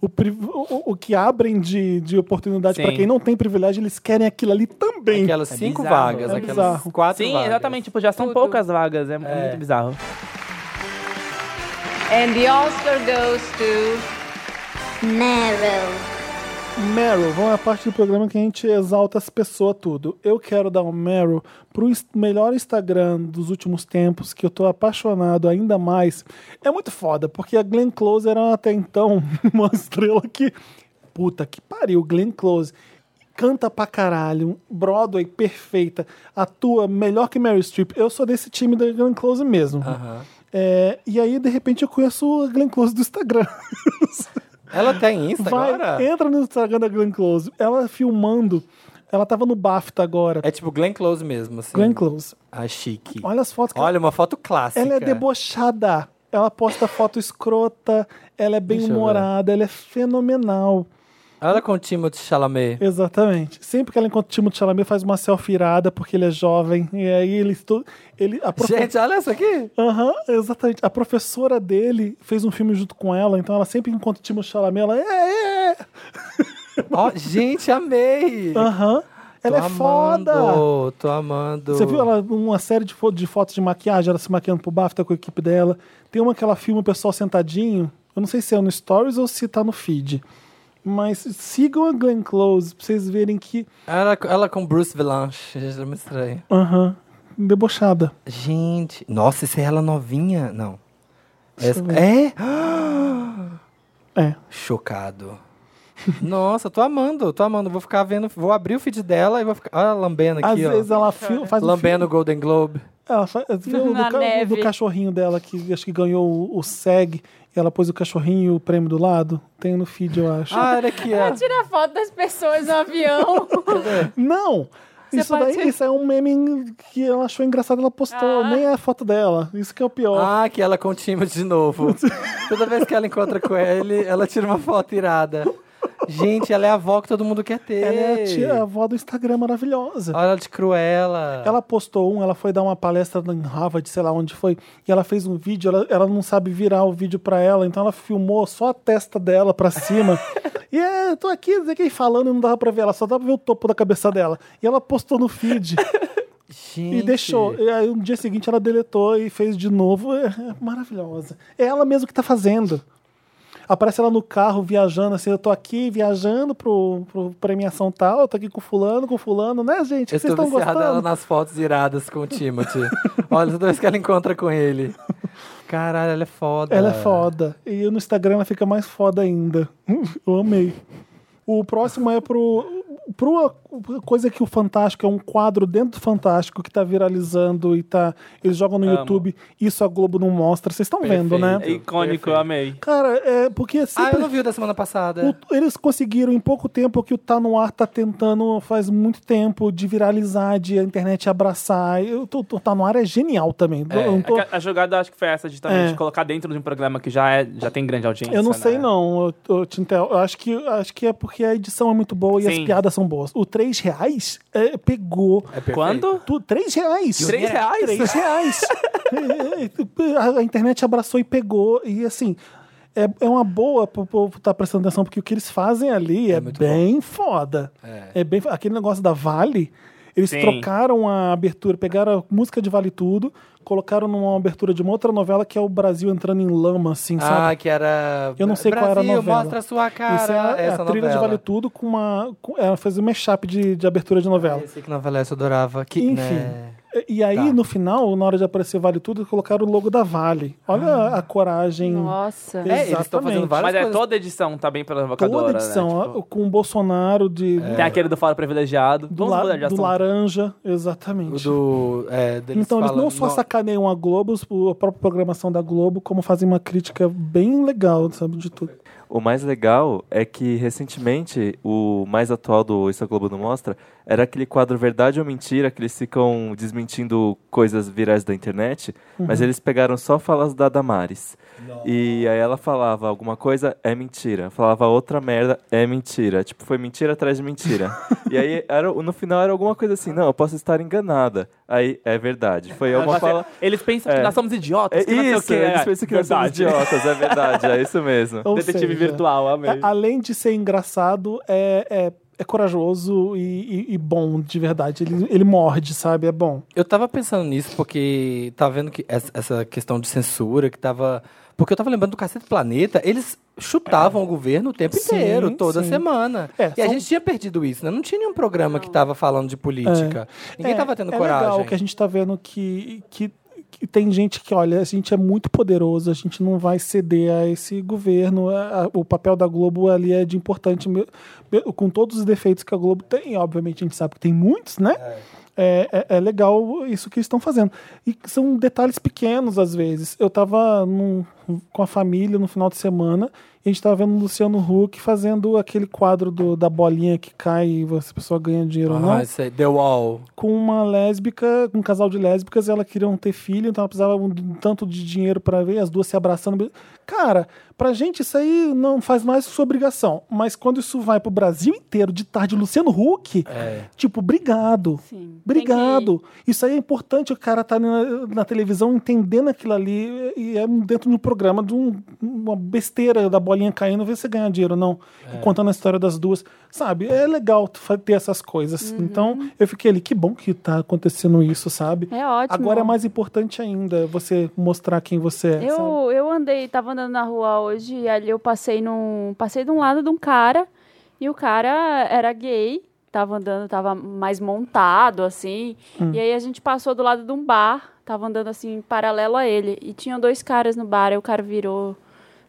C: o, priv- o, o que abrem de, de oportunidade
D: Sim.
C: pra quem não tem privilégio, eles querem aquilo ali também.
A: Aquelas cinco
D: bizarro,
A: vagas,
D: é
A: aquelas
C: bizarro.
A: quatro
D: Sim,
A: vagas.
D: exatamente. Tipo, já são
B: Tudo.
D: poucas vagas. É, muito bizarro.
E: And the Oscar goes to.
F: Meryl.
C: Meryl, vamos à parte do programa que a gente exalta as pessoas tudo. Eu quero dar um Meryl pro ins- melhor Instagram dos últimos tempos, que eu tô apaixonado ainda mais. É muito foda, porque a Glenn Close era até então [LAUGHS] uma estrela que. Puta que pariu, Glenn Close. Canta pra caralho, Broadway perfeita, atua melhor que Meryl Streep. Eu sou desse time da Glenn Close mesmo.
A: Aham.
C: É, e aí, de repente, eu conheço a Glenn Close do Instagram.
A: Ela tem Insta
C: Vai,
A: agora?
C: entra no Instagram da Glenn Close. Ela filmando. Ela tava no BAFTA agora.
A: É tipo Glenn Close mesmo, assim.
C: Glenn Close.
A: Ah, chique.
C: Olha as fotos que
A: Olha, uma foto clássica.
C: ela... ela é debochada. Ela posta foto escrota. Ela é bem humorada. Ela é fenomenal.
A: Ela com o Timothée Chalamet.
C: Exatamente. Sempre que ela encontra o Timothée Chalamet, faz uma selfie irada porque ele é jovem. E aí ele... estu- ele a profe-
A: Gente, é- olha isso aqui.
C: Aham, exatamente. A professora dele fez um filme junto com ela, então ela sempre encontra o Timothée Chalamet, ela... É, é, é.
A: Ó, gente, amei.
C: Aham. Ah, Ela
A: Tô
C: é foda!
A: amando, Tô amando.
C: Você viu ela uma série de, fo- de fotos de maquiagem, ela se maquiando pro BAFTA com a equipe dela. Tem uma que ela filma o pessoal sentadinho. Eu não sei se é no Stories ou se tá no feed. Mas sigam a Glenn Close pra vocês verem que.
A: Ela, ela com Bruce Vilanche, gente, era muito estranho.
C: Aham. debochada.
A: Gente, nossa, isso é ela novinha? Não. Essa-
C: eu
A: é?
C: É.
A: Chocado. Nossa, tô amando, tô amando. Vou ficar vendo, vou abrir o feed dela e vou ficar. Olha, ela lambendo
C: Às
A: aqui, ó.
C: vezes ela fi- faz um filme.
A: Lambendo o Golden Globe.
C: Ela faz, o do,
B: Uhum. Na
C: ca-
B: neve.
C: do cachorrinho dela, que acho que ganhou o, o SEG, e ela pôs o cachorrinho e o prêmio do lado. Tem no feed, eu acho.
A: Ah, era aqui, ó.
B: Tira foto das pessoas no avião.
C: Não!
B: Você
C: Isso,
B: pode-
C: daí, isso é um meme que ela achou engraçado, ela postou.
B: Ah.
C: Nem é a foto dela. Isso que é o pior.
A: Ah, que ela com o Timothy de
C: [LAUGHS]
A: novo. Toda vez que ela encontra com ele, ela tira uma foto irada. Gente, ela é a avó que todo mundo quer ter.
C: Ela é a, tia, a avó do Instagram maravilhosa.
A: Olha ela de cruela.
C: Ela postou um, ela foi dar uma palestra em Harvard, sei lá onde foi, e ela fez um vídeo, ela, ela não sabe virar o vídeo pra ela, então ela filmou só a testa dela pra
B: [LAUGHS]
C: cima. e é, eu tô aqui, não sei quem falando, não dava pra ver ela, só dava pra ver o topo da cabeça dela. E ela postou no feed
A: Gente.
C: e deixou. E aí no dia seguinte ela deletou e fez de novo. É, é maravilhosa. É ela mesmo que tá fazendo. Aparece ela no carro viajando, assim, eu tô aqui viajando pro, pro premiação tal, eu tô aqui com fulano, com fulano, né, gente?
A: Eu
C: Vocês
A: tô
C: estão
A: viciada ela
C: gostando?
A: nas fotos iradas com o Timothy. Olha, toda vez que ela encontra com ele. Caralho, ela é foda.
C: Ela é foda. E no Instagram ela fica mais foda ainda. [LAUGHS] Eu amei. O próximo é pro, pro a coisa que o Fantástico é um quadro dentro do Fantástico que tá viralizando e tá. Eles jogam no
D: Amo.
C: YouTube, isso a Globo não mostra. Vocês estão vendo, né?
A: Perfeito.
D: Icônico, eu amei.
C: Cara, é porque
A: Ah, eu
C: sempre
A: não vi o da semana passada.
C: o- eles conseguiram em pouco tempo o que o Tá No Ar tá tentando faz muito tempo de viralizar, de a internet abraçar. Eu, tô- tô- tá No Ar é genial também. Eu não tô-
D: É que A, a jogada acho que foi essa de, também,
C: É.
D: de colocar dentro de um programa que já, é- já tem grande audiência.
C: Eu não
D: né?
C: sei, não, ô- ô, Tintel. Eu acho que, acho que é porque a edição é muito boa e
D: Sim.
C: as piadas são boas. O 3 reais é, pegou.
A: perfeito.
D: Quanto?
C: Tu, 3 reais.
D: Três reais?
C: 3 reais. [LAUGHS] É, a, a internet abraçou e pegou. E assim, é, é uma boa pro povo estar prestando atenção, porque o que eles fazem ali é,
A: muito
C: bem foda.
A: É.
C: É bem fo- Aquele negócio da Vale. Eles
D: Sim.
C: trocaram a abertura, pegaram a música de Vale Tudo, colocaram numa abertura de uma outra novela que é o Brasil entrando em lama, assim, sabe?
A: Ah, que era.
C: Eu não sei
A: Brasil,
C: qual era a novela.
A: mostra a sua cara.
C: Isso é a, é a
A: essa
C: trilha
A: novela.
C: de Vale Tudo com uma. com- ela fez um mashup de, de abertura de novela.
A: Eu sei que novela essa eu adorava. Que,
C: Enfim.
A: né?
C: E, e aí,
A: Tá.
C: no final, na hora de aparecer Vale Tudo, colocaram o logo da Vale. Olha a, a coragem.
B: Nossa.
A: É, eles estão fazendo
C: Exatamente.
A: várias
D: Mas é
A: coisas.
D: toda edição tá bem provocadora.
C: Toda
D: né?
C: edição,
D: Tipo,
C: a- com o Bolsonaro de,
D: Tem aquele do Fora Privilegiado.
C: do,
D: Tá Vamos
C: la-
D: mudar de
C: do
D: assunto.
C: laranja,
A: O
C: exatamente.
A: do. é, deles
C: então, eles não
A: falando-
C: só sacaneiam a Globo, a própria programação da Globo, como fazem uma crítica bem legal, sabe, de tudo.
G: O mais legal é que, recentemente, o mais atual do Isso a Globo não mostra era aquele quadro Verdade ou Mentira, que eles ficam desmentindo coisas virais da internet,
D: Uhum.
G: mas eles pegaram só falas da Damares. E aí ela falava alguma coisa, é mentira. Falava outra merda, é mentira. Tipo, foi mentira atrás
D: [LAUGHS]
G: de mentira. e aí, era, no final, era alguma coisa assim, não, eu posso estar enganada. Aí, é verdade. Foi uma fala...
D: Eles pensam que
G: É.
D: nós somos idiotas.
G: É
D: que não sei o
G: isso,
D: quê.
G: eles
D: É,
G: pensam que nós somos
D: verdade.
G: idiotas, é verdade, é isso
D: [LAUGHS]
G: mesmo.
C: Ou
D: Detetive
C: seja,
D: virtual, amei.
C: A- além de ser engraçado, é, é, é corajoso e, e- e bom, de verdade. Ele, ele morde, sabe? É bom.
A: Eu tava pensando nisso porque tá vendo que essa- essa questão de censura que tava. Porque eu tava lembrando do Cacete Planeta, eles chutavam o governo o tempo
C: Sim,
A: inteiro, toda
C: sim.
A: semana.
C: É,
A: e a
C: são-
A: gente tinha perdido isso, né? Não tinha nenhum programa que tava falando de política. Ninguém
C: é,
A: tava tendo
C: é
A: coragem.
C: legal que a gente tá vendo que, que, que tem gente que, olha, a gente é muito poderoso, a gente não vai ceder a esse governo. a- a- o papel da Globo ali é de importante, me- me- com todos os defeitos que a Globo tem. Obviamente, a gente sabe que tem muitos, né? É, é- é legal isso que eles estão fazendo. E são detalhes pequenos, às vezes. Eu tava num- com a família no final de semana E a gente tava vendo o Luciano Huck fazendo aquele quadro do- da bolinha que cai e você a pessoa ganha dinheiro ou não.
A: Ah, isso aí, The Wall.
C: Com uma lésbica, com um casal de lésbicas, e elas queriam ter filho, então ela precisava um, um tanto de dinheiro pra ver, as duas se abraçando. Cara, pra gente isso aí não faz mais sua obrigação. Mas quando isso vai pro Brasil inteiro, de tarde, Luciano Huck, tipo, obrigado.
B: Sim.
C: Obrigado. Isso aí é importante o cara tá na, na televisão entendendo aquilo ali e é dentro de um programa de um- uma besteira da bolinha caindo, ver se ganha dinheiro ou não.
B: É.
C: E Contando a história das duas. Sabe, é legal tu fa- ter essas coisas.
B: Uhum.
C: Então, eu fiquei ali, que bom que tá acontecendo isso, sabe?
B: É ótimo.
C: Agora é mais importante ainda você mostrar quem você é, sabe?
B: Eu, eu andei, tava andando na rua hoje e ali eu passei num. Passei de um lado de um cara e o cara era gay, tava andando, tava mais montado, assim.
C: Hum.
B: E aí a gente passou do lado de um bar, tava andando assim, paralelo a ele. E tinham dois caras no bar, e o cara virou.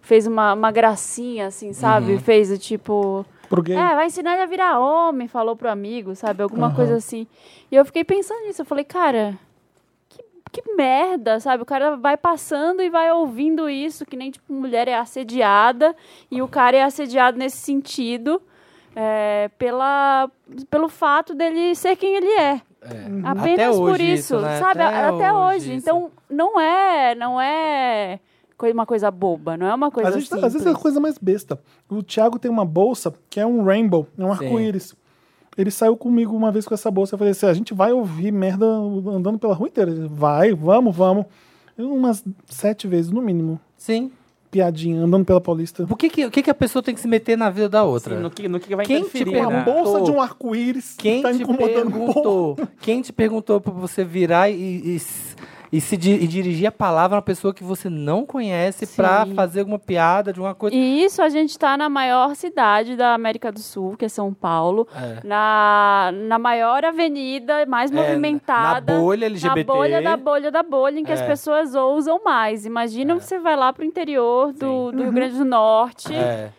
B: Fez uma, uma gracinha, assim, sabe?
C: Uhum.
B: Fez o tipo.
C: Pro gay.
B: É, vai ensinar ele a virar homem, falou pro amigo, sabe? Alguma coisa assim. E eu fiquei pensando nisso. Eu falei, cara, que, que merda, sabe? O cara vai passando e vai ouvindo isso, que nem, tipo, mulher é assediada. E o cara é assediado nesse sentido. é, pela, pelo fato dele ser quem ele é.
C: Uhum.
B: Apenas
A: Até
B: por
A: hoje
B: isso,
A: isso, né?
B: sabe?
A: Até
B: A- Até,
A: hoje
B: hoje.
A: isso.
B: Então, não é, não é coi- uma coisa boba, não é uma coisa
C: Às vezes, às
B: simples.
C: vezes é a coisa mais besta. O Thiago tem uma bolsa que é um rainbow, é um arco-íris. Ele saiu comigo uma vez com essa bolsa. Eu falei assim: a gente vai ouvir merda andando pela rua inteira. Ele, vai, vamos, vamos. Umas sete vezes, no mínimo.
A: Sim.
C: Piadinha, andando pela Paulista.
A: Por que que, o que que a pessoa tem que se meter na vida da outra?
D: Sim, no, que, no que vai
A: Quem te
D: interferir,
A: pergunta?
C: Uma
D: né?
C: bolsa de um arco-íris
A: Quem
C: tá
A: te
C: incomodando um pouco.
A: [LAUGHS] perguntou? Quem te perguntou pra você virar e, e, s- e se di- e dirigir a palavra a uma pessoa que você não conhece
B: Sim.
A: pra fazer alguma piada de uma coisa?
B: E isso a gente está na maior cidade da América do Sul, que é São Paulo,
A: É.
B: na, na maior avenida mais
A: É,
B: movimentada.
A: na bolha
B: Na
A: LGBT.
B: bolha da bolha da bolha, em que as
A: É.
B: pessoas ousam mais. Imagina você vai lá pro interior do, do Rio Grande do Norte,
A: É,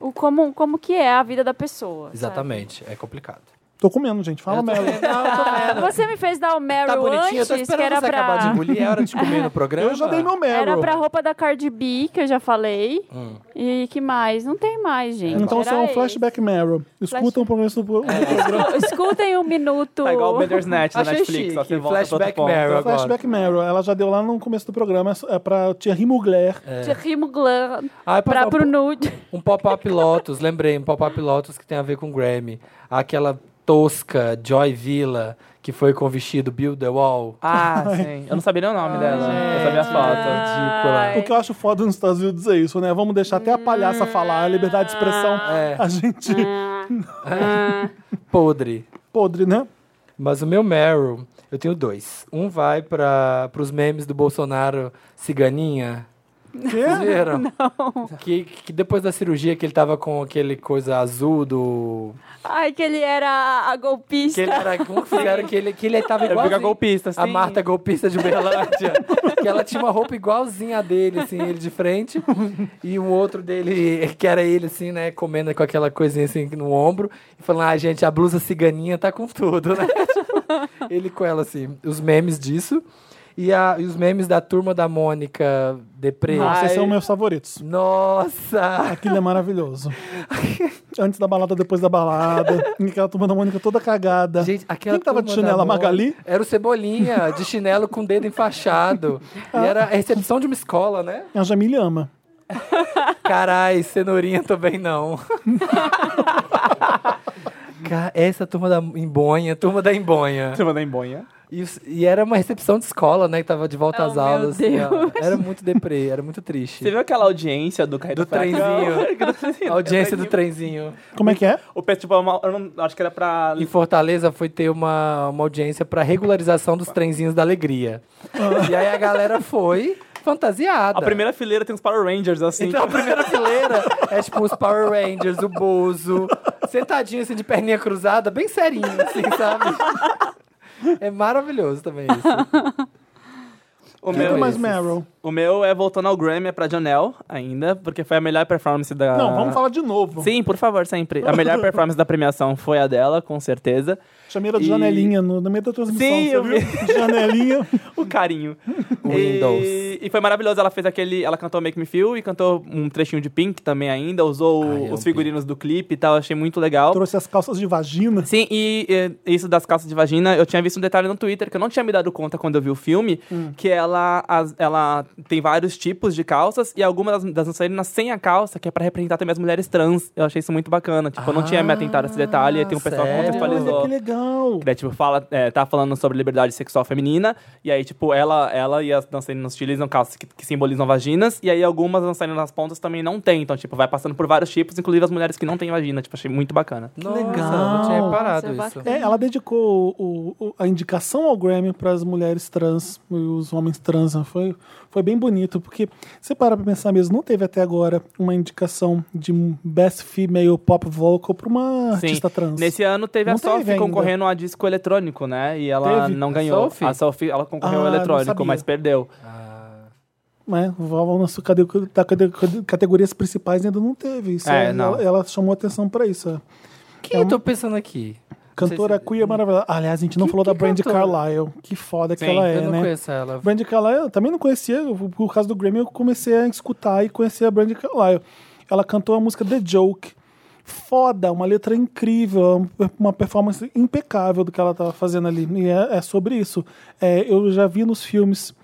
B: o como, como que é a vida da pessoa. sabe?
A: exatamente. É complicado.
C: Tô comendo, gente. Fala
A: Eu tô
C: merda.
A: vendo, não, eu tô vendo.
B: Ah, Você me fez dar o Meryl
A: Tá bonitinho, eu
B: antes,
A: tô
B: que
A: esperando
B: era
A: você acabar de
B: pra,
A: engolir. É hora
B: [LAUGHS]
A: de comer no programa.
C: Eu já dei meu Meryl.
B: era pra roupa da Cardi B, que eu já falei.
A: Hum.
B: E que mais? Não tem mais, gente.
C: Então,
B: Era
C: isso é um
B: esse.
C: flashback Meryl. Escuta o começo do
A: É,
C: programa.
B: Escutem um minuto.
D: Tá igual o Bender's Net da
A: Achei
D: Netflix, só
A: chique.
D: você volta pra outro
A: Flashback
D: ponto.
A: Meryl. agora.
C: Flashback Meryl. Ela já deu lá no começo do programa. É pra Thierry Mugler.
B: De Rimo Glam
A: Ah, é pra
B: pra
A: dar um
B: pro nude.
A: Um pop-up Lotus, lembrei, um pop-up Lotus que tem a ver com Grammy. Aquela tosca Joy Villa que foi com o vestido Build the Wall.
D: Ah, sim. Eu não sabia nem o nome dela. né? Eu
A: é
D: sabia a foto.
A: Ridícula.
C: O que eu acho foda nos Estados Unidos é isso, né? Vamos deixar até a palhaça falar, a liberdade de expressão.
A: É.
C: A gente.
A: Podre.
C: Podre, né?
A: Mas o meu Meryl, eu tenho dois. Um vai para os memes do Bolsonaro ciganinha. Vocês viram? Que, que depois da cirurgia que ele tava com aquele coisa azul do.
B: Ai, que ele era a- a golpista.
A: Que ele era. Como que fizeram? Que ele, que ele tava
D: Eu
A: igual.
D: fico a golpista,
A: A
D: sim.
A: Marta é [LAUGHS] golpista de Berlândia.
C: [LAUGHS]
A: que ela tinha uma roupa igualzinha a dele, assim, ele de frente. E um outro dele, que era ele, assim, né, comendo com aquela coisinha assim no ombro. E falando, ah, gente, a blusa ciganinha tá com tudo, né? [LAUGHS] Tipo, ele com ela, assim, os memes disso. E, a- e os memes da turma da Mônica Deprê.
C: Nossa, esses Ah, são
A: Ai,
C: meus favoritos.
A: Nossa!
C: Aquilo é maravilhoso. Antes da balada, depois da balada. E Aquela turma da Mônica toda cagada.
A: Gente, aquela
C: Quem tava de
A: turma da
C: chinela?
A: Mônica-
C: Magali?
A: Era o Cebolinha, de chinelo com o dedo
C: [LAUGHS]
A: enfaixado. E
C: Ah.
A: era a recepção de uma escola, né?
C: A Jamile ama.
A: Carai, cenourinha também
D: [LAUGHS]
A: não. Ca- Essa turma da Embonha, turma da Embonha.
D: Você mandou em bonha.
A: E, os- e era uma recepção de escola, né? Que tava de volta
B: Oh,
A: às
B: meu
A: aulas. assim, ó.
B: Deus.
A: Era muito deprê, era muito triste.
D: Você viu aquela audiência do Carreira
B: [LAUGHS]
A: Do trenzinho. A audiência do trenzinho.
C: Como é que é?
D: O Pedro, tipo, uma- eu não- acho que era pra...
A: Em Fortaleza foi ter uma, uma audiência pra regularização dos trenzinhos
B: [LAUGHS]
A: da alegria. E aí a galera foi fantasiada.
D: A primeira fileira tem os Power Rangers, assim.
A: Então [LAUGHS] a primeira fileira é tipo os Power Rangers, o Bozo, sentadinho assim de perninha cruzada, bem serinho, assim, sabe? É maravilhoso também isso.
D: o
C: Quem
A: Meu
C: tem
D: meu...
C: mais
A: esses.
C: Meryl?
D: O meu é voltando ao Grammy, é pra Janelle ainda, porque foi a melhor performance da.
C: Não, vamos falar de novo.
D: Sim, por favor, sempre.
A: [LAUGHS]
D: A melhor performance da premiação foi a dela, com certeza.
C: Chamei ela de
D: E-
C: janelinha no, no meio da transmissão,
D: Sim,
C: você
D: eu
C: viu?
A: [LAUGHS]
C: Janelinha.
D: O carinho.
A: Windows.
D: E, e foi maravilhoso. Ela fez aquele. Ela cantou Make Me Feel e cantou um trechinho de Pink também ainda. Usou
A: Ai, eu
D: os figurinos do clipe e tal. Achei muito legal.
C: Trouxe as calças de vagina.
D: Sim, e, e isso das calças de vagina, eu tinha visto um detalhe no Twitter que eu não tinha me dado conta quando eu vi o filme,
C: Hum.
D: que ela, as- ela tem vários tipos de calças e algumas das, das dançarinas sem a calça, que é pra representar também as mulheres trans. Eu achei isso muito bacana. Tipo, eu não tinha me atentado a esse detalhe, e tem um pessoal
A: sério?
D: que
C: Ah, Olha,
D: contextualizou.
C: que legal.
D: Que daí, tipo, fala, é, tá falando sobre liberdade sexual feminina, e aí, tipo, ela, ela e as dançarinas utilizam calças que, que simbolizam vaginas, e aí algumas dançarinas nas pontas também não têm. Então, tipo, vai passando por vários tipos, inclusive as mulheres que não têm vagina. Tipo, achei muito bacana.
A: Nossa,
C: legal.
A: não tinha reparado
B: Nossa,
A: isso.
B: bacana.
C: É, ela dedicou o- o- a indicação ao Grammy para as mulheres trans e os homens trans. né? Foi, foi bem bonito, porque se parar para pensar mesmo, não teve até agora uma indicação de Best Female Pop Vocal para uma
D: Sim.
C: artista trans.
D: Nesse ano teve
C: Não
D: a Sophie
C: teve ainda.
D: concorrendo a disco eletrônico, né? E ela
C: Teve?
D: não
A: A
D: ganhou.
A: Sophie?
D: A Sophie, ela concorreu ao
C: Ah, não
D: eletrônico,
C: sabia.
D: mas perdeu.
C: Né? Vamos nas cade- da cade- categorias principais ainda não teve. Isso
D: É,
C: é-
D: não.
C: Ela, ela chamou atenção para isso. é.
A: Quem eu tô pensando aqui?
C: Cantora
A: se-
C: queer maravilhosa. Aliás, a gente não
A: Que-
C: falou
A: que
C: da Brandy
A: cantora?
C: Carlisle. Que foda que
D: Sim,
C: ela é,
A: eu não
C: né?
A: conheço ela.
C: Brandy Carlyle, eu também não conhecia, eu- por causa do Grammy eu comecei a escutar e conhecer a Brandy Carlyle. Ela cantou a música The Joke. Foda, uma letra incrível, uma performance impecável do que ela estava fazendo ali. E é, é sobre isso. É, eu já vi nos filmes.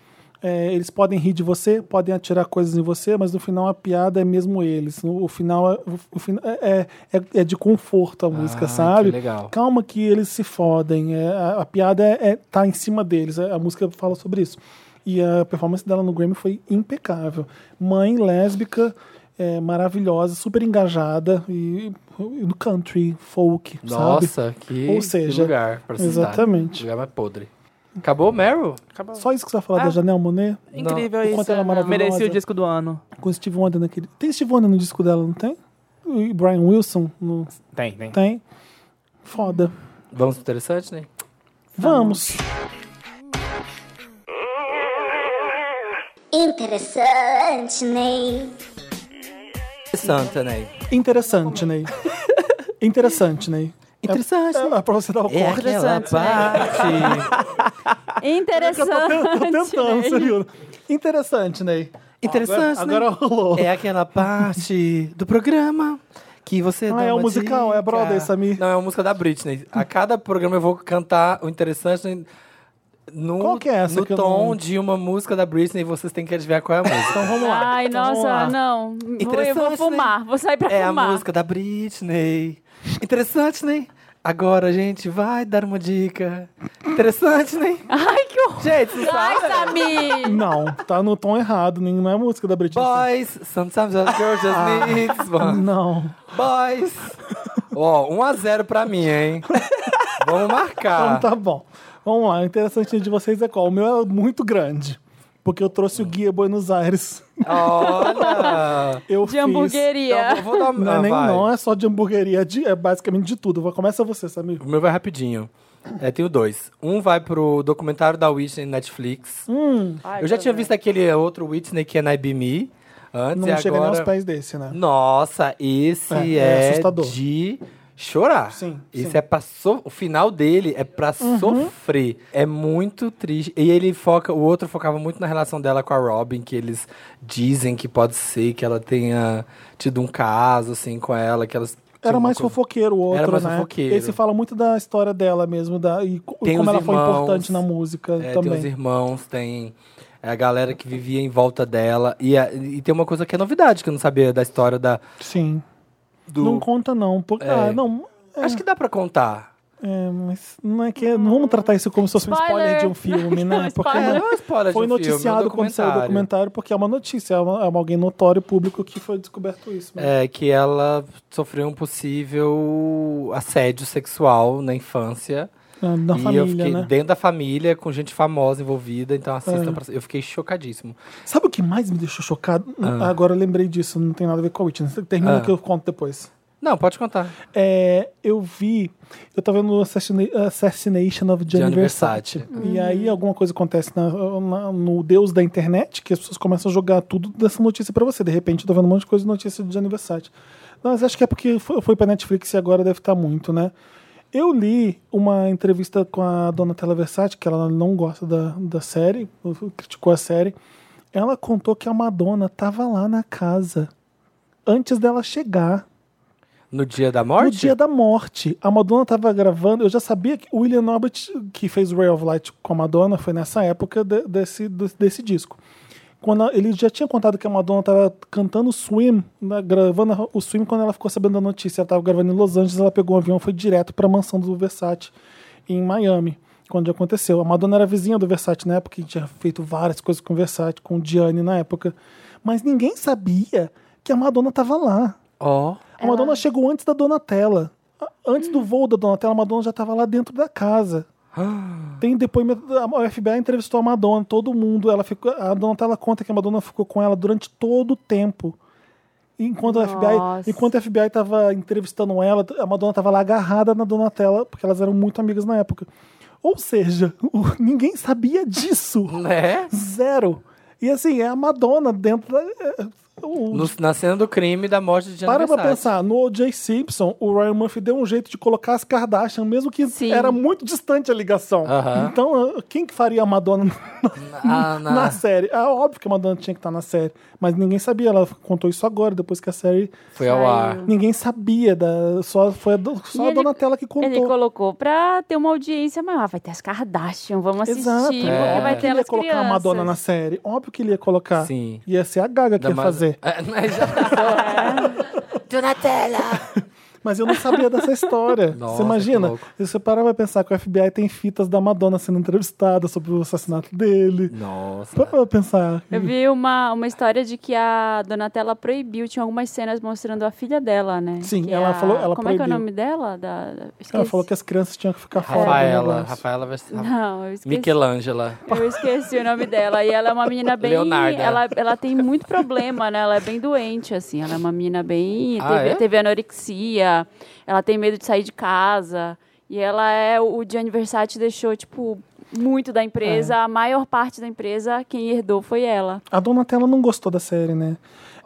C: é, eles podem rir de você, podem atirar coisas em você, mas no final a piada é mesmo eles. No- O final é, o fina- é- é- é de conforto a música,
A: Ah,
C: sabe?
A: que legal.
C: calma que eles se fodem. É, a, a piada é, é- tá em cima deles. A, a música fala sobre isso. E a performance dela no Grammy foi impecável. Mãe lésbica, é, maravilhosa, super engajada e, e no country, folk, sabe?
A: Nossa, que,
C: Ou
A: que
C: seja,
A: lugar pra se estar.
C: exatamente.
A: Lugar mais podre. Acabou, Meryl?
C: Só isso que você vai
D: Ah,
C: falar da Janelle Monet?
D: Incrível
C: O
D: isso.
C: quanto ela é maravilhosa.
D: Merecia o disco do ano.
C: Com Steve Wonder naquele. Tem Steve Wonder no disco dela, não tem? E Brian Wilson no...
D: Tem, tem.
C: tem? Foda.
A: Vamos pro interessante, né?
C: Vamos!
F: Interessante, Ney.
A: Interessante, né?
C: Interessante, Ney. Interessante, Ney.
A: Interessante,
C: É, né?
A: né?
C: é pra você dar o
A: É
C: corte.
A: aquela parte.
B: [LAUGHS] Interessante.
C: Tô tentando,
B: né?
C: você viu? Interessante, Ney.
A: Interessante, né?
C: Agora rolou.
A: É aquela parte do programa que você
C: Ah,
A: dá
C: é o
A: uma
C: musical,
A: dica.
C: é a Broadway, Samir.
A: Não, é uma música da Britney. A cada programa eu vou cantar o interessante no,
C: Qual que é essa
A: no
C: que eu
A: tom
C: não-
A: de uma música da Britney e vocês têm que adivinhar qual é a música. então vamos
B: Ai,
C: vamos
B: nossa,
C: lá.
B: não. Vou, eu vou
A: Interessante,
B: fumar,
A: né?
B: vou sair pra
A: É a
B: fumar.
A: música da Britney. Interessante, né? Agora a gente vai dar uma dica. Interessante,
C: [LAUGHS]
A: né?
B: Ai, que horror.
A: Gente, você
B: Ai,
A: sabe?
B: Samir.
C: Não, tá no tom errado. nem- Não é música da Britney.
A: Boys, sometimes a girl
C: [LAUGHS]
A: just needs one.
C: Não.
A: Boys. Ó, 1x0 pra mim, hein? Vamos marcar.
C: Então tá bom. Vamos lá. O interessante de vocês é qual? O meu é muito grande. Porque eu trouxe o guia Buenos Aires.
A: Olha.
C: Eu
B: De
C: fiz-
B: hamburgueria.
A: Então, eu vou dar
C: Não,
A: ah,
C: é nem
A: vai.
C: não, é só de hamburgueria. é de- é basicamente de tudo. Vai- Começa você, Samir.
A: O meu vai rapidinho. É, tenho dois. Um vai pro documentário da Whitney na Netflix.
C: Hum.
A: eu já tinha visto aquele outro Whitney que é na IBMI. Antes
C: Não
A: e
C: chega nem aos
A: agora...
C: pés desse, né?
A: Nossa, esse
C: É,
A: é,
C: é assustador.
A: de chorar.
C: Sim,
A: Esse
C: sim.
A: é pra so... O final dele é pra sofrer. É muito triste. E ele foca. O outro focava muito na relação dela com a Robin, que eles dizem que pode ser que ela tenha tido um caso, assim, com ela, que elas.
C: Era
A: tinham
C: mais
A: uma coisa-
C: fofoqueiro o outro,
A: Era mais
C: né?
A: fofoqueiro.
C: Esse fala muito da história dela mesmo, da, e co-
A: Tem
C: como
A: os
C: ela foi
A: irmãos,
C: importante na música
A: É, tem os
C: também.
A: irmãos, tem é, a galera que vivia em volta dela. E, a- e tem uma coisa que é novidade, que eu não sabia da história da.
C: Sim.
A: Do...
C: Não conta não, porque...
A: É.
C: Ah, não... é,
A: Acho que dá pra contar.
C: é, mas não é que... Não vamos tratar isso como se fosse um spoiler
B: Spoiler.
C: de um filme, né? Porque
A: É,
B: Spoiler.
A: não é spoiler de
C: foi
A: um filme, é um
C: noticiado quando saiu o documentário, porque é uma notícia, é, uma- é uma alguém notório, público, que foi descoberto isso. né?
A: É, que ela sofreu um possível assédio sexual na infância.
C: Na, na
A: e eu
C: família,
A: fiquei
C: né?
A: dentro da família, com gente famosa envolvida, então assistam.
C: É.
A: pra- Eu fiquei chocadíssimo.
C: Sabe o que mais me deixou chocado? Agora eu lembrei disso, não tem nada a ver com a Whitney. Termina
A: Ah.
C: que eu conto depois.
A: Não, pode contar.
C: É, eu vi, eu tava vendo o Assassina- Assassination of Gianni
A: Gianni
C: Versace. E aí alguma coisa acontece na- na- no Deus da internet, que as pessoas começam a jogar tudo dessa notícia pra você. De repente, eu tô vendo um monte de coisa de notícia de Gianni Versace. Não, Mas acho que é porque foi, foi pra Netflix e agora deve estar muito, né? Eu li uma entrevista com a dona Tela Versace, que ela não gosta da, da série, criticou a série. Ela contou que a Madonna tava lá na casa antes dela chegar.
A: No dia da morte?
C: No dia da morte. A Madonna tava gravando. Eu já sabia que o William Norbert, que fez Ray of Light com a Madonna, foi nessa época de- desse, do- desse disco. Quando a- ele já tinha contado que a Madonna tava cantando Swim, né, gravando o Swim, quando ela ficou sabendo da notícia. Ela tava gravando em Los Angeles, ela pegou um avião e foi direto pra mansão do Versace, em Miami, quando aconteceu. A Madonna era vizinha do Versace na época, e tinha feito várias coisas com o Versace, com o Gianni na época. Mas ninguém sabia que a Madonna tava lá.
A: Ó.
C: A Madonna chegou antes da Donatella. A- Antes do voo da Donatella, a Madonna já estava lá dentro da casa. Tem depoimento. da- A FBI entrevistou a Madonna, todo mundo. Ela ficou, a Donatella conta que a Madonna ficou com ela durante todo o tempo. E Enquanto a, FBI,
B: Nossa.
C: enquanto a FBI estava entrevistando ela, a Madonna estava lá agarrada na Donatella, porque elas eram muito amigas na época. Ou seja, o- ninguém sabia disso.
A: É?
C: Zero. E assim, é a Madonna dentro da. é- é- o-
A: No, na cena do crime da morte de Gianni
C: para pra
A: Versace.
C: pensar, no O.J. Simpson, o Ryan Murphy deu um jeito de colocar as Kardashian, mesmo que
B: Sim.
C: era muito distante a ligação.
A: Aham.
C: Então, ah, quem que faria a Madonna
A: Ah, na-
C: na série? É óbvio que a Madonna tinha que estar na série, mas ninguém sabia. Ela contou isso agora, depois que a série.
A: Foi ao ar.
C: Ninguém sabia, da... só foi a, do... só
B: E
C: a
B: ele-
C: Donatella que contou.
B: Ele colocou pra ter uma audiência maior. Ah, vai ter as Kardashian, vamos assistir,
C: Exato.
B: porque
A: É.
B: vai
C: que
B: ter
C: ele ia
B: elas
C: colocar
B: crianças.
C: a Madonna na série. Óbvio que ele ia colocar.
A: Sim.
C: Ia ser a Gaga que
A: Da
C: ia
A: Mas-
C: fazer.
A: [LAUGHS] É, mas-
C: Mas eu não sabia dessa
A: [LAUGHS]
C: história.
A: Nossa,
C: você imagina?
A: que louco.
C: Se você parar pra pensar que o FBI tem fitas da Madonna sendo entrevistada sobre o assassinato dele.
A: Nossa.
C: Para pra pensar.
B: Eu vi uma, uma história de que a Donatella proibiu, tinha algumas cenas mostrando a filha dela, né?
C: Sim,
B: Que
C: ela
B: a-
C: falou- ela
B: Como é que é
C: proibiu.
B: o nome dela? Da, da-
C: Ela
B: esqueci.
C: falou é que as crianças tinham que ficar fora do
A: Rafaela.
C: negócio.
A: Rafaela Versace.
B: [LAUGHS] Não, eu esqueci.
A: Michelangela.
B: Eu esqueci o nome dela. E ela é uma menina bem.
A: Leonarda.
B: Ela, ela tem muito problema, né? Ela é bem doente, assim. Ela é uma menina bem.
A: Ah,
B: teve,
A: é?
B: teve anorexia. Ela tem medo de sair de casa. E ela é. O Gianni Versace deixou, tipo, muito da
C: É.
B: empresa. A maior parte da empresa, quem herdou foi ela.
C: A Donatella não gostou da série, né?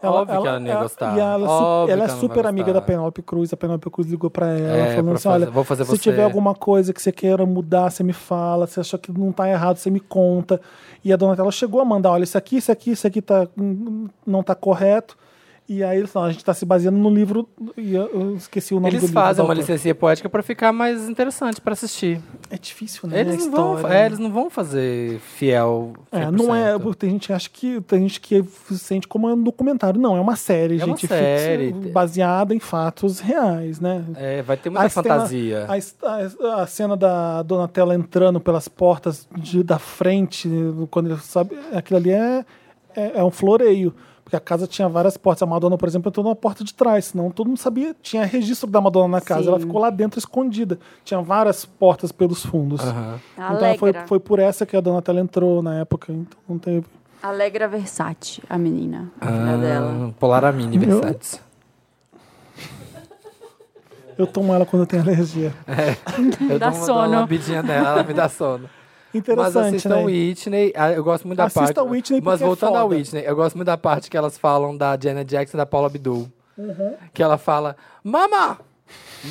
C: é
A: Óbvio que ela não ia gostar.
C: E ela, su- ela é
A: Óbvio que ela não
C: super
A: vai
C: amiga
A: gostar.
C: da Penelope Cruz. A Penelope Cruz ligou pra ela,
A: É,
C: falando
A: pra
C: assim:
A: fazer-
C: olha,
A: vou fazer
C: se
A: você."
C: tiver alguma coisa que você queira mudar, você me fala. Se achou que não tá errado, você me conta. E a Donatella chegou a mandar: olha, isso aqui, isso aqui, isso aqui tá, hum, não tá correto. E aí eles falaram: a gente tá se baseando no livro. E eu, eu esqueci o nome do
A: Eles
C: livro. do
A: fazem uma
C: autor.
A: licencia poética pra ficar mais interessante pra assistir.
C: É difícil, né?
A: Eles
C: a
A: não, vão,
C: história,
A: é,
C: né?
A: eles não vão fazer fiel.
C: É, não é.
A: 100%.
C: Tem gente que acha que tem gente que sente como um documentário. Não, é uma série,
A: É uma
C: gente,
A: série.
C: ficção, baseada em fatos reais, né?
A: É, vai ter muita
C: A cena-
A: fantasia.
C: a es- a, a cena da Donatella entrando pelas portas de- da frente, quando ele sabe. Aquilo ali é, é, é um floreio. Porque a casa tinha várias portas. A Madonna, por exemplo, entrou numa porta de trás. Senão todo mundo sabia. Tinha registro da Madonna na casa.
B: Sim.
C: Ela ficou lá dentro escondida. Tinha várias portas pelos fundos.
A: Aham.
C: Então ela foi,
B: Alegra.
C: foi por essa que a Donatella entrou na época. Então não teve.
B: Alegra Versace, a menina. A filha dela.
A: Ah, Polar a mini,
C: Meu-
A: Versace.
C: Eu tomo ela quando eu tenho alergia.
A: Eu
B: Dá
A: dou uma- dou
B: sono.
A: uma lambidinha dela, ela me dá sono. Mas
C: Interessante,
A: assistam
C: né?
A: Whitney, ah, eu gosto muito da
C: Assista
A: parte.
C: a Whitney
A: mas
C: porque é
A: voltando a
C: foda.
A: Whitney, eu gosto muito da parte que elas falam da Janet Jackson e da Paula Abdul.
C: Uhum.
A: Que ela fala: Mama!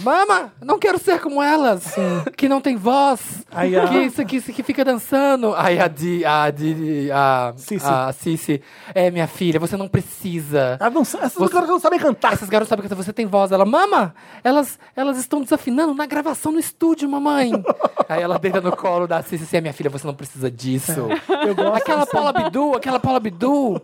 A: Mama! Não quero ser como elas! [LAUGHS] Que não tem voz!
C: Aí a-
A: Que isso aqui, isso aqui fica dançando! Aí a Di, a Di, a,
C: Cici.
A: a Cici, é minha filha, você não precisa.
C: Ah, não, essas
A: Você-
C: caras não sabem cantar.
A: Essas garotas sabem que você tem voz. Ela, mama, elas, elas estão desafinando na gravação no
C: [LAUGHS]
A: estúdio, mamãe. Aí ela deita no colo da Cici assim, é minha filha, você não precisa disso.
C: Eu gosto
A: Aquela
C: dessa-
A: Paula Bidu, aquela Paula Bidu,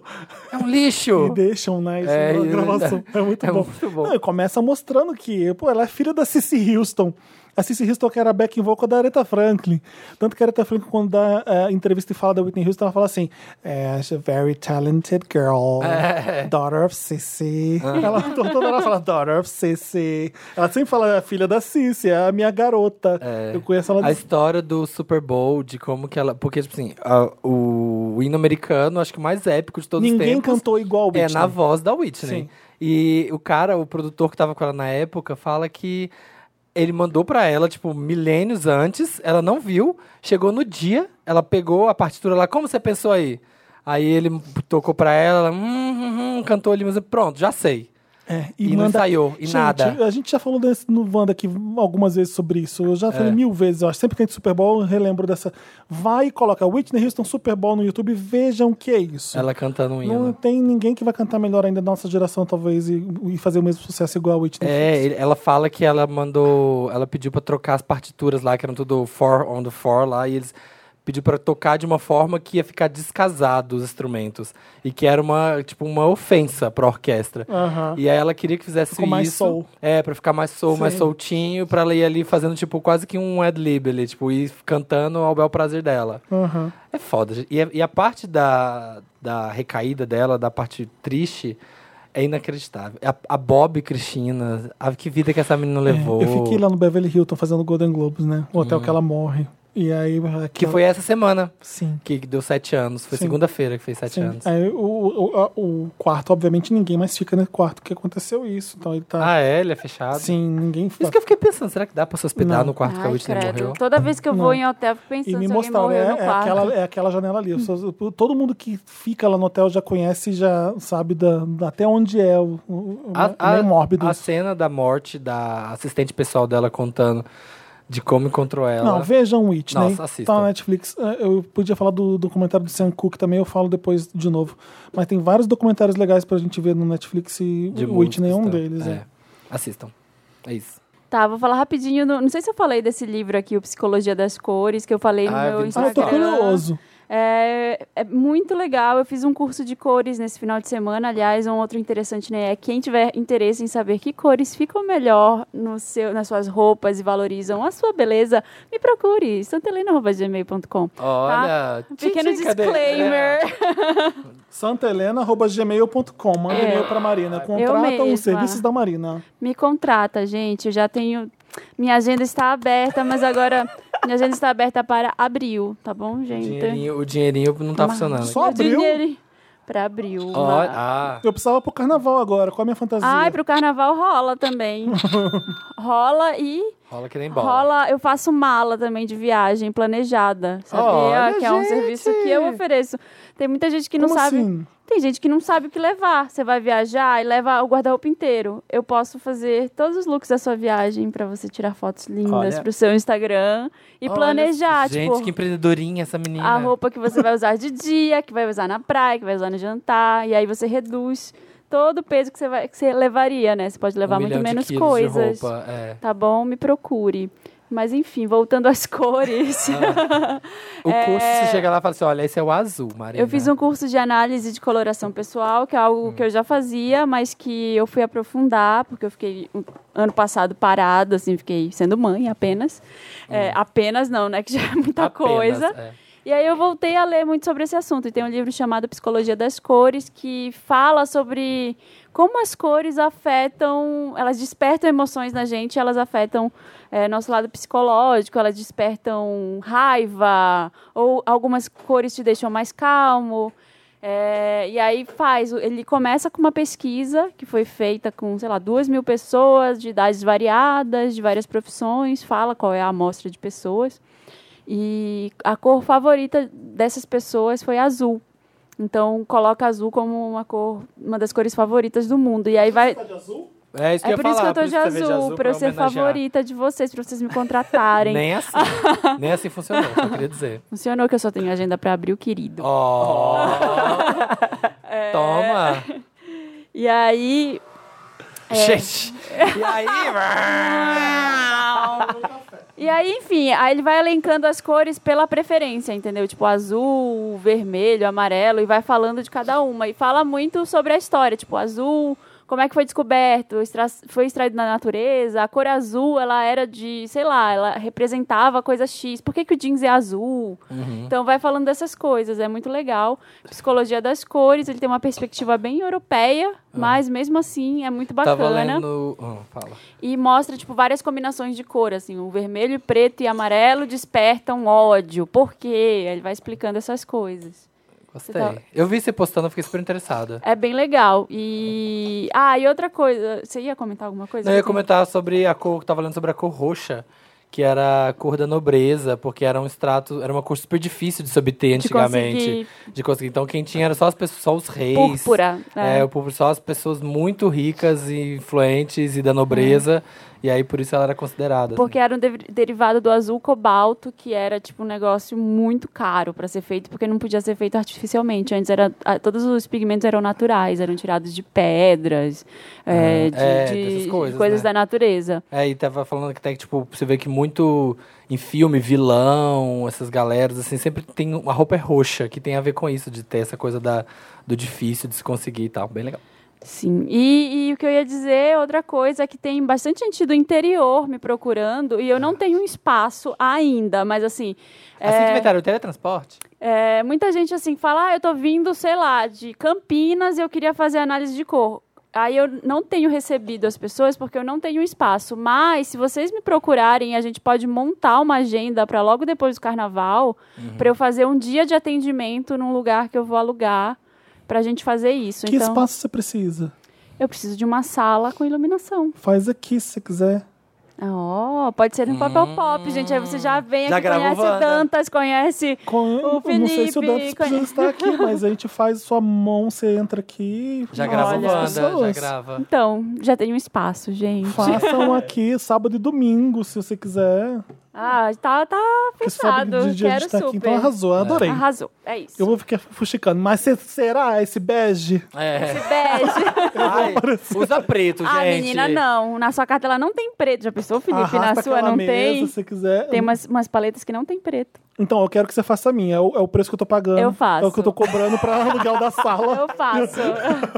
A: é um
C: E
A: lixo.
C: deixam, né? Isso
A: É,
C: na
A: isso,
C: gravação. É muito
A: [LAUGHS] é
C: bom.
A: muito bom.
C: Não, e começa mostrando que, pô, ela é filha da Cissy Houston. A Cissy Houston que era back in vocal da Aretha Franklin. Tanto que a Aretha Franklin, quando dá eh, entrevista e fala da Whitney Houston, ela fala assim, é, she's a very talented girl,
A: É.
C: daughter of Cissy.
A: Ah.
C: Ela, toda hora ela fala, daughter of Cissy. Ela sempre fala, "É a filha da Cissy, é a minha
A: É.
C: garota. Eu conheço ela
A: A história do Super Bowl, de como que ela... Porque, tipo assim, a- o o hino americano, acho que o mais épico de todos os
C: Ninguém
A: tempos.
C: cantou igual Whitney.
A: É, na voz da Whitney.
C: né? Sim.
A: E o cara, o produtor que tava com ela na época, fala que ele mandou pra ela, tipo, milênios antes, ela não viu, chegou no dia, ela pegou a partitura lá, como você pensou aí? Aí ele tocou pra ela, ela hum, hum, hum, cantou ali, mas pronto, já sei.
C: É,
A: E, não ensaiou, e
C: Gente,
A: nada.
C: A gente já falou desse, no Wanda aqui algumas vezes sobre isso. Eu já
A: É.
C: falei mil vezes, eu acho. Sempre que a gente Super Bowl, eu relembro dessa. Vai e coloca Whitney Houston Super Bowl no YouTube e vejam o que é isso.
A: Ela cantando um
C: não
A: hino.
C: tem ninguém que vai cantar melhor ainda da nossa geração, talvez, e, e fazer o mesmo sucesso igual a Whitney
A: É, ele- ela fala que ela mandou, ela pediu pra trocar as partituras lá, que eram tudo four on the four lá, e eles pediu pra tocar de uma forma que ia ficar descasado os instrumentos e que era uma, tipo, uma ofensa pra orquestra.
C: Aham.
A: E aí ela queria que fizesse
C: Ah. Ficou mais
A: isso.
C: soul.
A: É, pra ficar mais soul, mais soltinho, pra ela ir ali fazendo tipo quase que um ad lib ali, tipo, ir cantando ao bel prazer dela.
C: Aham.
A: É foda. gente. E, a- e a parte da, da recaída dela, da parte triste, é inacreditável. A, a Bob Cristina, a, que vida que essa menina levou.
C: É,
A: Hum.
C: Eu fiquei lá no Beverly Hilton fazendo Golden Globes, né? O hotel que ela morre. E aí.
A: Que foi essa semana,
C: Sim.
A: que deu sete anos. Foi
C: Sim.
A: segunda-feira que fez sete
C: Sim. É.
A: anos.
C: Aí, o, o, a- o quarto, obviamente, ninguém mais fica no quarto, porque aconteceu isso. Então ele tá.
A: Ah, é? Ele é fechado?
C: Sim, ninguém
A: Isso que eu fiquei pensando, será que dá pra se hospedar
C: Não.
A: no quarto que a
B: Ai,
A: Whitney
B: credo.
A: morreu?
B: Toda vez que eu
C: Não.
B: vou em hotel, eu fico
C: E
B: pensando
C: me
B: se alguém
C: mostraram,
B: morreu
C: é,
B: no
C: é
B: quarto.
C: aquela, é aquela janela ali. Só- Todo mundo que fica lá no hotel já conhece, já sabe da, da- até onde é o, o,
A: A,
C: é meio mórbido.
A: a
C: isso.
A: cena da morte da assistente pessoal dela contando de como encontrou ela.
C: Não, vejam Whitney.
A: Nossa, assistam.
C: Tá na Netflix. Eh, Eu podia falar do documentário do Sam Cooke também, eu falo depois de novo. Mas tem vários documentários legais pra gente ver no Netflix e
A: de
C: o Whitney é um
A: músicos, tá?
C: deles. É.
A: Assistam. É isso.
B: Tá, vou falar rapidinho. no- não sei se eu falei desse livro aqui, o Psicologia das Cores, que eu falei no
A: Ah, eu
B: meu
A: vi
C: Ah,
A: no
C: eu tô
B: Instagram.
C: curioso.
B: É, é muito legal. Eu fiz um curso de cores nesse final de semana. Aliás, um outro interessante né, é quem tiver interesse em saber que cores ficam melhor no seu, nas suas roupas e valorizam a sua beleza, me procure, santelena.gmail.com.
A: Olha,
B: Um pequeno
A: tchim, tchim, cadê? É.
B: disclaimer.
C: santahelena.gmail.com Manda
B: É.
C: e-mail pra Marina. Contrata
B: mesma.
C: os serviços da Marina.
B: Me contrata, gente. Eu já tenho. Minha agenda está aberta, mas agora. Minha agenda está aberta para abril, tá bom,
A: O
B: gente?
A: dinheirinho, o dinheirinho não tá funcionando.
C: Só abril?
B: Para abril.
A: Olha,
B: mas-
A: ah,
C: Eu precisava pro carnaval agora. Qual é a minha fantasia?
B: Ai, pro carnaval rola
C: [LAUGHS]
B: também. rola e
A: rola que nem bola.
B: rola. Eu faço mala também de viagem planejada, sabia?
A: Olha,
B: que é um
A: gente!
B: serviço que eu ofereço. Tem muita gente que não
C: Como
B: sabe.
C: assim?
B: Tem gente que não sabe o que levar. Você vai viajar e leva o guarda-roupa inteiro. Eu posso fazer todos os looks da sua viagem pra você tirar fotos lindas
A: Olha.
B: pro seu Instagram e
A: Olha,
B: planejar,
A: Gente,
B: tipo,
A: que empreendedorinha essa menina.
B: a roupa que você vai usar de dia, que vai usar na praia, que vai usar no jantar, e aí você reduz todo o peso que você, vai, que você levaria, né? Você pode
A: Um
B: levar muito
A: milhão de
B: menos
A: quilos de
B: coisas.
A: roupa, é.
B: Tá bom? Me procure. Mas enfim, voltando às [LAUGHS] cores.
A: Ah. O curso, você chega lá e fala assim, olha, esse é o azul, Marina.
B: É.
A: Hum.
B: Eu fiz um curso de análise de coloração pessoal, que é algo que eu já fazia, mas que eu fui aprofundar, porque eu fiquei um- ano passado parada, assim, fiquei sendo mãe apenas. É, apenas não, né? Que já é muita
A: Hum. Apenas,
B: coisa.
A: é.
B: E aí eu voltei a ler muito sobre esse assunto. E tem um livro chamado Psicologia das Cores, que fala sobre como as cores afetam, elas despertam emoções na gente, elas afetam eh, nosso lado psicológico, elas despertam raiva, ou algumas cores te deixam mais calmo. É, e aí faz, ele começa com uma pesquisa que foi feita com, sei lá, duas mil pessoas de idades variadas, de várias profissões, fala qual é a amostra de pessoas. E a cor favorita dessas pessoas foi azul. Então coloca azul como uma cor, uma das cores favoritas do mundo. E aí vai.
A: É isso que
B: É
A: eu
B: por
A: ia
B: isso que
A: falar,
B: eu tô de
A: por você veio
B: azul, pra eu ser
A: homenagear.
B: favorita de vocês, pra vocês me contratarem.
A: [LAUGHS]
B: [LAUGHS]
A: Nem assim. Nem assim funcionou, só queria dizer.
B: Funcionou que eu só tenho agenda pra abrir o querido.
A: Ó. Toma.
B: E aí. É. [LAUGHS]
A: Gente. E aí,
B: E aí, enfim, aí ele vai elencando as cores pela preferência, entendeu? Tipo azul, vermelho, amarelo, e vai falando de cada uma. E fala muito sobre a história, tipo azul, como é que foi descoberto, extra- foi extraído na natureza. A cor azul, ela era de, sei lá, ela representava a coisa X. Por que, que o jeans é azul? Então vai falando dessas coisas, é muito legal. Psicologia das cores, ele tem uma perspectiva bem europeia, mas mesmo assim é muito bacana.
A: tava lendo... Ah, fala.
B: E mostra, tipo, várias combinações de cor, assim. O vermelho, preto e amarelo despertam ódio. Por quê? Ele vai explicando essas coisas.
A: Gostei.
B: Você tá-
A: Eu vi você postando, eu fiquei super interessada.
B: É bem legal. E. Ah, e outra coisa. Você ia comentar alguma coisa?
A: Eu ia
B: Vitor?
A: comentar sobre a cor, tava lendo sobre a cor roxa, que era a cor da nobreza, porque era um extrato, era uma cor super difícil de se obter
B: De
A: antigamente.
B: conseguir
A: De conseguir. Então quem tinha era só as pessoas, só os reis.
B: púrpura. né?
A: É, o púrpura, só as pessoas muito ricas e influentes e da nobreza. E aí por isso ela era considerada.
B: É. Porque era um de- derivado do azul cobalto, que era tipo um negócio muito caro para ser feito, porque não podia ser feito artificialmente. Antes era a- todos os pigmentos eram naturais, eram tirados de pedras, é,
A: Ah,
B: de,
A: é,
B: de-
A: dessas
B: de
A: coisas,
B: coisas,
A: né?
B: da natureza.
A: É, e tava falando que até que, tipo, você vê que muito em filme, vilão, essas galeras, assim, sempre tem uma roupa é roxa, que tem a ver com isso, de ter essa coisa da, do difícil de se conseguir e tal. Bem legal.
B: Sim. E, e o que eu ia dizer, outra coisa, é que tem bastante gente do interior me procurando, e eu não tenho espaço ainda, mas assim.
A: Ah. Assim que
B: é-
A: inventaram o teletransporte,
B: É, muita gente assim fala, ah, eu tô vindo, sei lá, de Campinas e eu queria fazer análise de cor. Aí eu não tenho recebido as pessoas porque eu não tenho espaço. Mas se vocês me procurarem, a gente pode montar uma agenda pra logo depois do carnaval,
A: Uhum.
B: pra eu fazer um dia de atendimento num lugar que eu vou alugar pra gente fazer isso.
C: Que
B: então,
C: espaço você precisa?
B: eu preciso de uma sala com iluminação.
C: Faz aqui se você quiser.
B: Ó, Oh, pode ser no papel pop, gente. Aí você já vem
A: Hum. Já
B: aqui,
A: gravou
B: conhece
A: Wanda.
B: Dantas, conhece
C: Com- é? eu não sei se o
B: Felipe é?
C: Dantas precisa
B: conhece-
C: estar aqui, mas a gente faz sua mão, você entra aqui.
A: já
C: fala
A: grava
C: com
A: o
B: Olha.
C: as
A: Wanda, já
C: pessoas.
A: grava.
B: Então, já tem um espaço, gente.
C: Façam aqui sábado e domingo, se você quiser.
B: Ah, tá, tá
C: Porque você sabe que
B: fechado.
C: o DJ
B: Quero
C: está
B: super.
C: aqui, então arrasou, eu adorei.
B: Arrasou. É isso.
C: Eu vou ficar fuxicando. Mas cê- será esse bege?
B: [LAUGHS]
A: É.
B: Bege.
A: Ai, usa preto, [LAUGHS] gente.
B: ah, menina, não. Na sua carta ela não tem preto. Já pensou, Felipe?
C: Arrasta
B: Na sua
C: aquela
B: não
C: mesa, assim.
B: tem.
C: Se você quiser.
B: Tem umas, umas paletas que não tem preto.
C: Então, eu quero que você faça a minha. É o, é o preço que eu tô pagando.
B: Eu faço.
C: É o que eu tô cobrando pra [LAUGHS] aluguel da
B: Eu
C: sala.
B: faço.
C: [LAUGHS]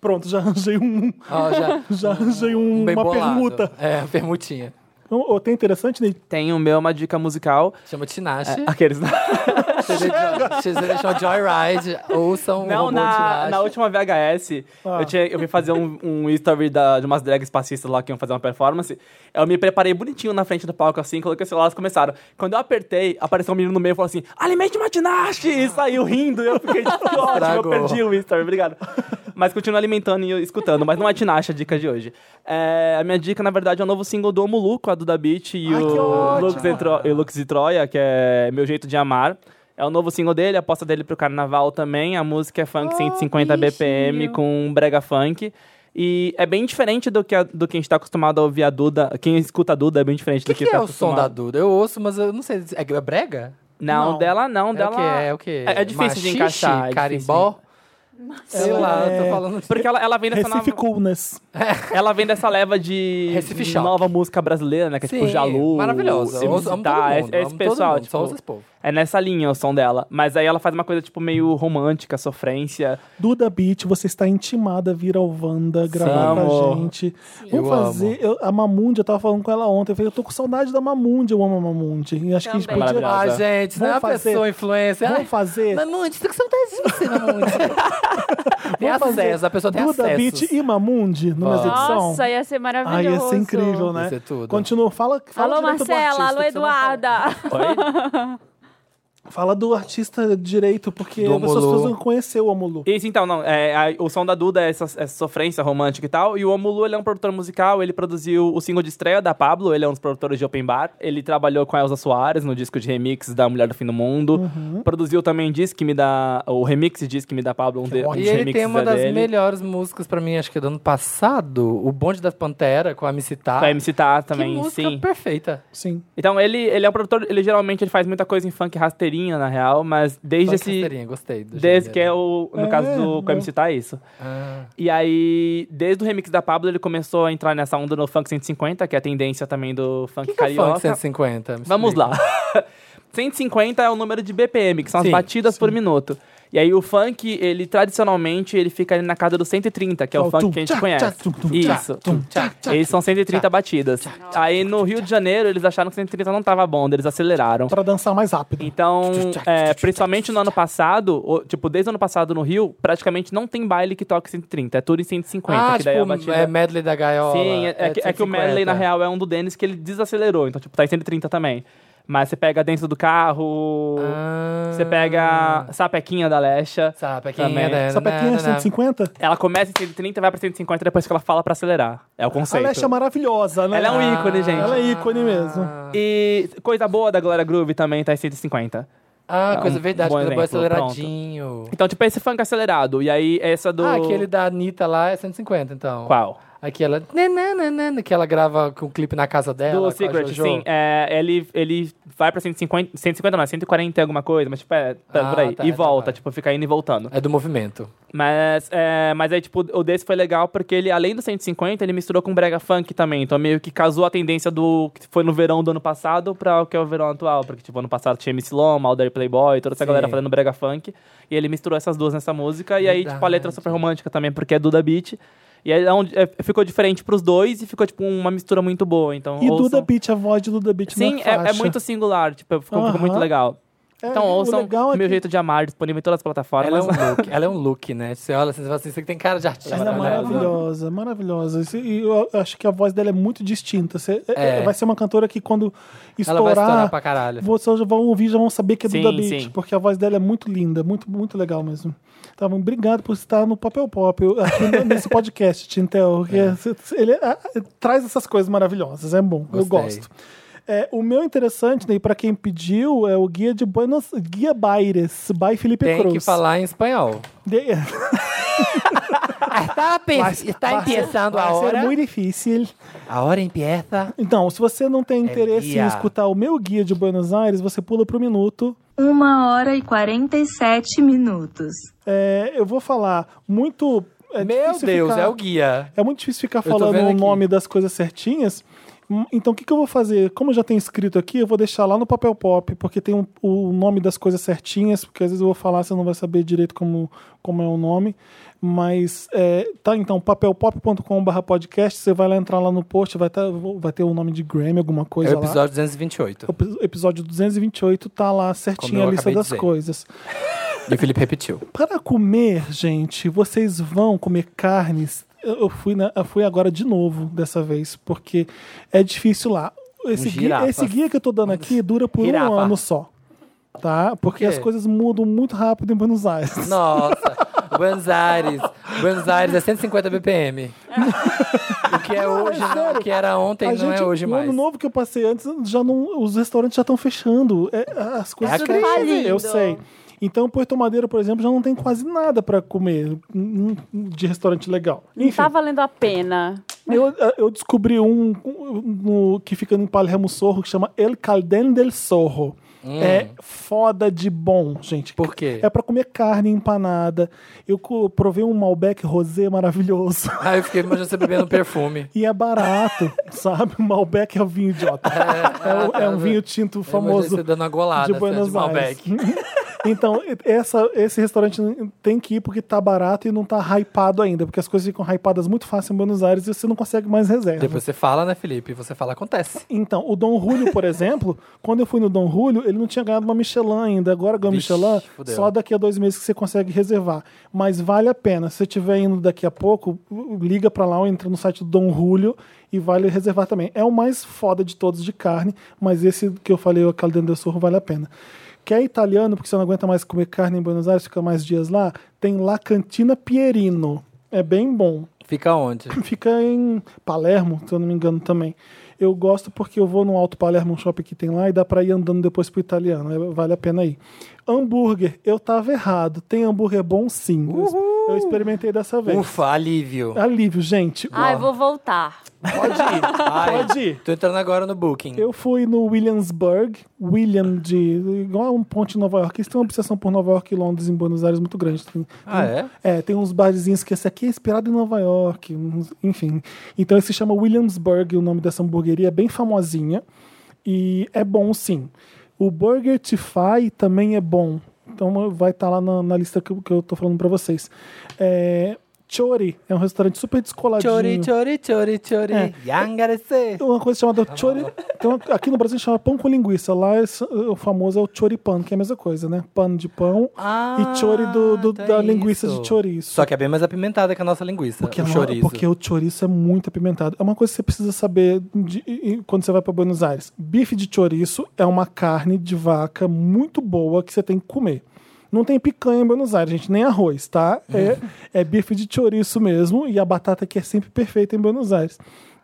C: Pronto, já arranjei um.
A: Ó, já,
C: Já arranjei um-
A: bem
C: uma
A: bolado.
C: permuta.
A: É, permutinha.
C: Então, ô, tem interessante, Ney?
D: Tem o meu, uma dica musical.
A: Chama Tinashe.
D: Aqueles. né?
A: Vocês deixam- Vocês deixam um Joyride, ouçam Então, o
D: Não,
A: robô
D: na,
A: Tinashe.
D: na última VHS,
C: Ah.
D: eu, tinha, eu vim fazer um, um story da, de umas drags passistas lá que iam fazer uma performance. Eu me preparei bonitinho na frente do palco, assim, coloquei o celular, elas começaram. Quando eu apertei, apareceu um menino no meio e falou assim: Alimente uma tinache! E saiu rindo. E eu
A: [LAUGHS]
D: fiquei tipo, que ótimo, eu
A: Estragou.
D: perdi o story, obrigado. Mas continuo alimentando e escutando, mas não é tinache a dica de hoje. É, a minha dica, na verdade, é o novo single do Omulu com a Duda Beat e
C: Ai, que
D: o
C: ótimo.
D: Lux de Tro- e Lux de Troia, que é Meu Jeito de Amar. É o novo single dele, a aposta dele pro carnaval também. A música é
A: Oh,
D: funk 150 BPM com um brega funk. E é bem diferente do que, a- do que a gente tá acostumado a ouvir a Duda. Quem escuta a Duda é bem diferente
A: O que,
D: do que,
A: que
D: tá
A: é o
D: acostumado.
A: som da Duda? Eu ouço, mas eu não sei. É brega?
D: Não,
C: Não.
D: dela não,
A: É o
D: dela.
A: que é, o que é.
D: É- é difícil de
A: Machixe,
D: encaixar, é
A: carimbó. Sei
C: Ela
A: lá, eu
C: é-
A: tô falando assim. de...
D: Porque ela, ela vem dessa
C: Recife
D: nova,
C: Coolness.
D: ela vem dessa leva de
A: Recife Shock.
D: nova música brasileira, né? Que é tipo
A: Sim,
D: Jalu.
A: maravilhosa.
D: Sim,
A: Eu ouço- amo todo
D: tá, é-
A: mundo,
D: é
A: amo
D: esse
A: todo
D: pessoal,
A: mundo, só
D: tipo,
A: uso esse povo.
D: É nessa linha o som dela. Mas aí ela faz uma coisa, tipo, meio romântica, sofrência.
C: Duda Beat, você está intimada a vir ao Wanda gravar com a
D: Amo.
C: gente.
A: Eu
C: Vamos fazer.
A: amo.
C: eu- a Mamundi, eu tava falando com ela ontem. Eu falei, eu tô com saudade da Mamundi, eu amo a Mamundi. E acho que
B: Também.
C: a gente podia.
D: Maravilhosa.
A: Ah, gente, não é uma
C: Vamos fazer-
A: pessoa influencer.
C: Vamos fazer.
A: Mamute, tô com saudade de você, tá Mamute.
D: [LAUGHS] É
A: tem
C: Vamos fazer
A: acesso, a pessoa tem
C: Duda
A: acesso.
C: Beat e Mamundi numa
A: Vamos.
C: edição.
B: Nossa, ia ser
C: Ai,
B: é maravilhoso.
C: ia ser incrível, né?
A: Isso é tudo.
C: Continua, fala, fala
B: Alô,
C: direito do
B: Marcela.
C: artista,
B: Alô,
C: que você não fala.
B: Eduarda.
D: Oi?
C: Fala do artista direito, porque
A: Do
C: as pessoas
A: Omolu.
C: precisam conhecer o Omolu.
D: Isso, então, não. é, a- o som da Duda é essa, essa sofrência romântica e tal. E o Omulu, ele é um produtor musical. Ele produziu o single de estreia da Pablo. Ele é um dos produtores de Open Bar. Ele trabalhou com a Elza Soares no disco de remix da Mulher do Fim do Mundo.
A: Uhum.
D: Produziu também Diz Que Me Dá... O remix de Diz Que Me Dá Pablo. Um, de, um dos
A: E ele
D: remixes
A: tem uma
D: da
A: das
D: dele.
A: melhores músicas pra mim, acho que do ano passado, o Bonde da Pantera, com a MC Tá.
D: Com a MC Tá
A: Que
D: também,
A: música
D: sim.
A: perfeita.
C: Sim.
D: Então, ele, ele é um produtor... Ele geralmente ele faz muita coisa em funk rasteirinha, na real. Mas desde
A: Funk
D: esse...
A: rasteirinha, Gostei. do
D: Desde
A: gênero.
D: que é o... No
C: É,
D: caso do... Com
C: não.
D: a MC Tá, é isso.
A: Ah,
D: E aí, desde o remix da Pablo, ele começou a entrar nessa onda no funk 150, que é a tendência também do funk
A: que que é
D: carioca.
A: funk 150? Me
D: Vamos
A: explica.
D: lá. [LAUGHS] 150 é o número de BPM, que são
A: Sim,
D: as batidas por minuto. E aí o funk, ele tradicionalmente, ele fica ali na casa dos 130, que é o
C: Ó,
D: funk
C: tum,
D: que a gente
C: tchá,
D: conhece.
C: tchá, tum, tum, tchá,
D: Isso.
C: tum,
A: tchá, tchá,
D: Eles são 130 batidas. aí no Rio de Janeiro, eles acharam que 130 não tava bom, daí eles aceleraram.
C: Pra dançar mais rápido.
D: Então, é, principalmente no ano passado, o- tipo, desde o ano passado no Rio, praticamente não tem baile que toque 130, é tudo em 150,
A: Ah,
D: que daí a
A: tipo,
D: batida...
A: é medley da gaiola.
D: Sim, é, é que, é que o medley,
A: 150.
D: na real, é um do Dennis que ele desacelerou, então, tipo, tá em 130 também. Mas você pega dentro do carro,
A: Ah.
D: você pega sapequinha da Lecha.
A: Sabe, quem
D: Também.
A: é
C: Só pra quem é 150?
D: Ela começa em 130 e vai pra 150 depois que ela fala pra acelerar. É
A: Ah,
D: o
C: A
D: conceito.
C: Alexa é maravilhosa, né?
D: Ela é um ícone, gente.
C: Ela é ícone mesmo.
D: E coisa boa da Glória Groove também tá em 150.
A: Ah,
D: É
A: coisa
D: um
A: verdade,
D: bom
A: coisa boa,
D: exemplo, pronto.
A: aceleradinho.
D: Então, tipo, esse funk acelerado. E aí, essa do.
A: Ah, aquele da Anitta lá é 150, então.
D: Qual?
A: Aqui ela. é nananana, Que ela grava com o clipe na casa dela. É, com
D: Do
A: a
D: Secret,
A: Jojo.
D: sim. É, ele, ele vai pra 150, 150 não, 140 e alguma coisa, mas tipo, é, tá
A: Ah,
D: por aí.
A: tá,
D: e
A: tá,
D: volta,
A: vai.
D: tipo, fica indo e voltando.
A: É do movimento.
D: Mas, é, mas aí, tipo, o desse foi legal porque ele, além do 150, ele misturou com brega funk também. Então meio que casou a tendência do que foi no verão do ano passado pra o que é o verão atual. Porque, tipo, ano passado tinha MC Loma, Alder Playboy, toda essa
A: Sim.
D: galera fazendo brega funk. E ele misturou essas duas nessa música. E aí, tipo, a letra é
A: Verdade.
D: super romântica também, porque é Duda Beat. E aí é onde- é, ficou diferente pros dois e ficou, tipo, uma mistura muito boa. Então,
C: E
D: ouçam.
C: Duda Beat, a voz de Duda Beat
D: Sim,
C: na
D: é, é
C: faixa.
D: muito singular, tipo, ficou, ficou
C: Tipo, Aham.
D: muito legal.
C: É,
D: Então
C: o
D: ouçam
C: legal é
D: Meu
C: que-
D: Jeito de Amar, disponível em todas as
A: Ela é,
D: [LAUGHS] plataformas.
A: um look, ela é um look, né? Você olha assim, você fala assim, você tem cara de artista.
C: Ela é
A: né?
C: maravilhosa, maravilhosa. Esse- E eu acho que a voz dela é muito distinta. Você- é-
A: É.
C: Vai ser uma cantora que quando
A: Ela vai estourar
C: estourar,
A: pra caralho.
C: vocês já vão ouvir, já vão saber que é Duda
D: Sim, sim.
C: Beat, porque a voz dela é muito linda, muito, muito legal mesmo. Tá bom, obrigado por estar no Papel Pop, eu- aqui no- nesse podcast, [LAUGHS] Tintel. porque
A: É.
C: c- c- Ele ah, traz essas coisas maravilhosas, é bom, eu
A: Gostei.
C: gosto. É, o meu interessante, né, para quem pediu, é o Guia de Buenos... Guia Baires, by Felipe
A: Tem
C: Cruz.
A: que falar em espanhol.
C: De-
D: Ah, tá,
A: Está,
C: [LAUGHS]
A: está
C: Vai ser muito difícil.
A: A hora empieza.
C: Então, se você não tem interesse em
A: É guia.
C: escutar o meu guia de Buenos Aires, você pula pro minuto.
H: Uma hora e 47 minutos.
C: É, eu vou falar muito. é
A: Meu
C: difícil
A: Deus,
C: ficar-
A: é o guia.
C: É muito difícil ficar
A: tô
C: falando
A: vendo
C: o
A: aqui.
C: nome das coisas certinhas. Hum, Então, o que, que eu vou fazer? Como eu já tem escrito aqui, eu vou deixar lá no papel pop, porque tem um- o nome das coisas certinhas, porque às vezes eu vou falar, você não vai saber direito como, como é o nome. Mas, é, tá, então, papelpop.com.br podcast, você vai lá entrar lá no post, vai, tá- vai ter o nome de Grammy, alguma
A: É
C: coisa
A: o
C: lá.
A: episódio 228.
C: O epi- episódio 228 tá lá
A: Como
C: certinho
A: eu
C: a lista
A: acabei de
C: das
A: dizer.
C: coisas.
A: E o Felipe repetiu.
C: Para comer, gente, vocês vão comer carnes. Eu eu fui, na- eu fui agora de novo dessa vez, porque é difícil lá. Esse,
A: Um
C: guia,
A: girafa.
C: esse guia que eu tô dando aqui dura por um
A: Girafa.
C: ano só. Tá? Porque
A: quê?
C: as coisas mudam muito rápido em Buenos Aires.
A: [LAUGHS] Nossa, Buenos Aires. Buenos Aires é 150 BPM. o que é hoje, não, o que era ontem,
C: A
A: não é
C: gente-
A: hoje
C: o
A: mais.
C: ano novo que eu passei antes, já não, os restaurantes já estão fechando. É, as coisas
A: É
C: já estão
B: triste.
C: Eu sei. Então, Porto Madeira, por exemplo, já não tem quase nada para comer hum, de restaurante legal.
B: Não
C: Enfim,
B: tá valendo a pena.
C: eu, eu descobri um, um no- que fica no Palermo Sorro que chama El Calden del Sorro. É foda de bom, gente.
A: Hum. Por quê?
C: É para comer carne empanada. Eu co- provei um Malbec rosé maravilhoso. [LAUGHS]
A: Aí Ah, eu fiquei imaginando você bebendo perfume.
C: E é
A: [LAUGHS]
C: barato, sabe? Malbec é o vinho idiota. É, [LAUGHS] o- é um vinho tinto
A: Eu imaginei
C: famoso
A: Você dando uma golada
C: de
A: assim,
C: Buenos
A: de Malbec.
C: Aires. [LAUGHS] então, essa- esse restaurante tem que ir porque tá barato e não tá hypado ainda, porque as coisas ficam hypadas muito fácil em Buenos Aires e você não consegue mais reserva.
A: Depois você fala, né, Felipe? Você fala, acontece.
C: Então, o Dom Julio, por exemplo, quando eu fui no Dom Julio, ele não tinha ganhado uma Michelin ainda. Agora ganhou
A: Vixe,
C: Michelin,
A: fudeu.
C: só daqui a dois meses que você consegue reservar. Mas vale a pena. Se você estiver indo daqui a pouco, liga pra lá ou entra no site do Dom Julio e vale reservar também. É o mais foda de todos de carne, mas esse que eu falei, o Caldeno del Sorro, vale a pena. Quer italiano, porque você não aguenta mais comer carne em Buenos Aires, fica mais dias lá, tem La Cantina Pierino. É bem bom
A: Fica onde?
C: fica em Palermo, se eu não me engano também. Eu gosto porque eu vou no Alto Palermo, um shopping que tem lá, e dá pra ir andando depois pro italiano. é- Vale a pena ir. Hambúrguer, eu tava errado. Tem hambúrguer bom sim. Eu- Eu experimentei dessa vez.
A: Ufa, alívio.
C: Alívio, gente.
B: Ai, vou voltar.
A: Pode ir.
C: [LAUGHS]
A: Ai,
C: Pode ir.
A: Tô entrando agora no Booking.
C: Eu fui no Williamsburg, William de. igual a um ponte em Nova York. Eles têm uma obsessão por Nova York e Londres em Buenos Aires muito grande. Tem-
A: Ah,
C: tem- É, tem uns barzinhos que esse aqui é inspirado em Nova York, uns- enfim. Então ele se chama Williamsburg, o nome dessa hamburgueria, é bem famosinha. E é bom sim. O Burger Tify tá também é bom. Então vai estar lá na, na lista que, eu- que eu tô falando pra vocês. É, Chori. É um restaurante super descoladinho.
A: Chori, chori, chori, chori.
C: É. Tem
A: Yangarese.
C: uma coisa chamada
A: Tá
C: chori. Tem uma- aqui no Brasil chama pão com linguiça. Lá esse- o famoso é o choripan, que é a mesma coisa, né? Pano de pão
A: Ah,
C: e chori do, do-
A: então é
C: da linguiça
A: isso.
C: de chouriço.
A: Só que é bem mais apimentada que a nossa linguiça.
C: Porque,
A: o
C: não-
A: chorizo.
C: porque o chouriço é muito apimentado. É uma coisa que você precisa saber de- e- e quando você vai para Buenos Aires. Bife de chouriço é uma carne de vaca muito boa que você tem que comer. Não tem picanha em Buenos Aires, gente, nem arroz, tá? É, é bife de chouriço mesmo e a batata que é sempre perfeita em Buenos Aires.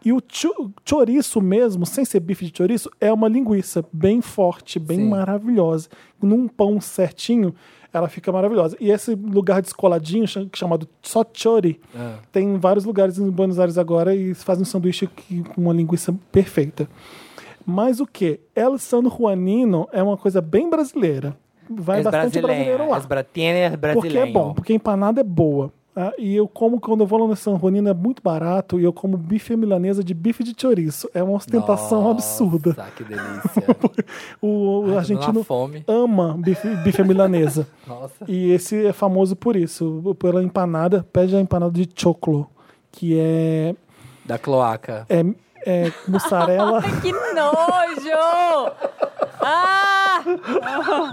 C: E o cho- chouriço mesmo, sem ser bife de chouriço, é uma linguiça bem forte, bem
A: Sim.
C: maravilhosa. Num pão certinho, ela fica maravilhosa. E esse lugar descoladinho, cha- chamado só chori, tem vários lugares em Buenos Aires agora e fazem um sanduíche que- com uma linguiça perfeita. Mas o que? El San Juanino é uma coisa bem brasileira. Vai
A: As
C: é bastante brasileiro lá.
A: As bratinas
C: Porque é
A: brasileiras.
C: bom, porque a empanada é boa. Ah, e eu como, quando eu vou lá no San Juanino, é muito barato. E eu como bife milanesa de bife de chouriço. É uma ostentação absurda.
A: Nossa, que delícia.
C: [LAUGHS] O, o
A: Ai, tô dando
C: argentino
A: uma fome.
C: ama bife, bife milanesa.
A: Nossa.
C: E esse é famoso por isso, pela empanada. Pede a empanada de choclo, que é,
A: Da cloaca.
C: é, é mussarela.
B: Que nojo! Ah!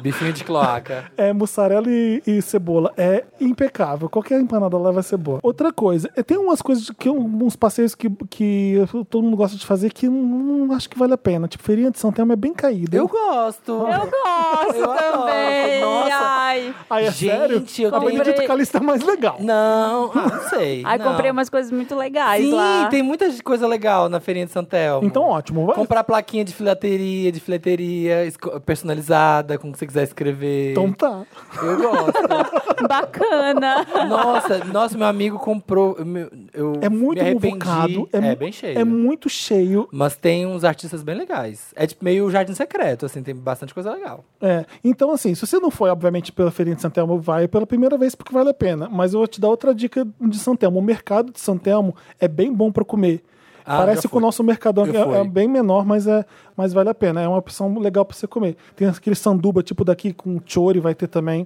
A: Bifinho de cloaca.
C: É mussarela e, e cebola. É impecável. Qualquer empanada lá vai ser boa. Outra coisa, é, tem umas coisas que eu- uns passeios que, que todo mundo gosta de fazer que eu não acho que vale a pena. Tipo, feirinha de Santelmo é bem caída.
A: Eu gosto.
B: Eu gosto
A: Eu adoro.
B: também!
A: Nossa.
B: Ai,
C: Ai, é
A: Gente,
C: sério?
A: eu
C: A
A: tenho-
C: Benedita Calista é mais legal.
A: Não, ah, não sei.
B: Ai
A: não.
B: comprei umas coisas muito legais
A: Sim,
B: lá.
A: tem muita coisa legal na feirinha de Santelmo.
C: Então, ótimo. Vai-
A: Comprar plaquinha de filateria, de fileteria, esco- personalizada, com o que você quiser escrever.
C: Então tá.
A: Eu gosto.
B: Bacana!
A: nossa, nossa, meu amigo comprou. eu me- Eu
C: É muito
A: me arrependi.
C: convocado.
A: É,
C: mu-
A: bem cheio.
C: É muito cheio.
A: Mas tem uns artistas bem legais. É tipo meio Jardim Secreto, assim, tem bastante coisa legal.
C: É. Então, assim, se você não foi, obviamente, pela Feirinha de Santelmo, vai pela primeira vez porque vale a pena. Mas eu vou te dar outra dica de Santelmo. O mercado de Santelmo é bem bom pra comer.
A: Ah, já
C: Parece
A: fui.
C: com o nosso mercadão,
A: Eu
C: que é, é
A: fui.
C: bem menor, mas, é, mas vale a pena. É uma opção legal pra você comer. Tem aquele sanduba, tipo daqui, com chori, vai ter também.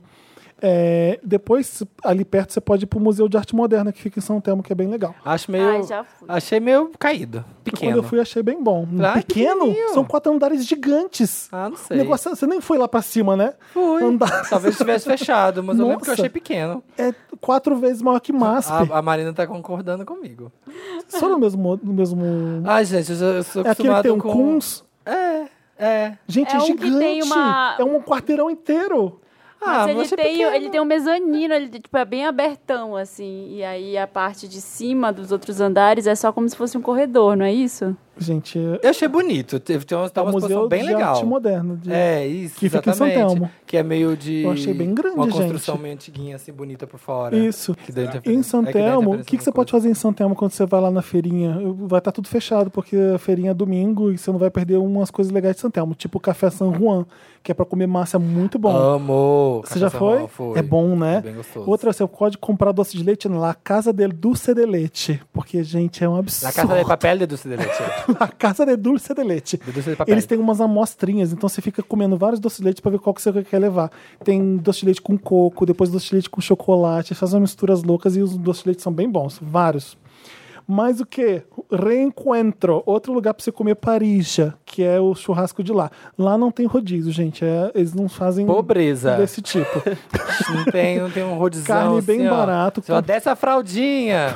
C: É, depois, ali perto, você pode ir pro Museu de Arte Moderna, que fica em São Telmo, que é bem legal.
A: Acho meio.
B: Ai, Ah, já fui.
A: Achei meio caído. Pequeno.
C: Quando eu fui, achei bem bom.
A: Ah, que
C: Pequeno?
A: pequenininho.
C: São quatro andares gigantes.
A: Ah, não
C: O
A: sei.
C: negócio, é, você nem foi lá pra cima, né?
A: Fui.
C: Andar-
A: Talvez tivesse fechado, mas eu lembro que eu
C: Nossa.
A: achei pequeno.
C: É quatro vezes maior que Masp.
A: A, a Marina tá concordando comigo.
C: Só no mesmo. No mesmo...
A: Ai, gente, eu, sou- eu sou
C: Uhum. É aquele que
A: acostumado
C: tem um
A: com.
C: Kunz.
A: É, é.
C: Gente, é,
B: É um que
C: gigante.
B: tem uma-
C: É um quarteirão inteiro.
A: Ah,
B: Mas
A: mas
B: ele,
A: achei
B: tem,
A: pequeno.
B: ele tem um mezanino, ele tipo, é bem abertão, assim. E aí a parte de cima dos outros andares é só como se fosse um corredor, não é isso?
C: Gente, é
A: Eu achei bonito. Teve, tem uma, tá
C: o
A: uma exposição
C: Museu
A: bem
C: de
A: legal.
C: Arte Moderna. de-
A: É, isso.
C: Que fica em São
A: exatamente.
C: Telmo.
A: Que é meio de.
C: Eu achei bem grande,
A: Uma
C: gente.
A: construção meio antiguinha, assim, bonita por fora.
C: Isso.
A: Que dá interferência-
C: Em
A: é, que dá
C: Santelmo, o que,
A: interferência
C: que
A: no
C: você pode
A: corpo.
C: fazer em Santelmo quando você vai lá na feirinha? Vai estar tudo fechado, porque a feirinha é domingo e você não vai perder umas coisas legais de Santelmo, tipo o Café San Juan, que é pra comer massa muito bom.
A: Amo.
C: Você já foi? É bom, né?
A: É bem gostoso.
C: Outra, você pode comprar doce de leite na Casa del Dulce de Leite. Porque, gente, é um absurdo.
A: Na casa de papel de Dulce de Leite. é.
C: [LAUGHS] A Casa de Dulce de Leite.
A: De Dulce de Papel.
C: Eles têm umas amostrinhas, então você fica comendo vários doces de leite pra ver qual que você quer levar. Tem doce de leite com coco, depois doce de leite com chocolate, faz umas misturas loucas e os doces de leite são bem bons, vários. Mas o que? Reencontro, outro lugar pra você comer parija, que é o churrasco de lá. Lá não tem rodízio, gente, é- eles não fazem
A: Pobreza.
C: desse tipo.
A: Não tem, não tem um rodizão
C: Carne bem
A: assim, ó.
C: barato,
A: Só
C: com-
A: desce a fraldinha.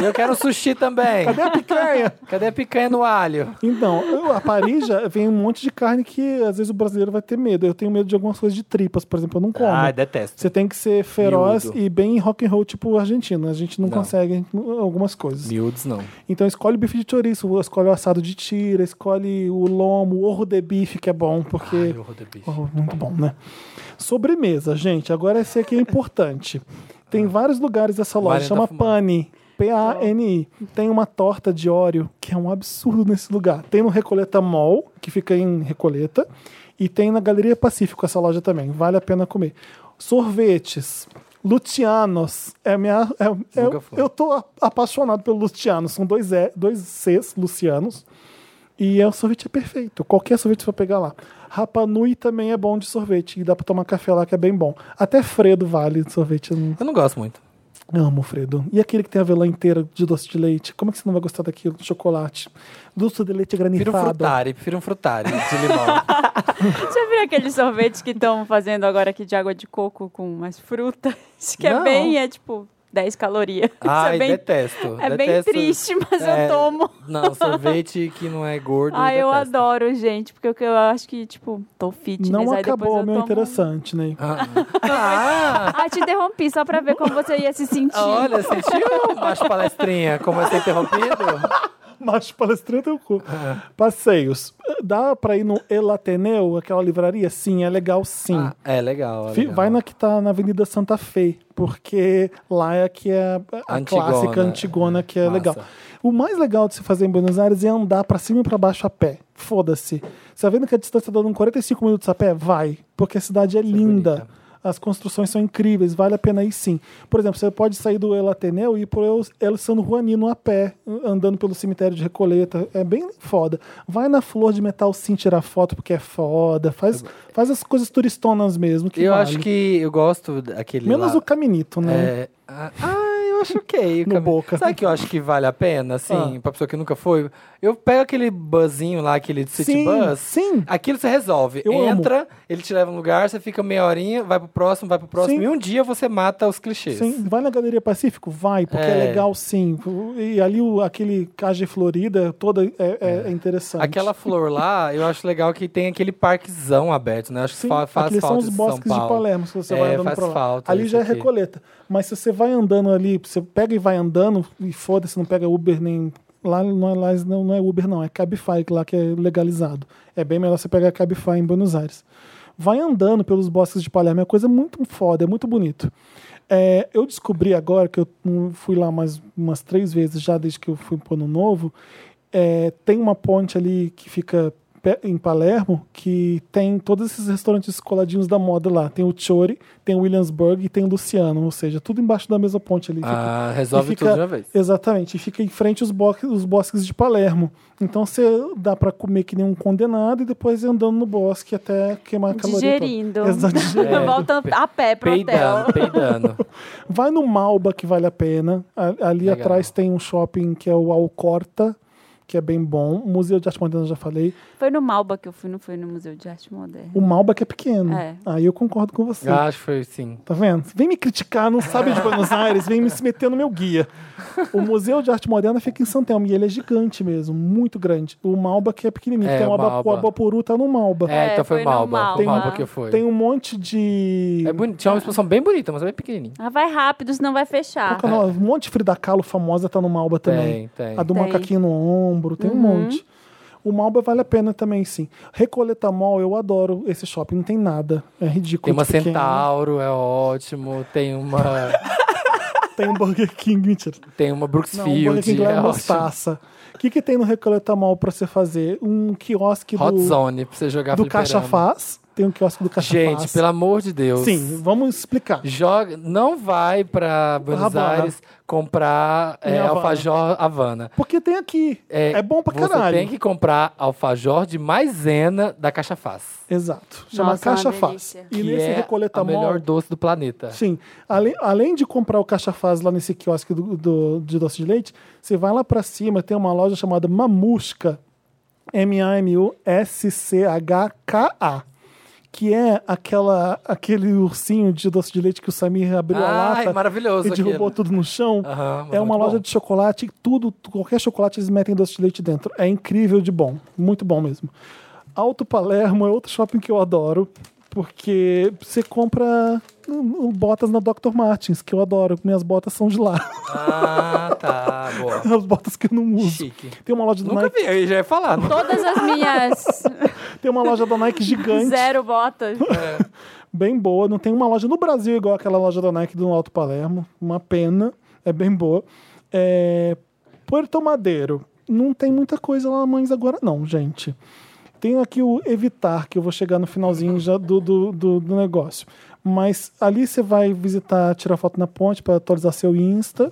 A: E eu quero sushi também. Cadê a picanha? Cadê a picanha no alho?
C: Então, eu- a parija vem um monte de carne que às vezes o brasileiro vai ter medo. Eu tenho medo de algumas coisas de tripas, por exemplo, eu não como.
A: Ah, detesto.
C: Você tem que ser feroz
A: Miúdo.
C: e bem rock and roll tipo argentino. A gente não,
A: Não.
C: consegue uh, algumas coisas.
A: Miúdos não.
C: Então escolhe o bife de chouriço, escolhe o assado de tira, escolhe o lomo, o orro de bife, que é bom, porque...
A: Ai, horror do bicho.
C: Oh, muito bom, né? Sobremesa, gente. Agora esse aqui é importante. Tem vários lugares essa loja.
A: Mariana tá
C: Chama
A: fumando.
C: Pani. P-A-N-I. Tem uma torta de óleo que é um absurdo nesse lugar. Tem no Recoleta Mall, que fica em Recoleta. E tem na Galeria Pacífico essa loja também. Vale a pena comer. Sorvetes. Lucianos. É a minha, é- é-
A: Nunca fui.
C: eu tô a- apaixonado pelo Lucianos. São dois, e, dois Cs, Lucianos. E é, o sorvete é perfeito. Qualquer sorvete você vai pegar lá. Rapa Nui também é bom de sorvete. E dá pra tomar café lá, que é bem bom. Até Fredo vale de sorvete. não-
A: Eu não gosto muito.
C: Amo, Fredo. E aquele que tem a vela inteira de doce de leite? Como é que você não vai gostar daquilo? Chocolate. Doce de leite
A: Prefiro um
C: granizado.
A: frutari, prefiro um frutari de
B: [LAUGHS]
A: limão.
B: Você viu aquele sorvete que estão fazendo agora aqui de água de coco com umas frutas? Que
A: Não.
B: é bem, é tipo 10 calorias. [LAUGHS] Isso
A: Ai,
B: é bem,
A: detesto.
B: é bem
A: detesto.
B: triste, mas
A: É,
B: eu tomo.
A: Não, sorvete que não é gordo.
B: Ah, eu
A: detesto.
B: adoro, gente, porque eu, eu acho que, tipo, tô fitness,
C: Não
B: aí depois
C: acabou
B: eu
C: o meu
B: tomo... um.
C: interessante, né? Ney.
A: Ah,
B: [LAUGHS] Ah, te interrompi, só pra ver como você ia se sentir.
A: olha, sentiu, macho palestrinha, como é ser interrompido?
C: [LAUGHS] Macho palestrante é o cu. Passeios. Dá pra ir no El Ateneu, aquela livraria? Sim, é legal sim.
A: Ah, é, legal, é
C: Fi-
A: legal.
C: Vai na que tá na Avenida Santa Fé, porque lá é que é a
A: Antigona, né?
C: clássica antigona que é
A: massa.
C: legal. O mais legal de se fazer em Buenos Aires é andar pra cima e pra baixo a pé. Foda-se. Você tá vendo que a distância dando 45 minutos a pé? Vai, porque a cidade é linda. As construções são incríveis, vale a pena ir sim. Por exemplo, você pode sair do El Ateneu e ir pro El- El San Juanino a pé, andando pelo cemitério de Recoleta. É bem foda. Vai na Flor de Metal sim tirar foto, porque é foda. Faz, faz as coisas turistonas mesmo. Que
A: Eu
C: vale.
A: acho que eu gosto daquele
C: Menos
A: lá.
C: o Caminito, né?
A: É, ah, ah, eu acho ok. o
C: No
A: caminho.
C: Boca. Ah.
A: Sabe que eu acho que vale a pena, assim, pra pessoa que nunca foi? Eu pego aquele buzinho lá, aquele de City
C: sim,
A: Bus.
C: sim.
A: Aquilo você resolve.
C: Eu amo.
A: Entra, ele te leva um lugar, você fica meia horinha, vai pro próximo, vai pro próximo.
C: Sim.
A: E um dia você mata os clichês.
C: Sim, vai na Galeria Pacífico? Vai, porque é,
A: É.
C: legal sim. E ali o, aquele Cage Florida toda é, é- é interessante.
A: Aquela flor lá, eu acho legal que tem aquele parquezão aberto, né? Acho que
C: Sim,
A: fa faz
C: aqueles
A: falta
C: são os
A: em
C: bosques
A: São
C: de
A: Paulo.
C: Palermo, se você
A: É,
C: vai andando
A: faz
C: pra lá.
A: falta
C: ali
A: isso
C: já é
A: aqui.
C: Recoleta. Mas se você vai andando ali, você pega e vai andando, e foda-se, não pega Uber nem... Lá não é, lá não, não é Uber não, é Cabify lá que é legalizado. É bem melhor você pegar Cabify em Buenos Aires. Vai andando pelos bosques de Palermo, é uma coisa muito foda, é muito bonito. É, eu descobri agora, que eu hum, fui lá mais umas três vezes já desde que eu fui pro Ano Novo, é, tem uma ponte ali que fica pe- em Palermo que tem todos esses restaurantes coladinhos da moda lá. Tem o Chori, tem o Williamsburg e tem o Luciano, ou seja, tudo embaixo da mesma ponte ali. Fica-
A: Ah, resolve
C: e fica-
A: tudo de uma vez.
C: Exatamente, e fica em frente aos bosques, os bosques de Palermo. Então você dá pra comer que nem um condenado e depois ir andando no bosque até queimar a caloria. toda.
B: Um Digerindo. [LAUGHS]
C: Exato, um digerindo.
B: Volta a pé pro hotel.
A: É, Peidando, peidando.
C: Vai no Malba que vale a pena. A- Ali
A: Legal.
C: atrás tem um shopping que é o Alcorta, que é bem bom. Museu de Arte Moderna eu já falei.
B: Foi no Malba que eu fui, não foi no Museu de Arte Moderna.
C: O Malba que é pequeno.
B: É.
C: Aí eu concordo com você.
A: Eu acho que foi assim. sim.
C: Tá vendo? Vem me criticar, não sabe de
A: [LAUGHS]
C: Buenos Aires, vem me se meter no meu guia. O Museu de Arte Moderna fica em São Telmo e ele é gigante mesmo, muito grande. O Malba que é pequenininho,
A: É,
C: tem o
A: o
C: Aba-
A: Malba.
C: o Abapuru tá no Malba.
A: É,
B: É,
A: então
B: foi
A: foi,
B: no
A: Malba. Foi
B: Malba.
A: Malba que foi.
C: Tem um monte de...
A: É boni- Tinha uma exposição bem bonita, mas é bem pequenininha.
B: Ah, vai rápido, senão vai fechar.
C: Qual que é o nome? Um monte de Frida Kahlo famosa tá no Malba também.
A: Tem, tem.
C: A do
B: Tem. Uhum.
C: macaquinho no ombro, tem um monte. O Malba vale a pena também, sim. Recoleta Mall, eu adoro esse shopping, não tem nada. É ridículo.
A: Tem uma
C: de pequeno.
A: Centauro, é ótimo. Tem uma,
C: [LAUGHS] Tem um Burger
B: [LAUGHS]
C: King, mentira.
A: tem uma
C: Não, um Burger
A: Brooksfield,
C: King lá é
A: é ótimo.
C: mostaça. O que, que tem no Recoleta Mall pra você fazer? Um quiosque
A: Hot
C: do,
A: Zone, pra você jogar
C: do
A: fliperama.
C: Caixa Faz. Tem um quiosque do Caixa
A: Gente,
C: Faz.
A: pelo amor de Deus.
C: Sim, vamos explicar.
A: Joga, não vai pra Buenos
C: Havana.
A: Aires comprar
C: Em
A: é,
C: Havana.
A: alfajor Havana.
C: Porque tem aqui. É, bom pra
A: você
C: caralho.
A: tem que comprar alfajor de maisena da Caixa Faz.
C: Exato. Chama
B: Nossa, é uma
C: Caixa Faz.
B: delícia.
C: E
A: que
C: nesse
A: é
C: Recoleta
A: a melhor
C: Mall.
A: doce do planeta.
C: Sim. Além, além de comprar o caixa fase lá nesse quiosque do, do- de doce de leite, você vai lá pra cima, tem uma loja chamada Mamusca. M-A-M-U-S-C-H-K-A. Que é aquela, aquele ursinho de doce de leite que o Samir abriu a
A: Ai,
C: lata
A: maravilhoso
C: e derrubou
A: aquilo.
C: tudo no chão.
A: Aham, mas
C: é uma
A: muito
C: loja
A: bom.
C: de chocolate e tudo, qualquer chocolate eles metem doce de leite dentro. É incrível de bom, muito bom mesmo. Alto Palermo é outro shopping que eu adoro, porque você compra hum, hum, botas na Dr. Martins, que eu adoro, minhas botas são de lá. [LAUGHS]
A: Ah, tá, boa.
C: As botas que eu não uso.
A: Chique.
C: Tem uma loja do
A: Nunca
C: Nike,
A: vi, eu já ia falar. né?
B: Todas as minhas
C: tem uma loja da
A: [LAUGHS]
C: Nike gigante.
B: zero botas.
C: bem boa. Não tem uma loja no Brasil igual aquela loja da Nike do Alto Palermo. Uma pena. É bem boa. É... Puerto Madeiro. Não tem muita coisa lá, mães, agora não, gente. Tem aqui o Evitar, que eu vou chegar no finalzinho já do, do, do, do negócio. Mas ali você vai visitar, tirar foto na ponte para atualizar seu Insta.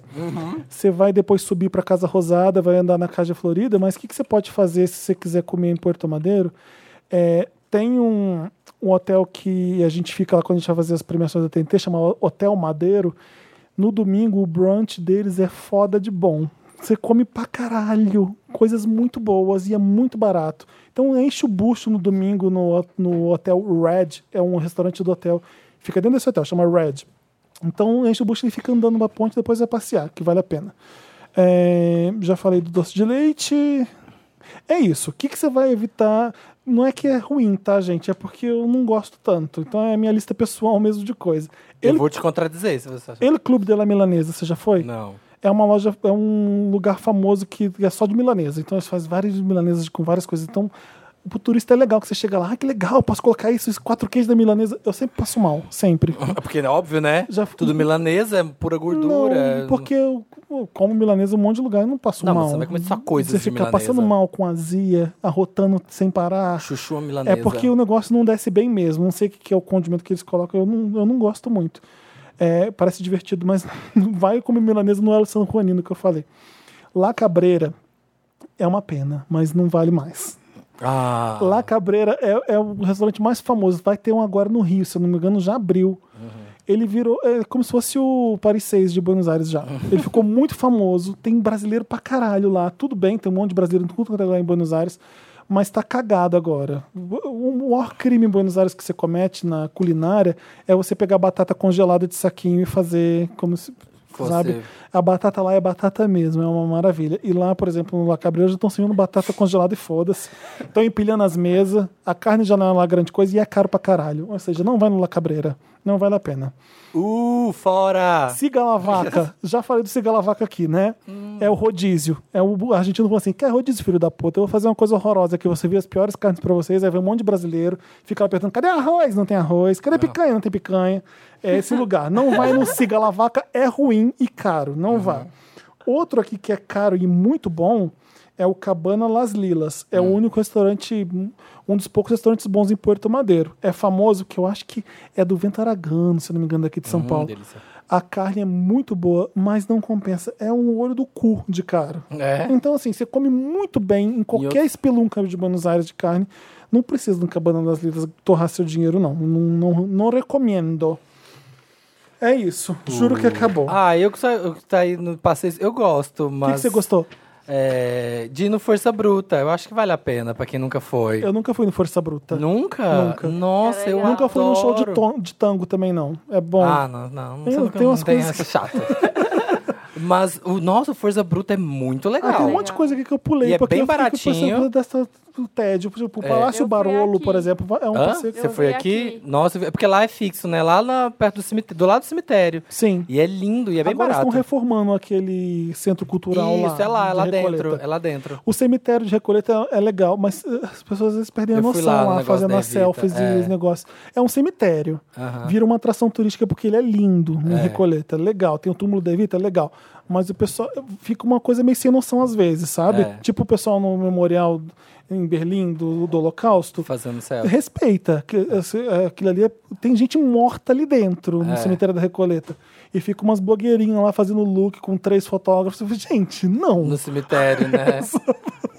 C: Você vai depois subir para Casa Rosada, vai andar na Casa Florida, mas o que, que você pode fazer se você quiser comer em Porto Madeiro? É, tem um, um hotel que a gente fica lá quando a gente vai fazer as premiações da TNT, chama Hotel Madeiro. No domingo, o brunch deles é foda de bom. Você come pra caralho, coisas muito boas e é muito barato. Então enche o bucho no domingo no, no hotel Red, é um restaurante do hotel. Fica dentro desse hotel, chama Red. Então enche o bucho e fica andando uma ponte, depois vai passear, que vale a pena. É, já falei do doce de leite. É isso. O que, que você vai evitar? Não é que é ruim, tá, gente? É porque eu não gosto tanto. Então é a minha lista pessoal mesmo de coisa.
A: Eu
C: Ele,
A: vou te contradizer se você achar.
C: Ele Clube de la Milanesa, você já foi?
A: Não. [LAUGHS]
C: é uma loja, é um lugar famoso que é só de milanesa. Então eles fazem várias milanesas com várias coisas. Então, pro turista é legal que você chega lá, ah, que legal, posso colocar isso, esses quatro queijos da milanesa. Eu sempre passo mal, sempre.
A: Porque é óbvio, né?
C: Já-
A: Tudo milanesa, é pura gordura.
C: Não, porque eu eu como milanesa em um monte de lugar e não passo
A: Não, mas
C: mal.
A: você vai comer só coisas
C: Você
A: de
C: fica
A: milanesa.
C: passando mal com azia, arrotando sem parar.
A: Chuchu à
C: É
A: milanesa.
C: porque o negócio não desce bem mesmo. Não sei o que que é o condimento que eles colocam. Eu não, eu não gosto muito. É, parece divertido, mas [LAUGHS] não vai comer milanesa no El San Juanino que eu falei. La Cabreira é uma pena, mas não vale mais.
A: Ah,
C: La Cabreira é, é o restaurante mais famoso. Vai ter um agora no Rio, se eu não me engano, já abriu. Ele virou é como se fosse o Paris 6 de Buenos Aires já. Ele ficou muito famoso. Tem brasileiro pra caralho lá. Tudo bem, tem um monte de brasileiro em tudo quanto é lugar em Buenos Aires. Mas tá cagado agora. O maior crime em Buenos Aires que você comete na culinária é você pegar batata congelada de saquinho e fazer como se.
A: Fosse-
C: Sabe? A batata lá é batata mesmo, é uma maravilha. E lá, por exemplo, no La Cabreira já estão servindo batata congelada e foda-se. Estão empilhando as mesas, a carne já não é lá grande coisa e é caro pra caralho. Ou seja, não vai no La Cabreira. Não vale a pena.
A: uh, fora!
C: Siga la vaca. Já falei do siga la vaca aqui, né? É o rodízio. É o argentino falou assim: quer rodízio, filho da puta? Eu vou fazer uma coisa horrorosa que você vê as piores carnes pra vocês, aí vem um monte de brasileiro, fica lá perguntando: cadê arroz? Não tem arroz. Cadê picanha? Não tem picanha. É esse lugar. Não vai no siga la vaca, é ruim e caro. Não vá. Outro aqui que é caro e muito bom é o Cabana Las Lilas. É o único restaurante, um dos poucos restaurantes bons em Porto Madeiro. É famoso, que eu acho que é do Vento Aragano, se não me engano, daqui de São Paulo.
A: delícia.
C: A carne é muito boa, mas não compensa. É um olho do cu de caro.
A: É?
C: Então, assim, você come muito bem em qualquer espelunca de Buenos Aires de carne. Não precisa no Cabana das Lidas torrar seu dinheiro, não. Não, não, não recomendo. É isso. Juro que acabou.
A: Ah, eu que, sa- eu que tá aí no passeio, eu gosto,
C: o que
A: mas...
C: que você gostou?
A: É, de ir no Força Bruta, eu acho que vale a pena pra quem nunca foi.
C: Eu nunca fui no Força Bruta.
A: Nunca?
C: Nunca.
A: Nossa,
B: É
A: eu
C: Nunca fui num show de,
A: adoro.
C: ton- de tango também, não. É bom.
A: Ah, não, não. Você
C: Eu
A: nunca,
C: tenho
A: não
C: umas
A: tem
C: coisas
A: essa chata. [LAUGHS] Mas o nosso Força Bruta é muito
C: Ah, tem um
A: legal.
C: monte de coisa aqui que eu pulei.
A: E é
C: porque
A: bem
C: eu fico
A: baratinho. É.
C: pensando dessa, do tédio. Por exemplo, o Palácio
B: Eu fui
C: Barolo,
B: aqui.
C: por exemplo, é um
A: Hã?
C: passeio que
A: Você
B: Eu
A: foi
B: vi
A: aqui?
B: aqui.
A: Nossa, é porque lá é fixo, né? Lá na, perto do cemitério, do lado do cemitério.
C: Sim.
A: E é lindo e é bem
C: Agora
A: barato.
C: estão reformando aquele centro cultural lá.
A: Isso, é lá, é
C: de
A: lá
C: Recoleta.
A: dentro. É lá dentro.
C: O cemitério de Recoleta é é legal, mas eh, as pessoas às vezes perdem a
A: Eu fui
C: noção
A: lá
C: lá,
A: no negócio
C: fazendo
A: da
C: as
A: Evita,
C: selfies
A: é.
C: e os negócios. É um cemitério. Vira uma atração turística porque ele é lindo no Recoleta. Legal. Tem o túmulo da Evita, legal. Mas o pessoal fica uma coisa meio sem noção às vezes, sabe?
A: É.
C: Tipo o pessoal no memorial em Berlim do, do Holocausto.
A: Fazendo céu.
C: Respeita. que- esse- é, Aquilo ali é- tem gente morta ali dentro, no cemitério da Recoleta. E fica umas blogueirinhas lá fazendo look com três fotógrafos. Eu falei, Gente, não.
A: No
C: [LAUGHS]
A: cemitério, né?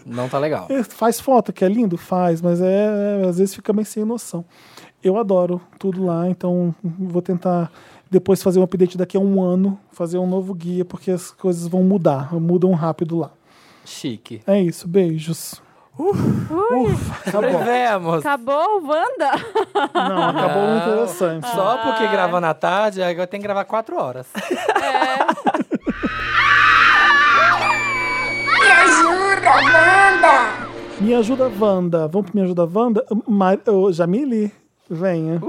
A: Não tá legal.
C: Faz foto, que é lindo? Faz, mas é, é, às vezes fica meio sem noção. Eu adoro tudo lá, então vou tentar depois fazer um update daqui a um ano, fazer um novo guia, porque as coisas vão mudar, mudam rápido lá.
A: Chique.
C: É isso, beijos.
A: Sobrevivemos.
B: Acabou o Wanda?
C: Não, acabou
A: Não.
C: muito interessante.
A: Só porque grava na tarde, agora tem que gravar quatro horas.
F: [LAUGHS] Me ajuda, Wanda!
C: Me ajuda, Wanda. Vamos pro Me Ajuda, Wanda? Mar... Ô, Jamile, venha.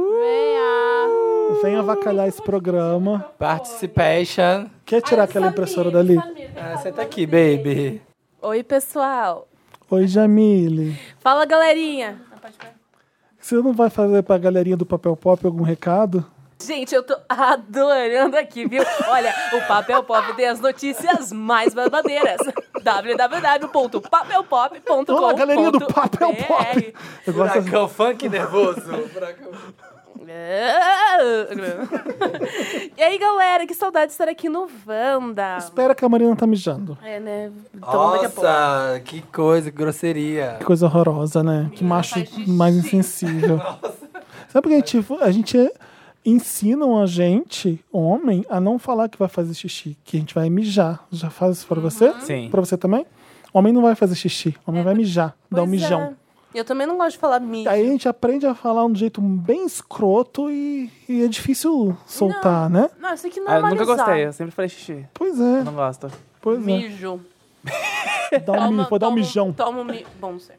C: Venha avacalhar esse programa.
A: Participation.
C: Quer tirar aquela impressora dali?
A: Ah, senta aqui, baby.
I: Oi, pessoal.
C: Oi, Jamile.
I: Fala, galerinha.
C: Você não vai fazer pra galerinha do Papel Pop algum recado?
I: Gente, eu tô adorando aqui, viu? Olha, o Papel Pop tem as notícias mais babadeiras. [LAUGHS] www.papelpop.com.br
C: Olá, galerinha do
A: é
C: Papel Pop. Eu gosto assim.
A: Furacão funk
C: [LAUGHS]
A: nervoso. Furacão.
I: [LAUGHS] E aí, galera, que saudade de estar aqui no Wanda.
C: Espera que a Marina tá mijando.
I: É, né? Então, daqui a pouco.
A: Nossa, que coisa, que grosseria.
C: Que coisa
I: [LAUGHS]
C: horrorosa, né? Que macho mais insensível. Sabe por que tipo, a gente, a gente é, ensinam a gente, homem, a não falar que vai fazer xixi, que a gente vai mijar. Já faz isso pra
I: Uhum.
C: você?
D: Sim.
C: Pra você também? Homem não vai fazer xixi, homem vai mijar, dá um
I: Pois é.
C: mijão.
I: Eu também não gosto de falar mijo.
C: Aí a gente aprende a falar de um jeito bem escroto e, e é difícil soltar, né?
I: Não, isso aqui não
D: Ah,
I: é
D: eu nunca gostei, eu sempre falei xixi.
C: Pois é,
D: Não gosto.
C: pois é.
I: Mijo.
C: Dá um, mi- pode dar um mijão.
I: Toma um mi... Bom, não sei.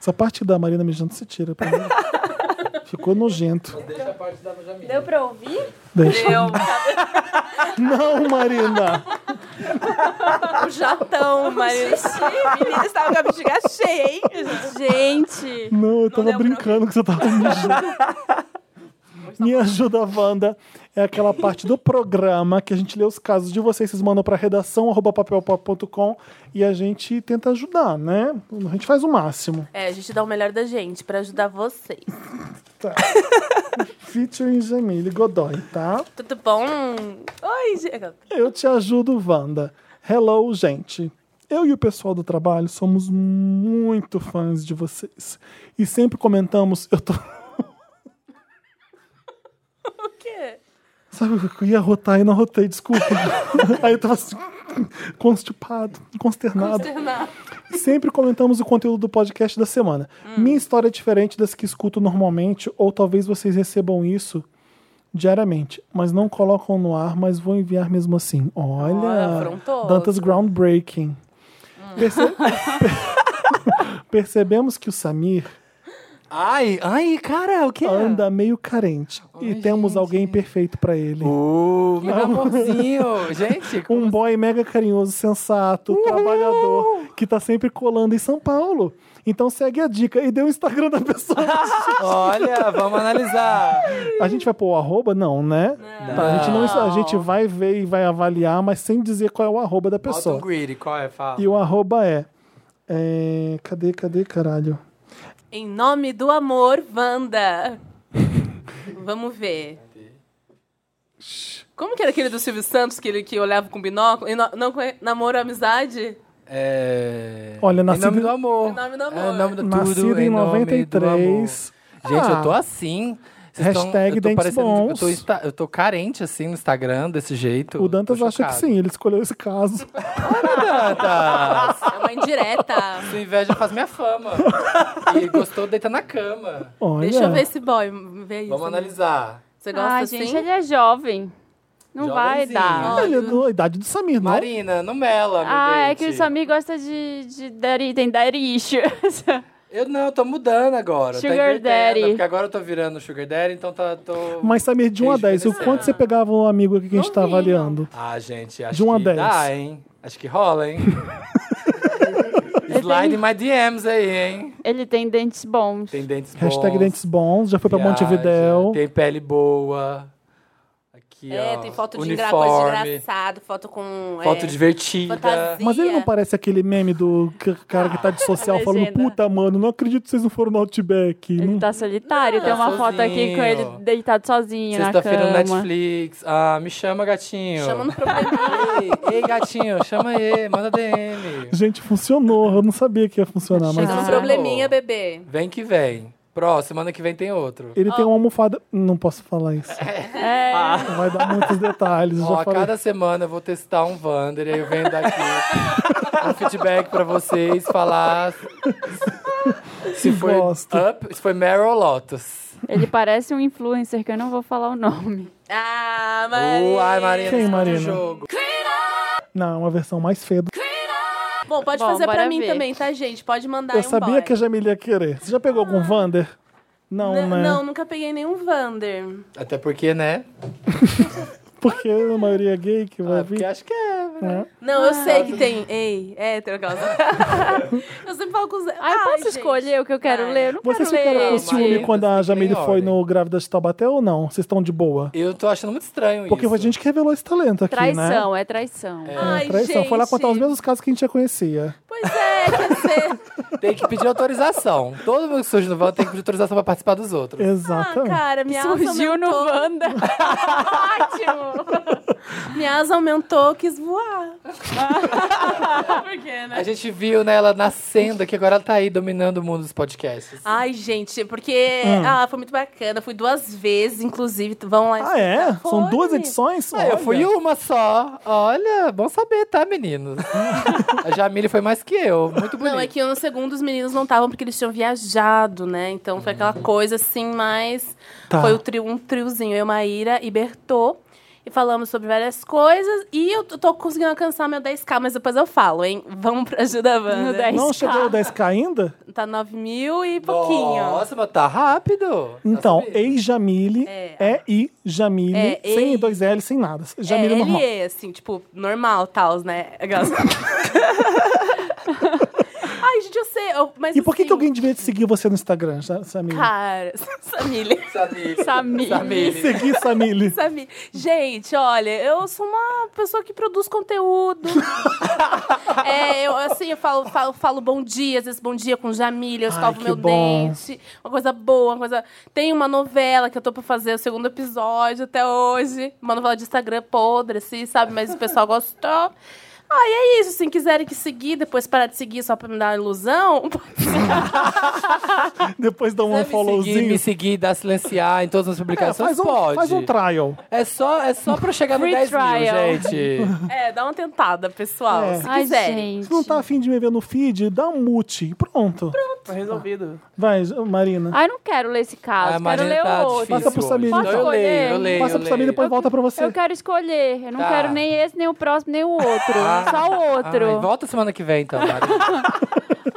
C: Essa parte da Marina mijando se tira. pra
I: [LAUGHS]
C: mim. Ficou nojento.
B: Deu pra ouvir?
C: Deixa.
I: Eu,
C: Não, Marina!
I: o jatão, Marina.
B: Menina, estava com a bexiga cheia, hein? Gente,
C: Não, eu tava brincando que você tava [LAUGHS] mijando. Me ajuda, Wanda. É aquela parte do programa que a gente lê os casos de vocês, vocês mandam pra redação arroba papelpop.com e a gente tenta ajudar, né? A gente faz o máximo.
I: É, a gente dá o melhor da gente pra ajudar vocês.
C: Featuring Jamile Godoy, tá?
I: Tudo bom? Oi, gente.
C: Eu te ajudo, Wanda. Hello, gente. Eu e o pessoal do trabalho somos muito fãs de vocês. E sempre comentamos. Eu tô.
I: O quê?
C: Sabe, eu ia rotar e não rotei, desculpa. Aí eu tava assim, constipado, consternado. Sempre comentamos o conteúdo do podcast da semana. Minha história é diferente das que escuto normalmente, ou talvez vocês recebam isso diariamente, mas não colocam no ar, mas vou enviar mesmo assim.
I: Olha,
C: Olha,
I: afrontoso.
C: Dantas groundbreaking. Perce- Percebemos que o Samir
A: Ai, ai, cara, o que é?
C: anda meio carente e temos alguém perfeito pra ele.
A: Uh, meu amorzinho. Gente, como assim?
C: Um boy mega carinhoso, sensato, trabalhador, que tá sempre colando em São Paulo. Então segue a dica e dê o Instagram da pessoa.
A: [LAUGHS] Olha, vamos analisar.
C: a gente vai pôr o arroba? Não, né? Tá, a, gente não, a gente vai ver e vai avaliar, mas sem dizer qual é o arroba da
A: Bota um
C: pessoa.
A: greedy, qual é? Fala.
C: E o arroba é. é cadê, cadê, caralho?
I: Em nome do amor,
C: [LAUGHS]
I: Wanda. Vamos ver. Como que era aquele do Silvio Santos que ele que olhava com binóculo? Em no- não, como é? namoro amizade?
A: É...
C: Olha,
A: Em nome
C: nascido,
A: do amor.
I: Em nome do amor.
A: É, em nome do
C: nascido
A: tudo,
C: em
A: em nome do amor.
C: 93.
A: Gente,
C: Ah.
A: eu tô assim. Vocês tão-
C: Hashtag
A: eu tô
C: dentes
A: parecendo-
C: bons.
A: Eu tô, insta- eu tô carente, assim, no Instagram, desse jeito.
C: O Dantas
A: Tô
C: acha que
A: chocado.
C: sim, ele escolheu esse
A: [LAUGHS]
C: caso.
A: Dantas!
I: É uma indireta.
A: Sua tá. inveja faz minha fama. e gostou deita na cama.
C: Olha.
I: Deixa eu ver esse boy. Vê isso.
A: Vamos
C: né?
A: analisar.
I: Você gosta
B: ai,
I: assim?
B: gente, ele é jovem. Não vai
A: Jovenzinho.
B: dar.
C: Ele é do- a idade do Samir, não?
A: Marina, não mela, meu
B: Ah, é
A: dente.
B: que o Samir gosta de, de daddy, tem daddy issues.
A: Eu não, eu tô mudando agora. tá
B: Sugar
A: invertendo,
B: daddy.
A: Porque agora eu tô virando sugar daddy, então tá, tô...
C: Mas Samir, de 1 a 10, o quanto você pegava um amigo aqui que a gente tá
B: Novinho.
C: avaliando?
A: Ah, gente, acho
C: De um a
A: que
C: dez.
A: dá, hein? Acho que
C: [LAUGHS]
A: rola, hein? Slide in my DMs aí, hein?
B: [LAUGHS] Ele tem dentes bons.
A: Tem dentes bons. né?
C: Hashtag dentes bons, já foi pra
A: viaja,
C: Montevidéu.
A: Tem pele boa. Aqui,
I: É,
A: ó.
I: tem foto de engra- coisa
A: uniforme,
I: de né? engraçado, foto com.
A: Foto
I: é,
A: divertida.
I: fantasia.
C: Mas ele não parece aquele meme do c- cara que tá de social
B: A
C: falando,
B: legenda.
C: puta, mano, não acredito que vocês não foram no Outback.
B: Ele
C: Não-
B: tá solitário, tem
A: tá
B: uma foto aqui com
A: sozinho.
B: ele deitado sozinho na
A: Sexta-feira no
B: cama.
A: Netflix. Ah, me chama, gatinho.
C: [LAUGHS]
I: Chama no problema.
A: Ei, ei, gatinho, chama aí, manda DM.
C: Gente, funcionou. Eu não sabia que ia funcionar, mas
I: Chama no
B: Ah.
I: probleminha, bebê.
A: Vem que vem. Próximo, ano que vem tem outro.
C: ele tem uma almofada. Não posso falar isso.
B: É,
C: Não Vai dar muitos detalhes.
A: Ó,
C: já
A: a
C: falei.
A: cada semana eu vou testar um Wander, aí eu venho daqui um feedback pra vocês, falar se foi
C: Gosto.
A: Up, se foi Meryl Lotus.
B: ele parece um influencer que eu não vou falar o nome.
I: Ah, mas.
A: Uh, ai, Marina,
C: Quem,
A: escuta o
C: Marina?
A: jogo.
C: Não, é uma versão mais feia. do-
I: Bom, pode
B: Bom,
I: fazer pra
B: bora
I: mim
B: ver.
I: também, tá, gente? Pode mandar
C: Eu
I: um
C: sabia
I: boy.
C: que a Jamília ia querer. Você já pegou algum Vander? Não,
I: N-
C: né?
I: Não, nunca peguei nenhum Vander.
A: Até porque, né?
C: Porque a maioria é gay que vai
A: Ah, porque
C: vir.
A: acho que é. né?
I: Não, eu sei que tem. Ei,
B: [LAUGHS]
I: hétero, aquelas. eu sempre falo com os.
B: Ah, eu posso escolher o que eu quero
I: Ai.
B: ler? Eu não
C: Vocês
B: é quero ler
C: ficaram com
B: esse.
C: ciúme
A: Marina,
C: quando
A: você
C: a
A: tem
C: Jamile foi
A: ordem.
C: no Grávida de Taubaté ou não? Vocês estão de boa?
A: Eu tô achando muito estranho
C: Porque
A: isso.
C: foi a gente que revelou esse talento aqui, né?
B: Traição, é traição.
I: Ai,
C: Traição.
I: gente.
C: Foi lá contar os mesmos casos que a gente já conhecia.
I: Pois é, quer
C: [LAUGHS]
I: dizer.
A: Tem que pedir autorização. Todo mundo que surge no Wander tem que pedir autorização pra participar dos outros.
I: Ah,
C: tá. Exatamente.
I: cara, minha alça
B: Surgiu no
I: aumentou.
B: Wanda.
I: [LAUGHS] Ótimo! Minhas aumentou, quis voar.
B: [LAUGHS]
I: Por quê,
C: É.
I: né?
A: A gente viu né, ela nascendo, que agora ela tá aí dominando o mundo dos podcasts.
I: Ai, gente, porque
C: Hum.
I: ah, foi muito bacana. Fui duas vezes, inclusive. tu- Vão lá.
C: Ah, é?
I: escutar.
C: São duas
I: Foi.
C: edições?
A: Ah, eu
C: Olha.
A: fui uma só. Olha, bom saber, tá, meninos? a Jamile foi mais que eu. Muito bonito.
I: Não, é que no segundo os meninos não estavam porque eles tinham viajado, né? Então foi aquela coisa assim, mas
C: Tá.
I: foi o trio, um triozinho, eu, Maíra e Bertô. E falamos sobre várias coisas. E eu tô conseguindo alcançar meu 10k, mas depois eu falo, hein? [LAUGHS] Vamos pra ajuda
B: No
I: Wanda.
B: 10K.
C: Não chegou o 10K ainda?
I: Tá 9 mil e pouquinho.
A: Nossa, mas tá rápido.
C: Então,
A: Tá subindo.
C: ei Jamile, é I Jamile,
I: É,
C: sem
I: ei.
C: dois L, sem nada.
I: É,
C: Jamile
I: ele
C: normal.
I: é, assim, tipo, normal, tals, né? [LAUGHS] Aquelas-
C: [LAUGHS]
I: Ai, gente, eu sei. eu- mas,
C: E por que,
I: assim,
C: que alguém devia te seguir você no Instagram, Sa- Samile?
I: Cara, [LAUGHS] Samile.
B: Samir.
C: Seguir
I: [LAUGHS]
C: Samile.
I: Samir. Gente, olha, eu sou uma pessoa que
C: [LAUGHS]
I: produz conteúdo. é, eu assim, eu falo, falo, falo bom dia, às vezes bom dia com Jamília, eu
C: Ai,
I: escovo
C: que
I: meu
C: bom.
I: dente. Uma coisa boa, uma coisa. Tem uma novela que eu tô pra fazer, o segundo episódio até hoje. Uma novela de Instagram podre, assim, sabe? Mas o pessoal gostou. Ai, é isso. Se quiserem que seguir, depois parar de seguir só pra me dar uma ilusão. [LAUGHS]
C: Depois dá um
A: Quiser me seguir,
C: followzinho.
A: me seguir, dar silenciar em todas as
C: É,
A: publicações,
C: faz, um,
A: pode.
C: faz um trial.
A: é, só, é só pra chegar no
B: Free
A: 10
B: trial.
A: mil, gente.
I: É, dá uma tentada, pessoal.
C: É.
I: Se
B: Ai,
I: quiserem.
B: gente.
C: Se não tá afim de me ver no feed, dá um mute. Pronto.
D: Tá resolvido.
C: Vai, Marina.
B: Ai, não quero ler esse caso.
A: a
B: quero
A: Marina
B: ler
A: tá
B: o outro.
A: difícil.
C: Passa pro
A: hoje.
C: Samir,
A: Não,
B: então.
A: eu leio, eu leio.
C: Passa
A: eu
C: pro Samir e
A: leio.
C: depois volta pra você.
B: Eu quero escolher. Eu não
A: Tá.
B: quero nem esse, nem o próximo, nem o outro.
A: Ah.
B: Só o
A: Ai,
B: outro.
A: volta semana que vem, então, Marina.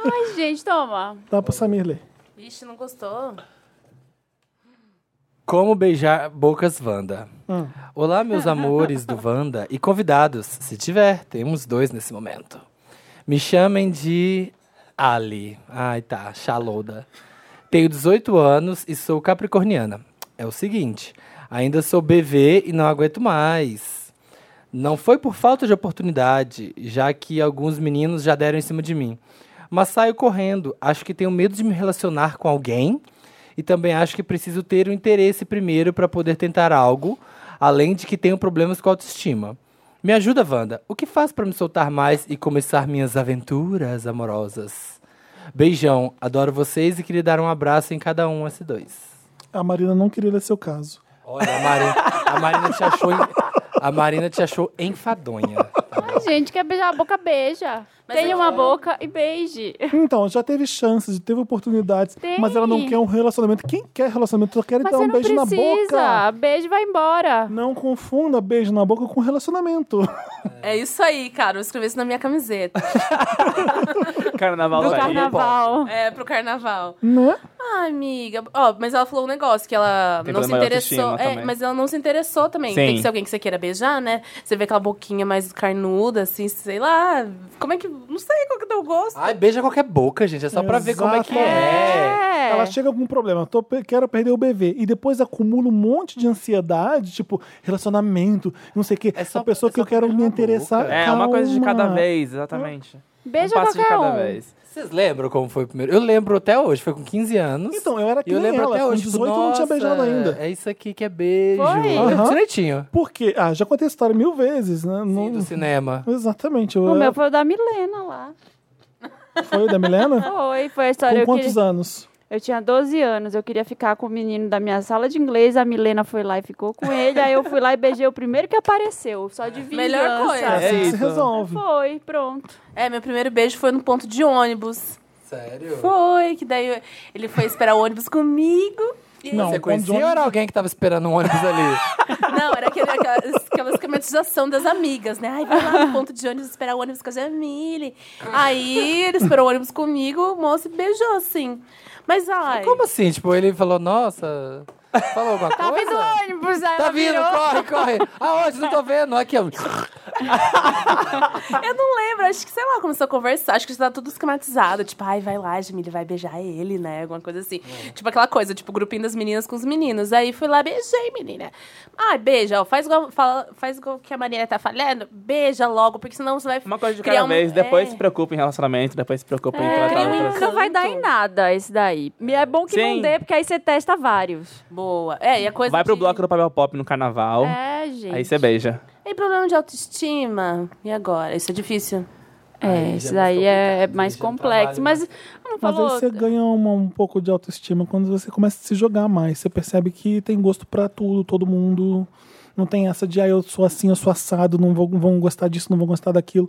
B: Ai, gente, toma.
C: Dá pro Samir ler.
I: Vixe, não gostou?
A: [LAUGHS] Como beijar bocas Wanda.
C: Hum.
A: Olá, meus amores do Wanda e convidados, se tiver, temos dois nesse momento. Me chamem de Ali. Ai, tá, Xaloda. Tenho 18 anos e sou capricorniana. É o seguinte, ainda sou bebê e não aguento mais. Não foi por falta de oportunidade, já que alguns meninos já deram em cima de mim. Mas saio correndo, acho que tenho medo de me relacionar com alguém e também acho que preciso ter o interesse primeiro para poder tentar algo, além de que tenho problemas com a autoestima. Me ajuda, Wanda. O que faço para me soltar mais e começar minhas aventuras amorosas? Beijão, adoro vocês e queria dar um abraço em cada um, S2.
C: A Marina não queria ler seu caso.
A: Olha, a Marina, a Marina te achou. en- A Marina te achou enfadonha. tá
B: Ai, gente, quer beijar a boca, beija.
I: Mas
B: Tenha
I: eu-
B: uma boca e beije.
C: Então, já teve chances, teve oportunidades,
B: Tem.
C: mas ela não quer um relacionamento. Quem quer relacionamento só quer
B: Mas
C: dar
B: você
C: um
B: não
C: beijo na boca.
B: precisa. Beijo e vai embora.
C: Não confunda beijo na boca com relacionamento.
I: É isso aí, cara. Eu escrevi isso na minha camiseta.
D: [LAUGHS] Carnaval
B: No
D: vai.
B: carnaval.
I: [LAUGHS] é, pro carnaval.
C: [LAUGHS] Né?
I: Ah, amiga. Ó, mas ela falou um negócio que ela
D: Tem
I: não se
D: problema de
I: interessou.
D: autoestima
I: É,
D: também.
I: mas ela não se interessou também.
D: Sim.
I: Tem que ser alguém que você queira beijar, né? Você vê aquela boquinha mais carnuda, assim, sei lá. Como é que. Não sei qual que deu o gosto.
A: Ai, beija qualquer boca, gente. É só pra ver como é que é.
B: É.
C: Ela chega com um problema, tô, pe- quero perder o bebê. E depois acumula um monte de ansiedade, tipo, relacionamento, não sei o quê.
A: É só-
C: a pessoa
A: é
C: que
A: só
C: eu quero
A: beijar
C: me
A: na
C: interessar.
A: boca.
D: É, uma coisa de cada
C: Calma.
D: vez, exatamente.
B: Beija
D: um passo de
B: qualquer
D: cada
B: um.
D: vez.
A: Vocês lembram como foi o primeiro? Eu lembro até hoje, foi com 15 anos.
C: Então, eu era
A: E
C: que
A: eu
C: nem
A: lembro
C: ela,
A: até
C: com
A: hoje.
C: 18
A: tipo,
C: eu não tinha
A: "Nossa,
C: beijado ainda.
A: É isso aqui que é beijo.
B: Foi?
C: Aham.
A: Direitinho.
C: Porque, ah, já contei essa história mil vezes, né?
A: Sim,
C: Não-
A: do cinema.
C: Exatamente. Eu,
B: O meu foi o da Milena lá.
C: Foi
B: [LAUGHS]
C: da Milena?
B: Foi, foi a história.
C: com
B: eu
C: quantos
B: queria-
C: anos?
B: Eu tinha 12 anos, eu queria ficar com o menino da minha sala de inglês, a Milena foi lá e ficou com ele, aí eu fui lá e beijei o primeiro que apareceu, só de vingança.
I: Melhor coisa.
C: É
D: É
C: assim que se
D: isso.
C: resolve.
B: Foi, pronto.
I: É, meu primeiro beijo foi no ponto de ônibus.
A: Sério?
I: Foi, que daí eu- ele foi esperar o ônibus comigo. E-
C: Não,
A: Você
C: quando
A: conhecia ou era alguém que tava esperando um ônibus [LAUGHS] ali?
I: Não, era aquele, aquela, aquela esquematização das amigas, né? Ai, vai lá no ponto de ônibus esperar o ônibus com a Jamile. Aí ele esperou o ônibus comigo, o moço me beijou, assim. Mas ai.
A: Como assim? Tipo, ele falou, nossa. Falou [LAUGHS] alguma
B: Tá
A: coisa?
B: vindo ônibus, aí
A: Tá
B: ela
A: vindo,
B: virou.
A: corre, corre. Aonde? Não tô vendo. Aqui, ó.
I: Eu não lembro, acho que, sei lá, começou a conversar. Acho que tá tudo esquematizado. Tipo, ai, vai lá, Jamile, vai beijar ele, né? Alguma coisa assim.
D: É.
I: Tipo aquela coisa, tipo, grupinho das meninas com os meninos. Aí fui lá, beijei, menina. Ai, beija, ó, faz igual, fala- faz igual que a Marina tá falando. Beija logo, porque senão você vai
D: Uma coisa de
I: criar
D: cada
I: um-
D: vez, depois
I: é.
D: se preocupa em relacionamento, depois se preocupa em
B: É,
D: tratar outras
B: nunca vai dar em nada esse daí. E é bom que
D: Sim.
B: não dê, porque aí você testa vários.
I: Boa. É, e a coisa
D: Vai pro
I: de-
D: bloco do papel pop no carnaval.
B: É, gente.
D: Aí você beija.
I: Tem problema de autoestima. E agora? Isso é difícil.
B: É,
A: já
B: isso
A: é mais
B: daí é, é
A: complicado,
B: mais
A: aí já é um
B: complexo.
A: trabalho,
B: Mas ah, não
C: Mas aí
B: falou.
C: você ganha uma- um pouco de autoestima quando você começa a se jogar mais. Você percebe que tem gosto pra tudo, todo mundo. Não tem essa de, ah, eu sou assim, eu sou assado, não vou- vão gostar disso, não vão gostar daquilo.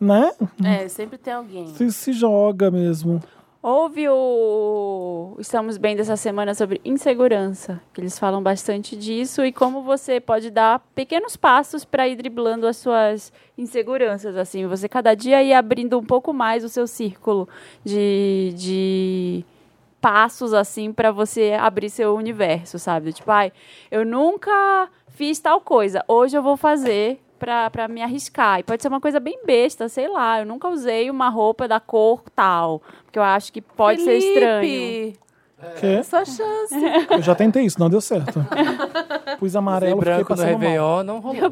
C: Né?
I: É, sempre tem alguém.
C: Você se joga mesmo.
B: Houve o Estamos Bem dessa semana sobre insegurança, que eles falam bastante disso e como você pode dar pequenos passos para ir driblando as suas inseguranças, assim, você cada dia ir abrindo um pouco mais o seu círculo de, de passos, assim, para você abrir seu universo, sabe? Tipo, ai, eu nunca fiz tal coisa, hoje eu vou fazer pra, pra me arriscar. E pode ser uma coisa bem besta, sei lá, eu nunca usei uma roupa da cor tal, porque eu acho que pode ser estranho.
I: Felipe,
A: É.
C: Que
I: Sua chance.
C: eu já tentei isso, não deu [LAUGHS] certo. Pus
A: Usei
C: amarelo, fiquei
A: branco no
C: passando mal.
A: Réveillon, não rolou.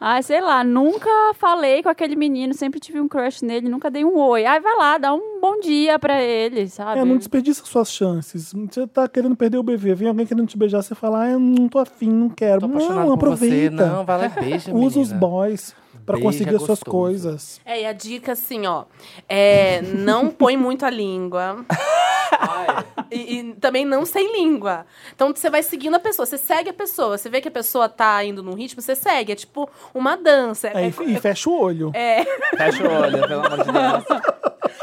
B: Ai, sei lá, nunca falei com aquele menino, sempre tive um crush nele, nunca dei um oi. Ai, vai lá, dá um bom dia pra ele, sabe?
C: É, não desperdiça suas chances. Você tá querendo perder o BV. Vem alguém querendo te beijar, você fala, ah, eu não tô afim, não quero.
A: Tô apaixonado
C: não,
A: por você.
C: aproveita.
A: Não, vai lá e beija,
C: Usa os
A: menina.
C: boys pra
A: né? Beija
C: conseguir as suas
A: gostoso.
C: coisas.
I: É, e a dica assim, ó. É, não põe muito a
C: [LAUGHS]
I: língua. e, e também não sem língua. Então você vai seguindo a pessoa, você segue a pessoa, você vê que a pessoa tá indo num ritmo, você segue. É tipo uma dança.
C: É,
I: É,
C: e fe- e fecha o olho.
I: é,
D: Fecha o olho, pelo amor de Deus.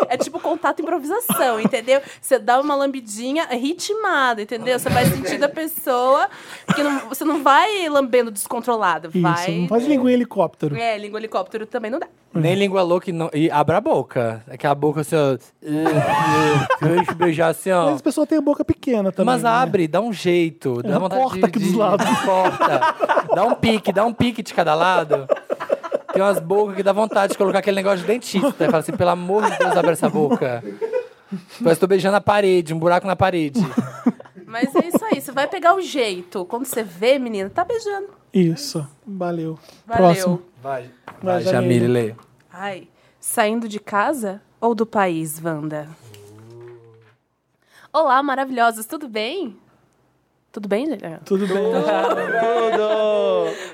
I: é tipo contato e improvisação, entendeu? Você dá uma lambidinha ritmada, entendeu? Você vai sentindo a pessoa, porque não- você não vai lambendo descontrolada,
C: Isso,
I: vai.
C: não faz língua em helicóptero.
I: É, língua helicóptero também não dá.
A: Nem
C: É.
A: língua louca e, não, e abra a boca. Aquela boca assim, ó. [LAUGHS] Deixa eu beijar assim, ó.
C: Mas as pessoas têm a boca pequena também.
A: Mas
C: né?
A: abre, dá um jeito. Dá
C: Ela
A: vontade
C: corta
A: de,
C: aqui
A: de-
C: dos lados.
A: [LAUGHS] Corta. Dá um pique, dá um pique de cada lado. Tem umas bocas que dá vontade de colocar aquele negócio de dentista. Fala assim, pelo amor de Deus, abre essa boca. Parece que tô beijando a parede, um buraco na parede.
I: Mas é isso aí, você vai pegar o jeito. Quando você vê, menina, tá beijando.
C: Isso. Valeu.
I: Valeu.
C: Próximo.
A: Vai,
C: Vai,
A: vai Jamile,
C: Jamile.
A: lê.
I: Ai, saindo de casa ou do país, Wanda? Olá, maravilhosos, tudo bem? Tudo bem, gente?
C: Tudo bem.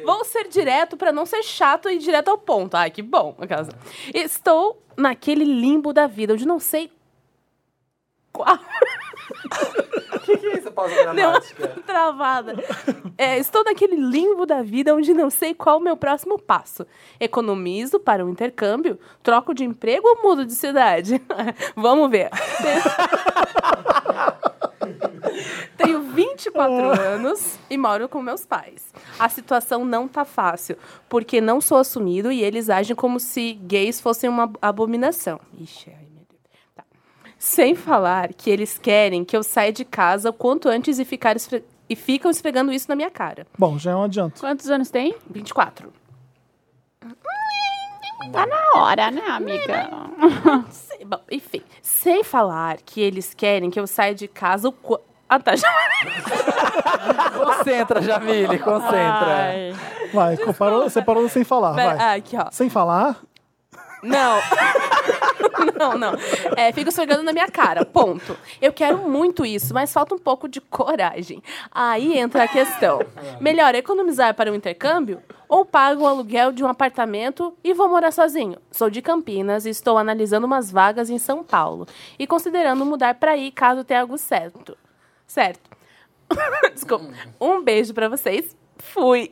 I: Vou ser direto pra não ser chato e direto ao ponto. Ai, que bom, aquelas. Estou naquele limbo da vida, onde não sei qual. Deu uma [LAUGHS] travada. É, estou naquele limbo da vida onde não sei qual o meu próximo passo. Economizo para um intercâmbio? Troco de emprego ou mudo de cidade? [LAUGHS] Vamos ver.
C: [LAUGHS]
I: Tenho 24
C: Ah.
I: anos e moro com meus pais. A situação não tá fácil, porque não sou assumido e eles agem como se gays fossem uma abominação. Ixi, ai meu Deus. Tá. Sem falar que eles querem que eu saia de casa o quanto antes e, ficar esfre- e ficam esfregando isso na minha cara.
C: Bom, já é um adianto.
B: Quantos anos tem?
I: 24.
B: Tá na hora, né, amiga?
I: Sei- bom, enfim. Sem falar que eles querem que eu saia de casa o quanto. Ah, tá. Já...
A: Concentra, Jamile, concentra.
B: Ai.
C: Vai, comparou, você parou sem falar.
I: Pera-
C: Vai.
I: ah, aqui, ó.
C: Sem falar?
I: Não. [LAUGHS] não, não. É, fica esfregando na minha cara. Ponto. Eu quero muito isso, mas falta um pouco de coragem. Aí entra a questão. Melhor economizar para um intercâmbio ou pago o aluguel de um apartamento e vou morar sozinho? Sou de Campinas e estou analisando umas vagas em São Paulo e considerando mudar para aí caso tenha algo certo. Certo. [LAUGHS] Desculpa. Um beijo para vocês. Fui.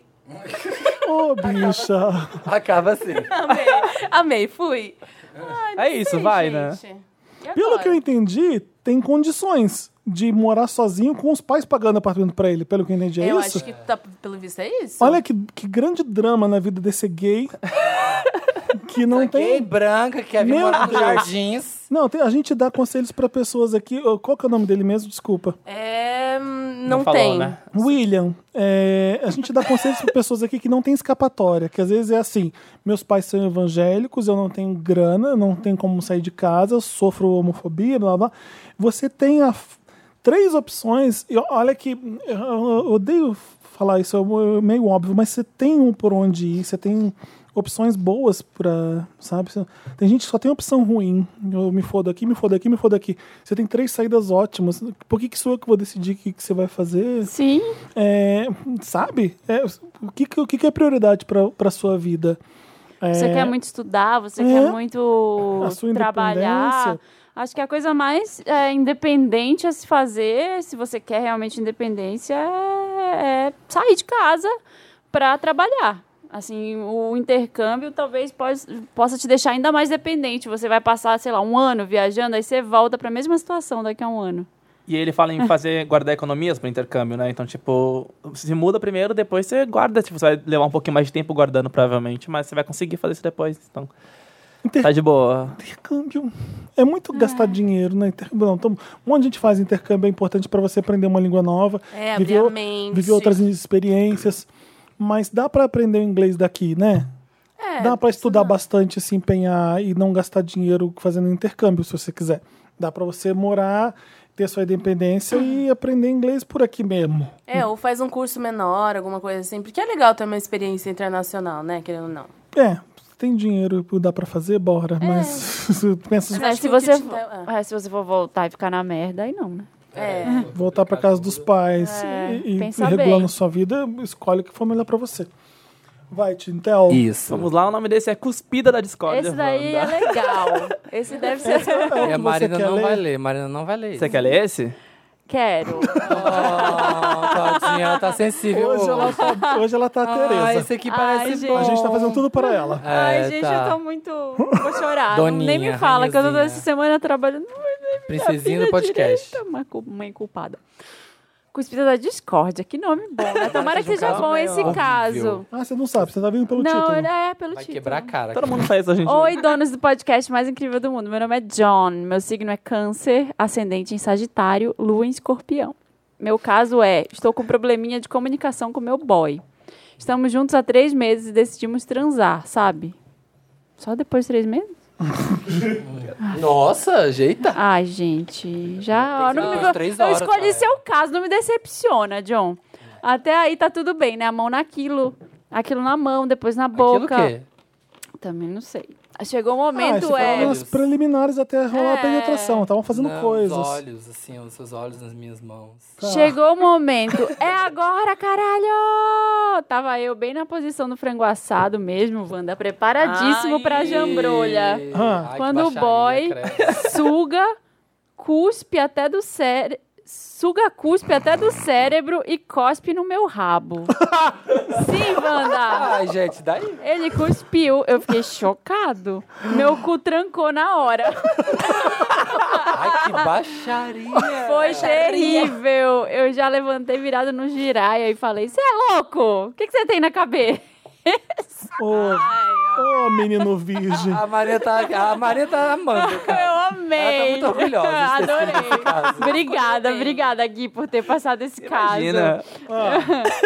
C: Ô, bicha.
A: Acaba assim.
I: Amei. Amei. Fui. Ai, não
D: É isso, vai, né?
I: gente. E
C: Pelo
I: agora?
C: que eu entendi, tem condições de morar sozinho com os pais pagando apartamento pra ele. Pelo que eu entendi, é
I: eu
C: isso?
I: acho que tá, pelo visto é isso.
C: Olha que, que grande drama na vida desse gay
I: [LAUGHS]
C: que não
A: Gay
C: tem.
A: branca que quer vir
C: Meu
A: morar nos
C: Deus.
A: jardins.
C: Não, tem- a gente dá conselhos pra pessoas aqui. Ô, Qual que é o nome dele mesmo? Desculpa.
I: É, hum, não,
D: falou,
I: tem.
D: né?
C: William, é, a gente dá conselhos para pessoas aqui que não têm escapatória, que às vezes é assim: meus pais são evangélicos, eu não tenho grana, não tenho como sair de casa, eu sofro homofobia, blá blá. Você tem a f- três opções, e o- olha que eu, eu odeio falar isso, é meio óbvio, mas você tem um por onde ir, você tem opções boas pra, sabe? Tem gente que só tem opção ruim. Eu me fodo aqui, me fodo aqui, me fodo aqui. Você tem três saídas ótimas. Por que, que sou eu que vou decidir o que, que você vai fazer?
B: Sim,
C: É, sabe? É, o que, que, o que que é prioridade pra, pra sua vida?
B: você
C: É,
B: quer muito estudar, você
C: É.
B: quer muito
C: A sua
B: trabalhar.
C: independência.
B: Acho que a coisa mais é, independente a se fazer, se você quer realmente independência, é, é sair de casa para trabalhar. Assim, o intercâmbio talvez pos- possa te deixar ainda mais dependente. Você vai passar, sei lá, um ano viajando, aí você volta para a mesma situação daqui a um ano.
D: E ele fala em fazer, guardar economias pro intercâmbio, né? Então, tipo, se muda primeiro, depois você guarda. Tipo, você vai levar um pouquinho mais de tempo guardando, provavelmente, mas você vai conseguir fazer isso depois. Então,
C: Inter-
D: tá de boa.
C: Intercâmbio. É muito
I: Ah.
C: gastar dinheiro, né? Intercâmbio não. Então, um monte de gente faz intercâmbio, é importante para você aprender uma língua nova.
I: É, abrir
C: viver,
I: a mente.
C: viver outras experiências. Mas dá para aprender o inglês daqui, né?
I: É,
C: dá para estudar bastante, se empenhar e não gastar dinheiro fazendo intercâmbio, se você quiser. Dá para você morar, ter sua independência e aprender inglês por aqui mesmo.
I: É, ou faz um curso menor, alguma coisa assim. Porque é legal ter uma experiência internacional, né? Querendo ou não.
C: É, se tem dinheiro, dá para fazer, bora.
B: É.
C: Mas [LAUGHS] pensa
B: Mas
I: acho
B: se
I: que o
B: você,
I: kit
B: for,
I: tá-
B: é, se você for voltar e ficar na merda, aí não, né?
I: É.
C: em voltar para casa dos pais
B: É,
C: e, e
B: pensa
C: regulando
B: bem.
C: sua vida, escolhe o que for melhor para você. Vai, Tintel.
A: Isso.
D: Vamos lá, o nome desse é Cuspida da Discórdia.
B: Esse daí é
D: Wanda.
B: legal. Esse deve
I: [LAUGHS]
B: ser. [LAUGHS]
C: É o que
A: E a
C: você
A: Marina
C: quer
A: não
C: ler?
A: vai ler, Marina não vai ler.
D: Você quer ler esse?
B: Quero.
A: Oh, tadinha, ela tá sensível.
C: Hoje ela tá, hoje ela tá a
A: Ah,
C: Tereza.
A: esse aqui
B: Ai,
A: parece
B: gente.
A: bom.
C: A gente tá fazendo tudo para ela.
B: Ai,
A: É,
B: gente,
A: tá.
B: eu tô muito. Vou chorar. Não- nem
A: Doninha,
B: me fala, que eu tô
A: rainhazinha.
B: essa semana trabalhando. Não, nem
A: Princesinha
B: minha
A: do podcast.
B: direita, uma cu- mãe culpada. Cuspida da discórdia, que nome bom, né?
C: tá
B: Tomara que
D: Seja um
B: seja
D: caso
B: bom esse
D: horrível.
B: caso.
C: Ah, você não sabe, você tá vindo pelo
B: Não,
C: título.
B: é pelo
A: Vai
B: título.
A: quebrar a cara.
D: Todo mundo faz isso, gente.
B: Oi, donos do podcast mais incrível do mundo. Meu nome é John, meu signo é câncer, ascendente em sagitário, lua em escorpião. Meu caso é, estou com probleminha de comunicação com meu boy. Estamos juntos há três meses e decidimos transar, sabe? Só depois de três meses?
A: Nossa, ajeita.
B: Ai, gente, já...
A: Tem que
B: não me-
A: ser umas três
B: eu
A: horas,
B: escolhi
A: cara.
B: seu caso, não me decepciona, John. Até aí tá tudo bem, né? A mão naquilo, aquilo na mão, depois na
A: Aquilo o
B: boca.
A: quê?
B: Também não sei. Chegou o
C: Ah, esse
B: momento,
C: foi
B: é...
C: umas preliminares até rolar a
B: É.
C: penetração. Estavam fazendo
A: Não,
C: coisas.
A: Os olhos, assim, os seus olhos nas minhas mãos.
C: Tá.
B: Chegou o momento. É agora, caralho! Tava eu bem na posição do frango assado mesmo, Wanda, preparadíssimo
I: Ai.
B: pra jambrolha.
A: Ih,
C: Ah.
A: ai, que
B: Quando o
A: baixaria,
B: boy
A: credo.
B: suga, cuspe até do cérebro. Suga cuspe até do cérebro e cospe no meu rabo. Sim, Wanda!
A: Ai, gente, daí.
B: Ele cuspiu, eu fiquei chocado. Meu cu trancou na hora.
A: Ai, que baixaria.
B: [LAUGHS] Foi terrível. Eu já levantei virado no giraia e falei: Você é louco? O que que você tem na cabeça?
C: Ô, ô, menino virgem.
A: A Maria tá, a Maria tá amando, cara.
B: Eu amei.
A: Ela tá muito
B: [LAUGHS]
A: orgulhosa de ter sido esse
B: Adorei.
A: caso.
B: Obrigada, obrigada, Gui, por ter passado esse
D: Imagina.
B: caso.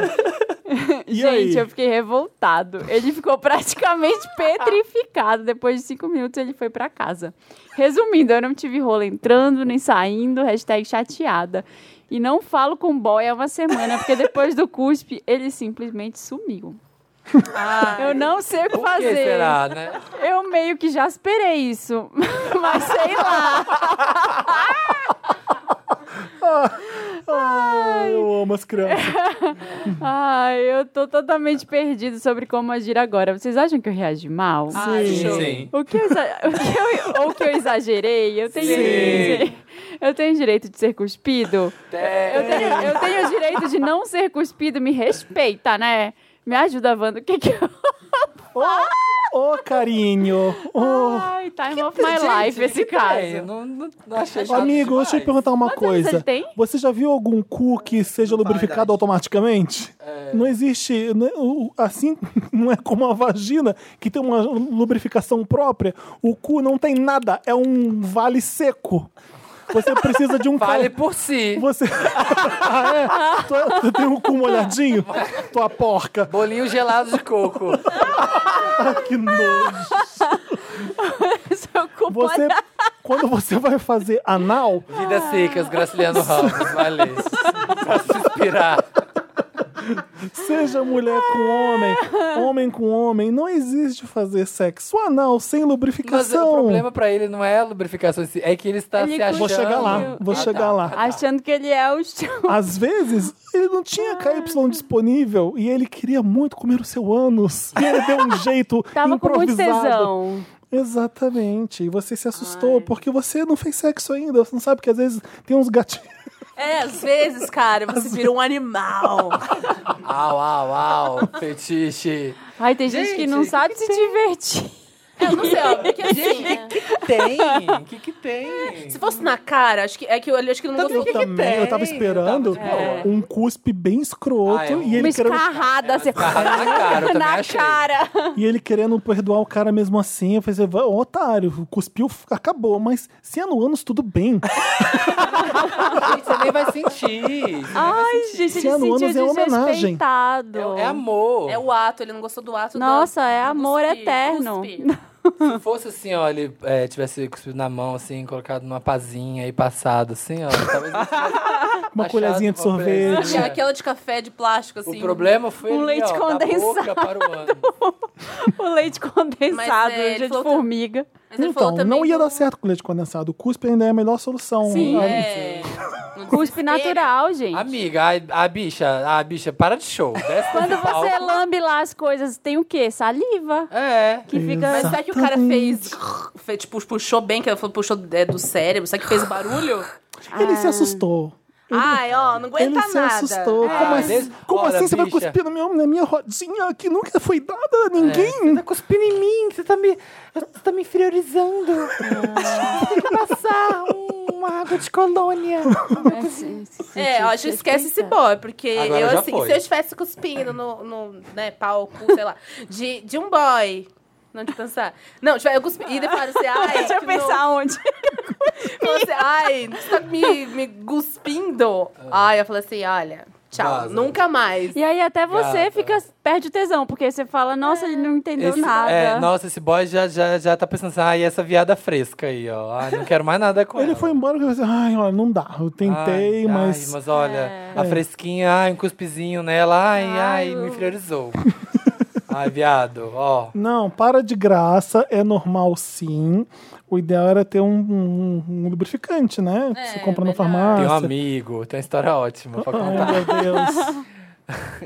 C: E
B: Gente,
C: aí?
B: eu fiquei revoltado. Ele ficou [LAUGHS] praticamente petrificado. Depois de cinco minutos, ele foi pra casa. Resumindo, eu não tive rolo entrando nem saindo, hashtag chateada. E não falo com boy há uma semana, porque depois do cuspe, ele simplesmente sumiu. eu não sei o que
A: O que
B: Ah, fazer.
A: será, né?
B: Eu meio que já esperei isso, [LAUGHS] mas sei lá.
C: Ah, eu amo as crianças.
B: Ai, eu tô totalmente perdido sobre como agir agora. Vocês acham que eu reagi mal?
C: Ah, Sim.
D: Sim.
B: O que eu, exa- o que eu- ou que eu exagerei, eu tenho, eu tenho direito de ser cuspido. Eu tenho, eu tenho direito de não ser cuspido, me respeita, né? Me ajuda, Wanda. O que que eu...
C: Ô, ô, carinho. Ô,
B: Ai, time of my life esse
A: É, eu
B: caso.
A: não, não, não achei chato
C: amigo,
A: demais.
C: deixa eu te perguntar uma
B: Quantos anos
C: coisa.
B: ele tem?
C: Você já viu algum cu que seja lubrificado automaticamente? Não existe. né, o- o- assim, [LAUGHS] não é como a vagina, que tem uma lubrificação própria. O cu não tem nada, é um vale seco. Você precisa
A: [LAUGHS]
C: de um
A: Vale
C: ca-
A: por si.
C: Você. [LAUGHS] ah, é? Tua- Tu tem um cu molhadinho? Tua porca.
A: Bolinho gelado de coco.
C: Que nojo.
B: [LAUGHS] Seu cu
C: Você. Quando você vai fazer anal,
A: Vida secas, Graciliano Ramos. Vale. pra se inspirar.
C: Seja mulher com homem,
B: Ah.
C: homem com homem, não existe fazer sexo anal sem
A: Mas é
C: lubrificação.
A: o problema pra ele não é a lubrificação, em si, é que ele está
B: Ele
A: se achando...
C: Vou chegar lá, vou
A: Ah, tá.
C: chegar lá.
B: Achando que ele é o chão.
C: Às vezes, ele não
A: Ah.
C: tinha KY disponível e ele queria muito comer o seu ânus. E ele deu um jeito
B: [LAUGHS] Tava com muito
C: improvisado.
B: tesão.
C: Exatamente. E você se assustou porque você não fez sexo ainda. Você não sabe que às vezes tem uns gatinhos.
I: É, às vezes, cara, você vira um animal.
A: Au, au, au, fetiche.
B: Ai, tem gente, que não
A: Gente,
B: sabe se divertir.
I: Eu não sei, ó, porque
B: é
I: assim,
B: né?
A: O que que tem? O que que tem?
I: se fosse na cara, acho que é que eu, acho que ele não
B: Tá
C: Eu
I: gostou.
C: também, eu tava
A: tem?
C: esperando
A: Eu tava de boa.
C: um cuspe bem escroto
A: Ah, é um-
C: e, ele
B: Uma
C: querendo,
I: É,
B: escarrada, assim.
A: escarrada na cara, eu também
B: [LAUGHS] Na
A: achei.
B: cara.
C: e ele querendo perdoar o cara mesmo assim. Eu falei, assim, "Ô, otário, cuspiu, acabou. Mas se é no ânus, tudo
I: [LAUGHS]
C: bem.
A: Gente, você nem vai sentir.
B: Ai, gente,
C: Esse
B: ele
C: ano
B: se
C: ônus é
B: sentiu
C: homenagem.
B: desrespeitado.
A: É, é amor.
I: É o ato, ele não gostou do ato. da-
B: Nossa, é
I: do
B: amor
I: cuspir,
B: eterno.
I: cuspir.
A: Se fosse assim, ó, ele é, tivesse cuspido na mão, assim, colocado numa pazinha e passado, assim, ó, talvez não tivesse
C: Uma
A: achado
C: colherzinha de
A: uma coisa. assim.
C: sorvete.
I: E
B: [LAUGHS]
I: Aquela de café de plástico, assim.
A: O problema foi
B: Um
A: ali,
B: leite
A: ó, da boca
B: condensado.
A: para o
B: [LAUGHS]
A: ano.
B: [LAUGHS] O leite condensado,
I: Mas, é, ele
B: gente, de
I: falou que-
B: formiga.
I: Mas ele falou
C: Então,
I: também
C: não ia
I: do-
C: dar certo com leite condensado. O cuspe ainda é a melhor solução.
B: Sim.
C: Ah,
I: É,
B: [LAUGHS]
I: no
B: Cuspe
I: desespero.
B: natural, gente.
A: Amiga, a, a bicha, a bicha, para de show. Desce
B: Quando
A: desse palco.
B: você é lambe lá as coisas, tem o quê? Saliva.
A: É.
B: Que fica...
I: Mas será que o cara fez, fez tipo, puxou bem, que ele falou, puxou é, do cérebro? Será que fez barulho?
C: Ele se assustou.
I: Ai, ó, não Ah. aguenta
C: Ele se
I: nada.
C: assustou.
A: É.
C: Como assim,
A: Des-
C: como
A: Ora,
C: assim você vai
A: bicha.
C: cuspir na minha, na minha rodinha que nunca foi dada a
A: Você
C: ninguém?
A: tá cuspindo em mim, você tá me, você tá me inferiorizando.
B: Ah.
A: Tem que passar uma água de colônia.
I: É, ó, a gente esquece esse boy, porque
A: Agora
I: eu,
A: já
I: assim,
A: foi.
I: se eu estivesse cuspindo no, no né, palco, sei lá, de, de um boy. Não de pensar. Não, tipo, eu cuspi e depois
B: [LAUGHS]
I: assim, ai.
B: Deixa eu
I: que
B: pensar onde.
I: Não, falou assim, ai, você tá me, me cuspindo? Ai, eu falei assim, olha, tchau,
A: Vaza.
I: nunca mais.
B: E aí até você
A: Gata.
B: fica perde o tesão, porque você fala, nossa, ele não entendeu
A: Esse-
B: nada.
A: é, nossa, esse boy já, já, já tá pensando assim, ah, e essa viada fresca aí, ó. Ai, não quero mais nada com
C: Ele
A: ela.
C: foi embora e falou assim: ai, olha, não dá. Eu tentei,
A: É. Ai,
C: mas. É.
A: ai, mas olha,
B: É.
A: a fresquinha, ai, um cuspizinho nela, ai, ai, me inferiorizou. ai, viado, ó.
C: Não, para de graça, é normal sim. O ideal era ter um, um- um lubrificante, né? Que você compra na
I: É, verdade.
A: Tem um
C: farmácia.
A: amigo, tem uma história ótima pra contar.
C: Ai, meu [LAUGHS] Deus.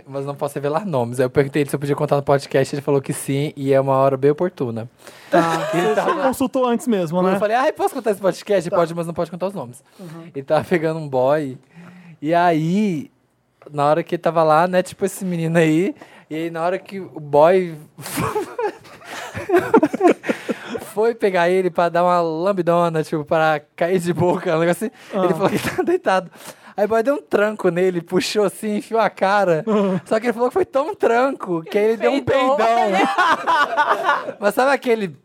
A: Mas não posso revelar nomes. Aí eu perguntei ele se eu podia contar no podcast, ele falou que sim, e é uma hora bem oportuna.
C: Tá.
A: Ele tava-
C: Você consultou antes mesmo,
A: Eu
C: né?
A: falei, ai, posso contar esse podcast? Pode, mas não pode contar os nomes. Ele tava pegando um boy. E aí, na hora que ele tava lá, né, tipo esse menino aí, e aí na hora que o boy [LAUGHS] foi pegar ele pra dar uma lambidona, tipo, pra cair de boca, um negócio assim, ele falou que ele tava deitado. Aí o boy deu um tranco nele, puxou assim, enfiou a cara. Só que ele falou que foi tão tranco que ele deu um
B: Peidou.
A: peidão. Mas sabe aquele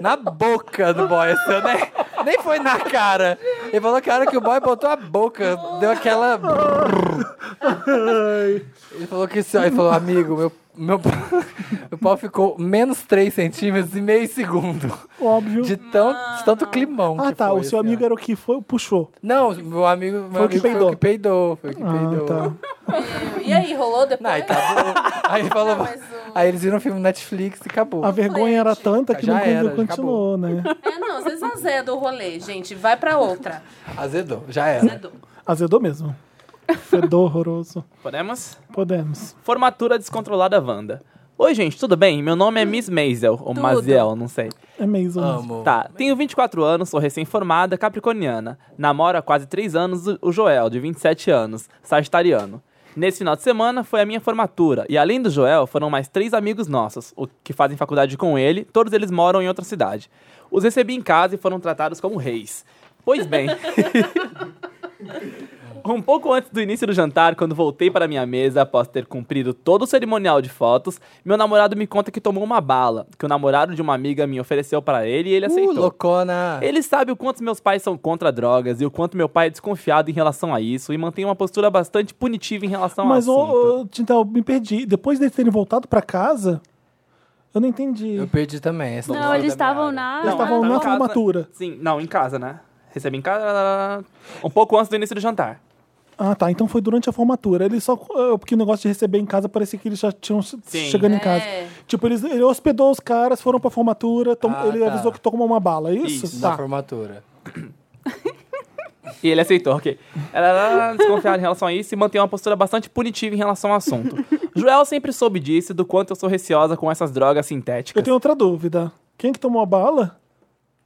A: na boca do boy, assim, eu nem, nem foi na cara. Ele falou que a hora que o boy botou a boca, deu aquela. Ele falou que assim, ó, ele falou, amigo, meu, meu, pau- meu pau ficou menos 3 centímetros e meio segundo.
C: Óbvio.
A: De, tão, de tanto climão.
C: Ah,
A: que
C: tá.
A: foi,
C: O seu
A: assim,
C: amigo
A: ó.
C: era o que foi, puxou.
A: Não, meu amigo, meu
C: Foi o que
A: amigo foi o
C: peidou.
A: que peidou. Foi o que
C: Ah,
A: peidou.
C: tá.
I: E aí, rolou depois?
A: Não, tá- aí acabou. Aí ele falou.
I: Não, mas o-
A: Aí eles viram o filme Netflix e acabou.
C: A vergonha era tanta que
A: Já
C: não
A: era, já
C: continuou, né?
I: É, não, às vezes azeda o rolê, gente. Vai pra outra.
A: Azedou, já era.
I: Azedou.
C: Azedou mesmo. Fedor horroroso.
D: Podemos?
C: Podemos.
D: Formatura descontrolada Wanda. Oi, gente, tudo bem? Meu nome é Miss Maisel, ou Maziel, não sei.
C: É mesmo.
A: Amo.
D: Tá, tenho 24 anos, sou recém-formada, capricorniana. Namoro há quase 3 anos o- o Joel, de 27 anos, sagitariano. Nesse final de semana foi a minha formatura, e além do Joel, foram mais três amigos nossos, o que fazem faculdade com ele, todos eles moram em outra cidade. Os recebi em casa e foram tratados como reis. Pois bem. Um pouco antes do início do jantar, quando voltei para minha mesa após ter cumprido todo o cerimonial de fotos, meu namorado me conta que tomou uma bala, que o namorado de uma amiga me ofereceu para ele e ele
A: Uh,
D: aceitou.
A: loucona.
D: Ele sabe o quanto meus pais são contra drogas e o quanto meu pai é desconfiado em relação a isso e mantém uma postura bastante punitiva em relação
C: Mas,
D: ao assunto.
C: ô, ô, Tintal, eu me perdi. Depois de terem voltado pra casa, eu não entendi.
A: Eu perdi também. essa
B: Não,
A: bola
B: eles
A: da
B: estavam
A: meada.
B: na...
C: Eles estavam
D: tá
B: [LAUGHS]
C: na
D: em casa.
C: formatura.
D: né? Sim, não, em casa, né? Recebi em casa um pouco antes do início do jantar.
C: Ah, tá. Então foi durante a formatura. Ele só. eh, Porque o negócio de receber em casa parecia que eles já tinham che-
D: Sim.
C: chegando em casa. Tipo, eles, ele hospedou os caras, foram pra formatura, tom-
A: Ah,
C: ele
A: tá.
C: avisou que tomou uma bala, é isso?
D: Isso.
A: Na
C: Tá.
A: formatura.
D: E ele aceitou, ok. Ela era desconfiada em relação a isso e mantém uma postura bastante punitiva em relação ao assunto. Joel sempre soube disso e do quanto eu sou receosa com essas drogas
C: Eu
D: sintéticas.
C: tenho outra dúvida. Quem que tomou a bala?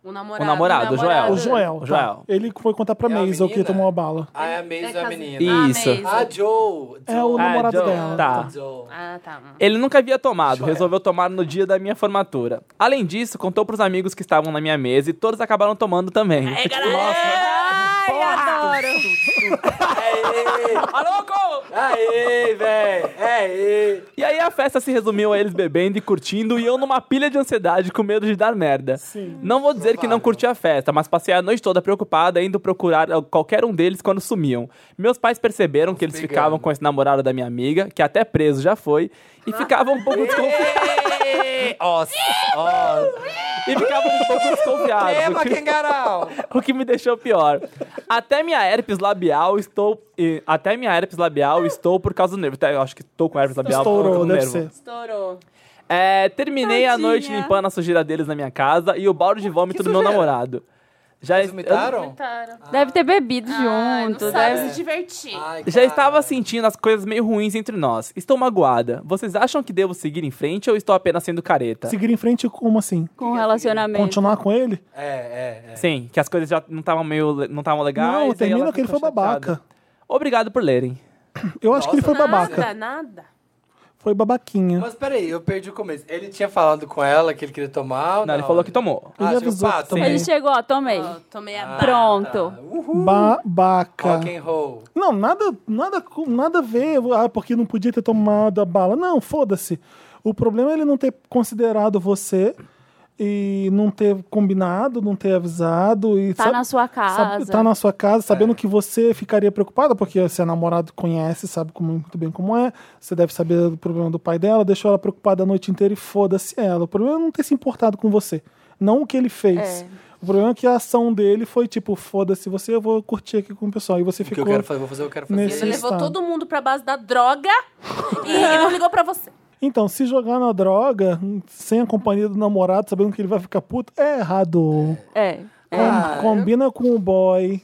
I: O namorado.
D: O namorado, o Joel.
C: O Joel.
D: O
C: tá.
D: É. Joel.
C: Ele foi contar pra
A: É a
C: Maisel que
A: menina?
C: tomou a bala.
A: Ah, é a Maisel, a menina.
D: Isso.
A: A Joe.
C: É o
A: Joe.
C: namorado
D: Joe,
C: dela.
D: tá.
A: Joe.
I: Ah, tá.
D: Ele nunca havia tomado, resolveu tomar no dia da minha formatura. Além disso, contou pros amigos que estavam na minha mesa e todos acabaram tomando também. É,
I: Ai, adoro.
D: louco!
A: Aê, véi. Aê.
D: E aí a festa se resumiu a eles bebendo e curtindo e eu numa pilha de ansiedade com medo de dar merda.
C: Sim.
D: Não vou dizer que não curti a festa, mas passei a noite toda preocupada indo procurar eh, qualquer um deles quando sumiam. Meus pais perceberam que eles
A: pegando.
D: ficavam com esse namorado da minha amiga, que até preso já foi,
C: [LAUGHS]
D: e ficavam um pouco desconfiados.
A: Ó, ó.
D: e ficavam um pouco desconfiados.
A: Ema,
D: o que- [LAUGHS]
A: Kengarau.
D: o que me deixou pior. Até minha herpes labial estou. e- Até minha herpes labial estou por causa do nervo. Tá, Eu acho que estou com herpes labial por causa
C: Estourou,
D: do
C: deve
D: nervo.
C: ser.
I: Estourou.
D: É, terminei a
B: Tadinha.
D: noite limpando a sujeira deles na minha casa e o balde de vômito do meu
A: sujeira?
D: namorado. Já,
A: Vocês vomitaram?
I: Taram.
B: Deve ter bebido
I: Ai,
B: junto.
I: Ah, não
B: Deve...
I: sabe se divertir.
A: É. Ai,
D: Já
A: cara.
D: estava sentindo as coisas meio ruins entre nós. Estou magoada. Vocês acham que devo seguir em frente ou estou apenas sendo careta?
C: Seguir em frente como assim?
B: Com relacionamento.
C: Continuar com ele?
A: É, é, é.
D: Sim, que as coisas já não estavam meio, le- não estavam legais. aí
C: não,
D: ela
C: termina que ele foi
D: ficou chateada.
C: babaca.
D: Obrigado por lerem.
C: Eu acho que ele foi
I: Nada,
C: babaca.
I: nada.
C: Foi babaquinha.
A: Mas peraí, eu perdi o começo. Ele tinha falado com ela que ele queria tomar? ou
D: Não, ele falou que tomou.
A: Ah,
C: Ele
A: chegou,
C: avisou
A: pá,
C: que
A: tomei.
B: Ele chegou, ó, tomei.
I: Ó, tomei a barra.
B: Pronto.
A: Uhul.
C: Babaca.
A: Rock and roll.
C: Não, nada, nada, com- nada a ver. Ah, porque não podia ter tomado a bala. Não, foda-se. O problema é ele não ter considerado você e não ter combinado, não ter avisado. E
B: Tá
C: sabe-
B: na sua
C: sabe-
B: casa.
C: tá na sua casa, sabendo
A: É.
C: que você ficaria preocupada, porque se a namorada conhece, sabe como- muito bem como é, você deve saber do problema do pai dela, deixou ela preocupada a noite inteira e foda-se ela. O problema é não ter se importado com você. Não o que ele fez. O problema é que a ação dele foi tipo, foda-se você, eu vou curtir aqui com o pessoal. E você
A: O que
C: ficou.
A: eu quero fazer, vou fazer o que eu quero fazer.
C: nesse-
I: Ele levou
C: Estado.
I: todo mundo pra base da droga e ele não ligou pra você.
C: Então, se jogar na droga, sem a companhia do namorado, sabendo que ele vai ficar puto, é errado.
B: É.
C: Com- combina com o boy,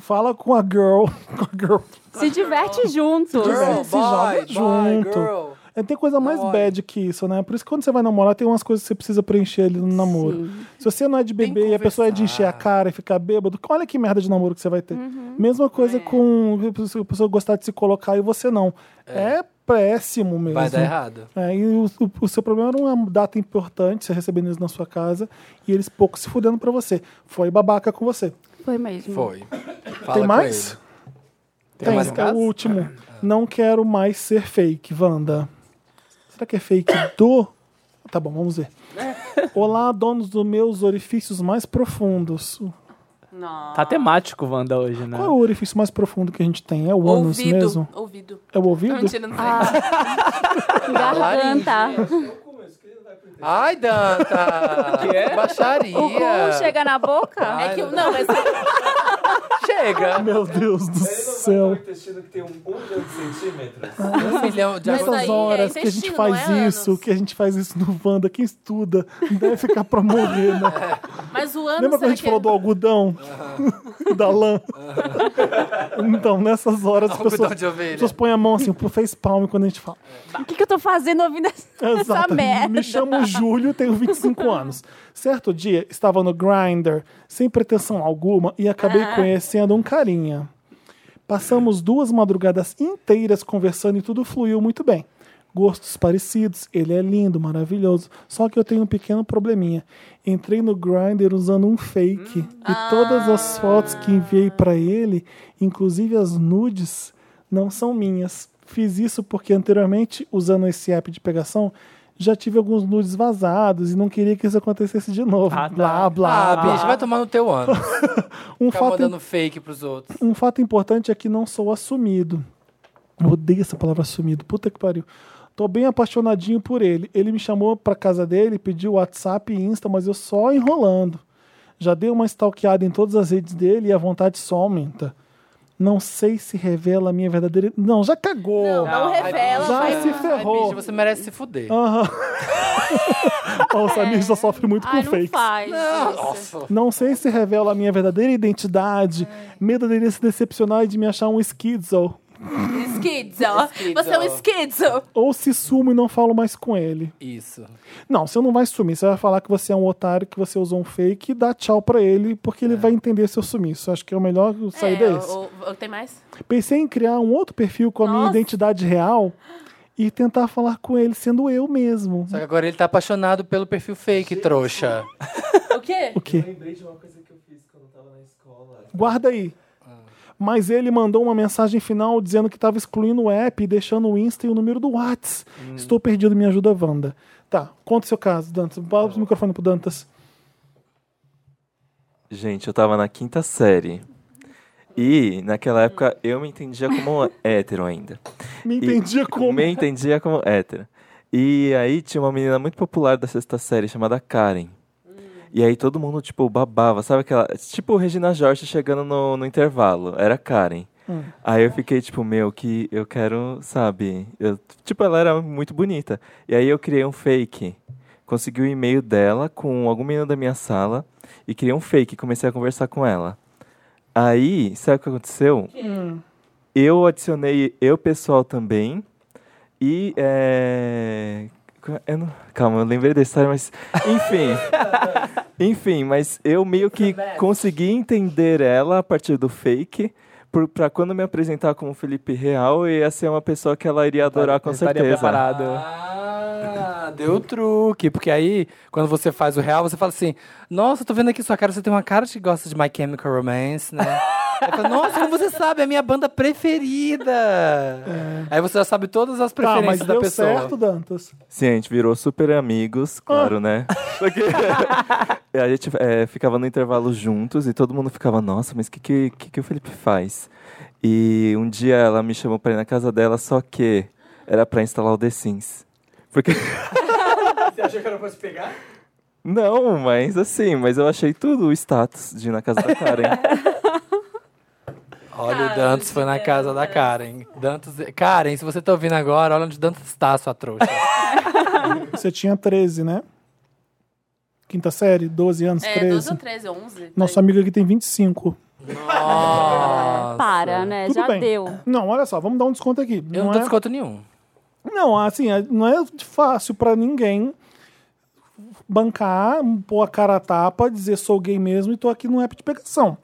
C: fala com a girl. [LAUGHS] Com a girl.
B: Se diverte junto.
A: Girl,
C: se
A: boy,
C: joga
A: boy,
C: junto.
A: girl.
C: É, tem coisa mais
A: Namore.
C: bad que isso, né? Por isso que quando você vai namorar, tem umas coisas que você precisa preencher ali no namoro. Se você não é de
A: Tem que
C: beber e a pessoa é de
A: conversar. Uhum.
C: encher a cara e ficar bêbado, olha que merda de namoro que você vai ter. Mesma coisa
A: É.
C: com a pessoa gostar de se colocar e você não. É, péssimo mesmo.
A: Vai dar errado.
C: É, e o, o- o seu problema era uma data importante, você recebendo eles na sua casa e eles pouco se fudendo pra você. Foi babaca com você.
B: Foi mesmo.
A: Foi. Fala
C: Tem
A: com
C: mais?
A: ele. Tem mais
C: é o
A: casos?
C: último. Não quero mais ser fake, Wanda. Será que é fake do. Tá bom, vamos ver.
A: É.
C: Olá, donos dos meus orifícios mais profundos.
I: Não.
D: Tá temático o Wanda hoje,
C: Ah.
D: né?
C: Qual é o orifício mais profundo que a gente tem? É o ânus
I: Ouvido.
C: mesmo?
I: Ouvido. Ah.
C: É o ouvido?
I: Não, mentira, não sei.
B: Garganta.
A: Ai, Danta! que é? Baixaria!
B: O cu chega na boca?
I: É que eu- não, mas
A: Chega!
C: Meu Deus do
A: tá
C: céu.
G: intestino que tem um milhão de centímetros.
A: Um milhão de
I: Mas
A: agora-
I: aí
C: Nessas
I: é
C: horas que a gente
I: intestino,
C: faz
I: não é
C: isso,
I: ânus.
C: que a gente faz isso no Wanda, quem estuda deve ficar pra morrer, né?
I: Mas o é. ano.
C: Lembra quando a gente falou do algodão? [LAUGHS] da lã? então, nessas horas as
A: Algodão
C: pessoas,
A: de ovelha.
C: as pessoas põem a mão assim, pro face palm quando a gente fala.
B: [LAUGHS] O que, que eu tô fazendo ouvindo [LAUGHS] essa, essa
C: Exato.
B: merda?
C: Me chamo Júlio,
B: [LAUGHS]
C: tenho 25 anos. Certo dia, estava no Grindr, sem pretensão alguma, e acabei conhecendo um carinha. Passamos duas madrugadas inteiras conversando e tudo fluiu muito bem. Gostos parecidos, ele é lindo, maravilhoso. Só que eu tenho um pequeno probleminha. Entrei no Grindr usando um fake.
A: Ah.
C: E todas as fotos que enviei pra ele, inclusive as nudes, não são minhas. Fiz isso porque anteriormente, usando esse app de pegação, já tive alguns nudes vazados e não queria que isso acontecesse de novo.
D: Ah, tá.
C: Blá, blá,
A: Ah,
C: blá.
A: bicho, vai tomar no teu ano.
C: Um
A: Ficar
C: fato
A: mandando fake pros outros.
C: um fato importante é que não sou assumido. Eu odeio essa palavra assumido. Puta que pariu. Tô bem apaixonadinho por ele. Ele me chamou pra casa dele, pediu WhatsApp e Insta, mas eu só enrolando. Já dei uma stalkeada em todas as redes dele e a vontade só aumenta. Não sei se revela a minha verdadeira. Não, já cagou.
I: Não, não,
D: Não, é
I: revela.
C: já
I: vai-
C: se ferrou. Ah.
A: Ai, bicho, você merece se fuder.
C: Aham.
B: [LAUGHS]
C: Ó, o Samir já sofre muito
B: Ai, não
C: com fakes.
B: faz. isso.
C: Não sei se revela a minha verdadeira identidade. Medo dele se decepcionar e de me achar um schizo.
I: Esquizo. Você é um esquizo.
C: Ou se sumo e não falo mais com ele.
A: Isso.
C: Não, você não vai sumir. Você vai falar que você é um otário, que você usou um fake e dá tchau pra ele, porque
G: É.
C: ele vai entender seu sumiço. Acho que é o melhor sair
I: é,
C: desse.
I: o, o- tem mais?
C: Pensei em criar um outro perfil com a minha
I: Nossa.
C: identidade real e tentar falar com ele sendo eu mesmo.
A: Só que agora ele tá apaixonado pelo perfil fake, trouxa.
I: O quê?
C: O quê?
G: Lembrei de uma coisa que eu fiz quando eu tava na escola. Ah.
C: Guarda aí. Mas ele mandou uma mensagem final dizendo que estava excluindo o app e deixando o Insta e o número do Whats.
G: Hum.
C: Estou perdido, me ajuda, Wanda. Tá, conta o seu caso, Dantas.
G: Tá
C: Bota o microfone pro Dantas.
G: Gente, eu tava na quinta série. E naquela época eu me entendia como hétero ainda.
C: Me
G: E-
C: entendia como.
G: Me entendia como hétero. E aí tinha uma menina muito popular da sexta série chamada Karen. E aí todo mundo, tipo, babava, sabe aquela. Tipo Regina Jorge chegando no, no intervalo. Era Karen. Aí eu fiquei, tipo, meu, que eu quero, sabe? eu- tipo, ela era muito bonita. E aí eu criei um fake. Consegui o e-mail dela com algum menino da minha sala e criei um fake. Comecei a conversar com ela. Aí, sabe o que aconteceu? Eu adicionei eu pessoal também. E é. co- eu não- Calma, eu lembrei da história, mas. Enfim. Enfim, mas eu meio que consegui entender ela a partir do fake. por- Pra quando me apresentar como Felipe Real, eu ia ser uma pessoa que ela iria adorar com
D: Estaria
G: certeza.
D: preparado.
A: Ah, deu o truque. Porque aí, quando você faz o real, você fala assim: Nossa, tô vendo aqui sua cara, você tem uma cara de que gosta de My Chemical Romance, né?
C: [LAUGHS]
A: Aí fala, Nossa, como você sabe, é a minha banda preferida. Aí você já sabe todas as
C: Tá, É.
A: preferências
C: mas
A: da
C: deu
A: pessoa.
C: certo, Dantas.
G: Sim, a gente virou super amigos, claro, né? Só que a gente é, ficava no intervalo juntos e todo mundo ficava, nossa, mas o que, que, que, que o Felipe faz? E um dia ela me chamou pra ir na casa dela, só que era pra instalar o The Sims. Porque.
A: [LAUGHS] Você achou que eu não fosse pegar?
G: Não, mas assim, mas eu achei tudo o status de ir na casa da Karen.
A: Olha, o Dantas foi na casa da Karen. Dantas... Karen, se você tá ouvindo agora, olha onde o Dantas tá,
C: [LAUGHS]
A: sua trouxa.
C: Você tinha 13, né? Quinta série, 12 anos,
I: É, 12 ou
C: 13.
I: 13, 11.
C: Nosso amigo aqui tem 25.
A: Nossa.
B: Para, né?
C: Tudo
B: Já
C: bem.
B: deu.
C: Não, olha só, vamos dar um desconto aqui.
A: Eu não
C: não é...
A: dou desconto nenhum.
C: Não, assim, é- não é fácil pra ninguém bancar, pôr a cara a tapa, dizer sou gay mesmo e tô aqui no app de pegação.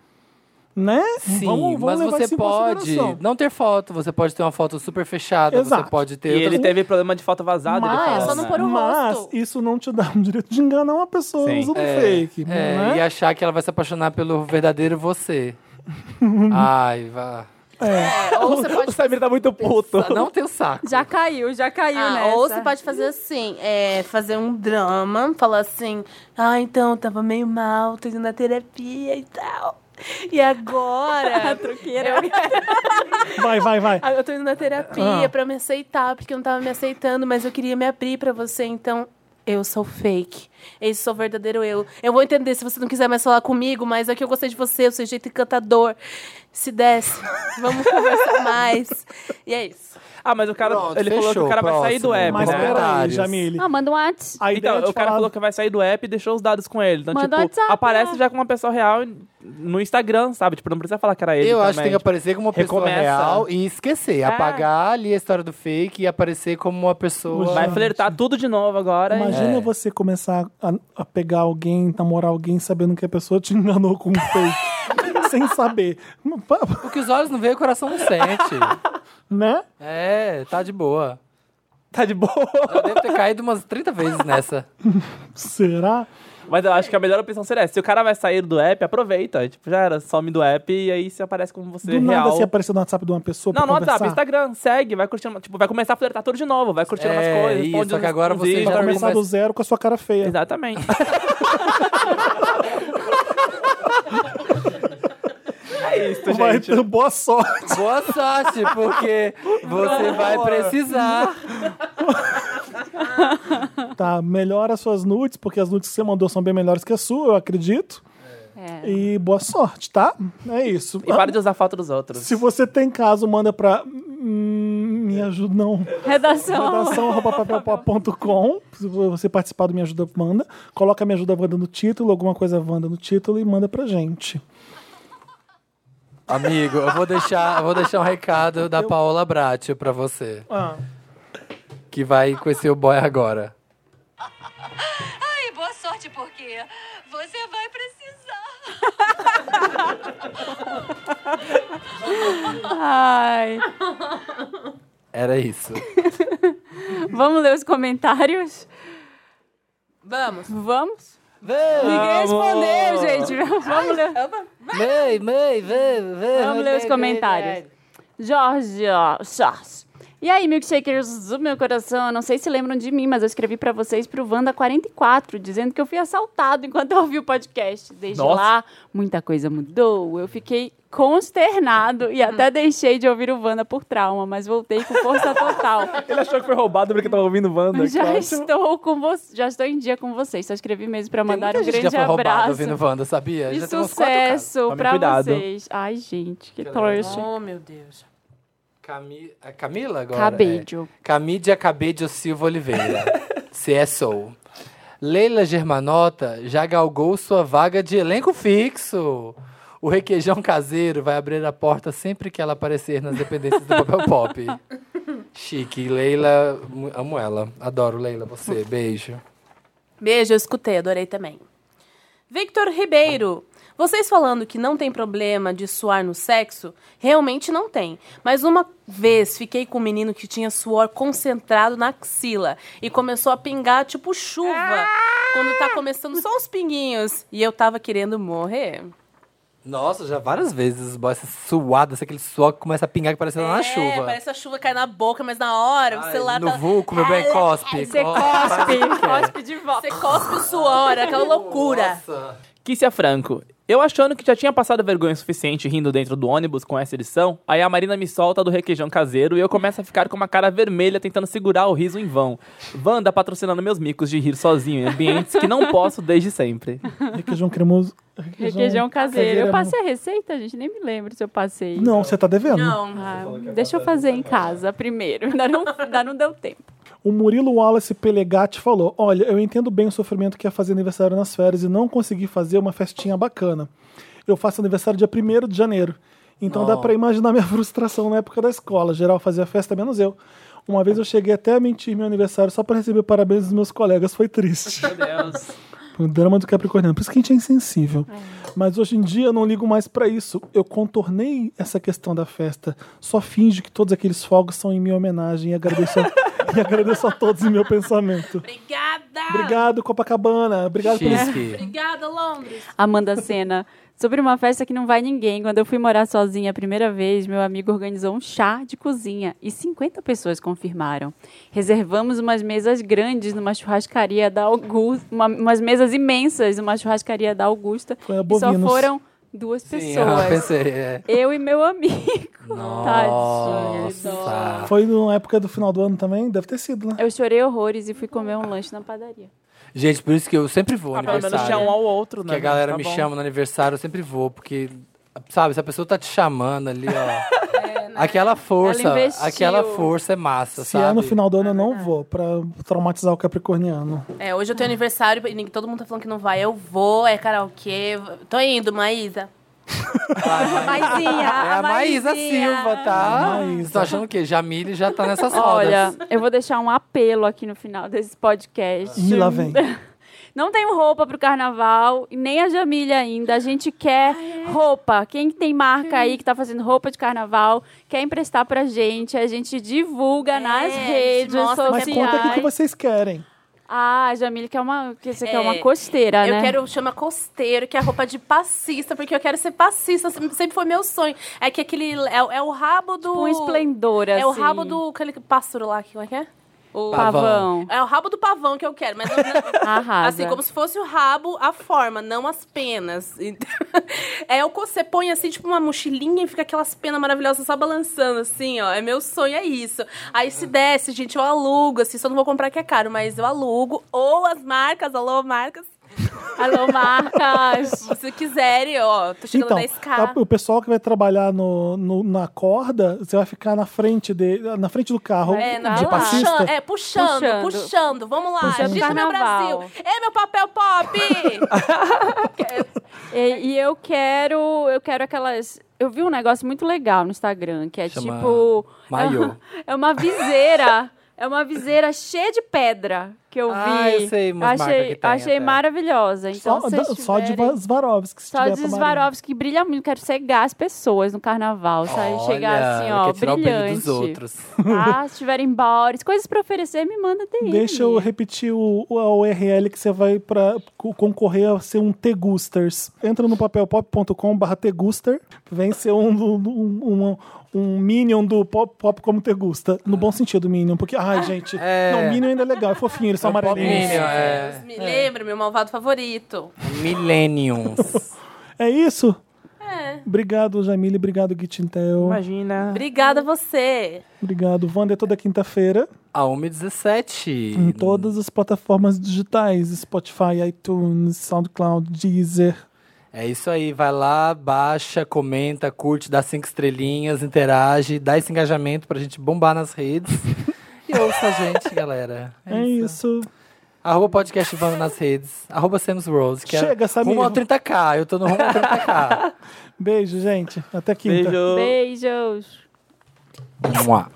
C: Né?
A: Sim,
C: Vamos- vamos
A: mas
C: levar isso
A: você
C: em
A: pode
C: consideração.
A: não ter foto, você pode ter uma foto super fechada,
C: Exato.
A: você pode ter.
D: E ele
A: outras-
D: teve problema de foto vazada, ele
C: Mas- é
D: falou,
I: é só não
D: né?
I: pôr o
C: Mas
I: rosto.
C: isso não te dá o direito de enganar uma pessoa
D: Sim.
C: usando
A: É,
C: fake.
D: um
A: é,
C: né?
A: E achar que ela vai se apaixonar pelo
C: [LAUGHS]
A: verdadeiro você. Ai, vá.
I: É, ou você
D: [LAUGHS]
I: pode
D: O Samir tá muito puto.
A: Não tem o saco.
B: Já caiu, já caiu,
I: Ah,
B: né?
I: Ou você pode fazer assim, é, fazer um drama, falar assim, ah, então, eu tava meio mal, tô indo na terapia e tal. E [LAUGHS] agora, é
B: Truqueira.
C: Vai, vai,
A: [LAUGHS]
C: vai.
I: Ah, eu tô indo na terapia
C: Ah.
I: pra me aceitar, porque eu não tava me aceitando, mas eu queria me abrir pra você, então eu sou fake. Esse sou o verdadeiro eu. Eu vou entender se você não quiser mais falar comigo, mas é que eu gostei de você, o seu jeito encantador. Se desce, vamos [LAUGHS] conversar mais. E é isso.
D: Ah, mas o cara.
A: Pronto,
D: ele falou que
A: fechou,
D: o cara vai sair
A: próximo.
D: do app,
C: Mas
D: né?
A: pera-
C: peraí,
A: Comentários.
B: [LAUGHS]
C: Jamile.
B: Ah, manda um WhatsApp.
C: A ideia
D: Então,
C: de
D: o cara
C: falar-
D: falou que vai sair do app e deixou os dados com ele. Então,
B: Manda
D: tipo,
B: WhatsApp,
D: aparece
B: né?
D: já com uma pessoa real no Instagram, sabe? Tipo, não precisa falar que era ele.
A: Eu acho que tem
D: também.
A: que aparecer como uma pessoa
D: Recomeça.
A: real e esquecer.
C: Ah.
D: É.
A: Apagar ali a história do fake e aparecer como uma pessoa.
D: Vai flertar tudo de novo agora. e-
C: Imagina você começar a, a pegar alguém, namorar alguém, sabendo que a pessoa te [LAUGHS] enganou com um fake. [LAUGHS] sem saber.
A: O que os olhos não veem, o coração
C: [LAUGHS]
A: não sente.
C: Né?
A: é, tá de boa.
D: [LAUGHS] Tá de boa.
A: Eu devo ter caído umas 30 vezes
C: [LAUGHS]
A: nessa.
C: Será?
D: Mas eu acho que a melhor opção seria essa. Se o cara vai sair do app, aproveita. Tipo, já era, some do app e aí você aparece como você
C: Do
D: é real.
C: nada se aparecer no WhatsApp de uma pessoa
D: Não,
C: pra
D: no WhatsApp, tá
C: conversar?
D: Instagram, segue, vai curtindo. Tipo, vai começar a flertar tudo de novo, vai curtindo
A: É,
D: umas coisas.
A: isso,
D: responde
A: só que
D: uns-
A: agora
D: uns
A: você já
D: vídeos.
C: Vai começar
A: Mas-
C: do zero com a sua cara feia.
D: Exatamente. é isso, gente.
C: Vai ter boa sorte.
A: Boa sorte, porque você vai precisar.
C: Tá, melhora as suas nudes, porque as nudes que você mandou são bem melhores que a sua, eu acredito.
B: É.
C: E boa sorte, tá? É isso.
D: E para de usar foto
A: [LAUGHS]
D: dos outros.
C: Se você tem caso, manda pra. hum, me ajuda, não.
B: Redação.
C: Redação arroba papelpop.com. Se você participar do Me Ajuda Wanda, coloca Me Ajuda Wanda no título, alguma coisa Wanda no título e manda pra gente.
A: Amigo, eu vou deixar, eu vou deixar um recado da Paola Bratio pra você. Que vai conhecer o boy agora.
E: Ai, boa sorte, porque você vai precisar.
B: Ai.
A: Era isso.
B: Vamos ler os comentários?
I: Vamos.
B: Vamos? Ninguém respondeu, gente. Vamos ler.
A: Mãe, mãe, vem, vem.
B: Vamos ler os comentários. é Jorge, ó, Jorge. E aí, milkshakers do meu coração, eu não sei se lembram de mim, mas eu escrevi pra vocês pro Wanda44, dizendo que eu fui assaltado enquanto eu ouvi o podcast. Desde
D: Nossa.
B: lá, muita coisa mudou. Eu fiquei consternado e
A: Hum.
B: até deixei de ouvir o Wanda por trauma, mas voltei com força
A: [LAUGHS]
B: total.
D: Ele achou que foi roubado porque tava ouvindo Wanda.
B: já
D: que ótimo.
B: estou com vocês, já estou em dia com vocês. Só escrevi mesmo pra mandar
A: Muita
B: um
A: gente já
B: grande
A: foi roubado
B: abraço. é
A: ouvindo Wanda, sabia?
B: E
A: já tem uns quatro casos.
B: sucesso
D: Tomem
B: pra
D: cuidado.
B: vocês. Ai, gente, que torcha.
I: Oh, meu Deus.
A: Cami... a Camila agora?
B: Cabedio.
A: É. Camídia Cabedio Silva Oliveira. CSO. Leila Germanota já galgou sua vaga de elenco fixo. O requeijão caseiro vai abrir a porta sempre que ela aparecer nas dependências do papel pop. Chique. Leila, mu- amo ela. Adoro, Leila, você. Beijo.
I: Beijo, eu escutei, adorei também. Victor Ribeiro. Vocês falando que não tem problema de suar no sexo, realmente não tem. Mas uma vez fiquei com um menino que tinha suor concentrado na axila e começou a pingar tipo chuva. Quando tá começando só uns pinguinhos. E eu tava querendo morrer.
A: Nossa, já várias vezes os boys suados, aquele suor que começa a pingar que parece lá na
I: É,
A: chuva.
I: Parece a chuva cai na boca, mas na hora,
A: Ai,
I: você lá
A: no
I: tá...
A: vulco, meu bem, cospe.
B: Você cospe, cospe de volta.
I: Você cospe o suor, aquela loucura.
A: Nossa.
D: Kícia Franco. Eu achando que já tinha passado vergonha suficiente rindo dentro do ônibus com essa edição, aí a Marina me solta do requeijão caseiro e eu começo a ficar com uma cara vermelha tentando segurar o riso em vão. Wanda patrocinando meus micos de rir sozinho em ambientes que não posso desde sempre.
C: Requeijão cremoso.
B: Requeijão caseiro.
C: caseiro é
B: Eu passei a receita, gente, nem me lembro se eu passei.
C: Não, você tá devendo.
I: Não.
B: Ah, deixa eu fazer em casa primeiro. [LAUGHS] Ainda não, ainda não deu tempo.
C: O Murilo Wallace Pelegatti falou: Olha, eu entendo bem o sofrimento que é fazer aniversário nas férias e não conseguir fazer uma festinha bacana. Eu faço aniversário dia 1 de janeiro. Então dá pra imaginar minha [LAUGHS] frustração na época da escola. Geral fazia festa, menos eu. Uma vez eu cheguei até a mentir meu aniversário só pra receber parabéns dos meus colegas. Foi triste.
D: Meu Deus.
C: O drama do Capricorniano. Por isso que a gente é insensível. Mas hoje em dia eu não ligo mais pra isso. Eu contornei essa questão da festa. Só finge que todos aqueles fogos são em minha homenagem e agradeço a, [LAUGHS] e agradeço a todos em meu pensamento.
I: Obrigada!
C: Obrigado, Copacabana. Obrigado por isso.
A: Chique.
I: Obrigada, Londres!
B: Amanda Sena. Sobre uma festa que não vai ninguém. Quando eu fui morar sozinha a primeira vez, meu amigo organizou um chá de cozinha e 50 pessoas confirmaram. Reservamos umas mesas grandes numa churrascaria da Augusta, uma- umas mesas imensas numa churrascaria da Augusta.
C: Foi a
B: e só
C: Bovinos.
B: foram duas
A: Sim, eu
B: pessoas.
A: pensei. É.
B: Eu e meu
C: [LAUGHS]
B: amigo. Tadinho.
A: Nossa.
C: Foi na época do final do ano também? Deve ter sido, né?
B: Eu chorei horrores e fui comer um lanche na padaria.
A: Gente, por isso que eu sempre vou ao
D: Ah, pelo menos
A: aniversário.
D: tinha um ao outro, né?
A: que a galera
D: Tá
A: me
D: bom.
A: chama no aniversário, eu sempre vou, porque, sabe, se a pessoa tá te chamando ali,
B: [LAUGHS]
A: ó. Aquela força,
B: É, né? Ela investiu.
A: aquela força é massa,
C: Se
A: sabe?
C: é no final do ano, eu não vou, pra traumatizar o Capricorniano.
I: É, hoje eu tenho aniversário e ninguém- todo mundo tá falando que não vai. Eu vou, é karaokê. Tô indo, Maísa.
B: [LAUGHS] Maisinha,
A: É a Maísa Silva, tá? Vocês estão achando o quê? Jamile já tá nessas rodas.
B: Olha, eu vou deixar um apelo aqui no final desse podcast.
C: Ih, lá vem.
B: Não tenho roupa pro carnaval, e nem a Jamília ainda. A gente quer
I: Ah, é?
B: roupa. Quem tem
I: Hum.
B: marca aí que tá fazendo roupa de carnaval, quer emprestar pra gente. A gente divulga
I: a
B: nas
I: É, gente
B: redes
I: mostra.
B: sociais.
C: Mas conta aqui o que vocês querem.
B: Ah, a Jamília quer uma. que Você quer
I: É,
B: uma costeira,
I: eu
B: né?
I: quero chama costeiro, que é a roupa de passista, porque eu quero ser passista. sem- Sempre foi meu sonho. É que aquele. É, é o rabo do.
B: um esplendor, assim.
I: É o rabo do. Aquele pássaro lá, que- como é que é? O
B: pavão.
I: É o rabo do pavão que eu quero, mas não-
B: Arrasa.
I: assim, como se fosse o rabo, a forma, não as penas. [LAUGHS] Então, é o que você põe assim, tipo uma mochilinha e fica aquelas penas maravilhosas só balançando, assim, ó. É meu sonho, é isso. Aí se desce, gente, eu alugo, assim, só não vou comprar que é caro, mas eu alugo. Ou as marcas, alô, marcas.
B: [LAUGHS] Alô, marcas!
I: Se quiserem, ó, tô chegando
C: Então,
I: na escada.
C: a- o pessoal que vai trabalhar no, no- na corda, você vai ficar na frente de, na frente do carro
I: É, na-
C: de
B: lá.
C: passista.
I: Puxando, é, puxando, puxando,
B: Puxando.
I: Vamos lá,
B: Puxando
I: agita meu
B: carnaval.
I: Brasil. É meu papel pop!
B: E, e eu quero. Eu quero aquelas. Eu vi um negócio muito legal no Instagram, que é
A: Chama
B: tipo.
A: maiô.
B: É uma, [LAUGHS] é uma viseira. é uma viseira cheia de pedra que eu vi.
A: Ah, eu sei umas marcas
B: achei
A: que tem
B: achei
A: até.
B: maravilhosa. Então,
C: só,
B: se vocês
C: da- só de
B: tiverem-
C: Svarovski, se
B: Só
C: tiver
B: de
C: pra
B: Swarovski, que brilha muito. Quero cegar as pessoas no carnaval, sabe? Chegar assim,
A: ela
B: ó,
A: quer tirar o brilho
B: brilhante.
A: dos outros.
B: Ah, se tiverem bores, coisas pra oferecer, me manda DM.
C: Deixa eu repetir o, o- a URL que você vai para concorrer a ser um Tegusters. Entra no papelpop.com/barra Teguster, vem ser um, um, um, um Minion do Pop, pop como Tegusta. No bom sentido, Minion, porque,
A: [LAUGHS]
C: ai, gente,
A: É.
C: não, Minion ainda é legal, é fofinho, eles são
A: É um pop
C: amarelinhos.
A: Minion,
I: Deus,
A: é.
I: Me lembro, meu malvado favorito.
C: [LAUGHS]
A: Millenniums.
C: É isso?
I: É.
C: Obrigado, Jamile, obrigado, Gitintel.
D: Imagina.
I: Obrigada a você.
C: Obrigado, Wander, toda quinta-feira,
A: A 1h17.
C: em todas as plataformas digitais: Spotify, iTunes, SoundCloud, Deezer.
A: É isso aí, vai lá, baixa, comenta, curte, dá cinco estrelinhas, interage, dá esse engajamento pra gente bombar
C: [LAUGHS]
A: nas redes. e ouça a gente, galera.
C: É, isso.
A: Arroba podcast Vando nas redes. Arroba Sam's Rose, que
C: Chega,
A: é
C: Samir.
A: rumo ao 30k. Eu tô no rumo ao 30k.
C: Beijo, gente. Até quinta.
D: Beijo.
B: Beijos.
A: Mua.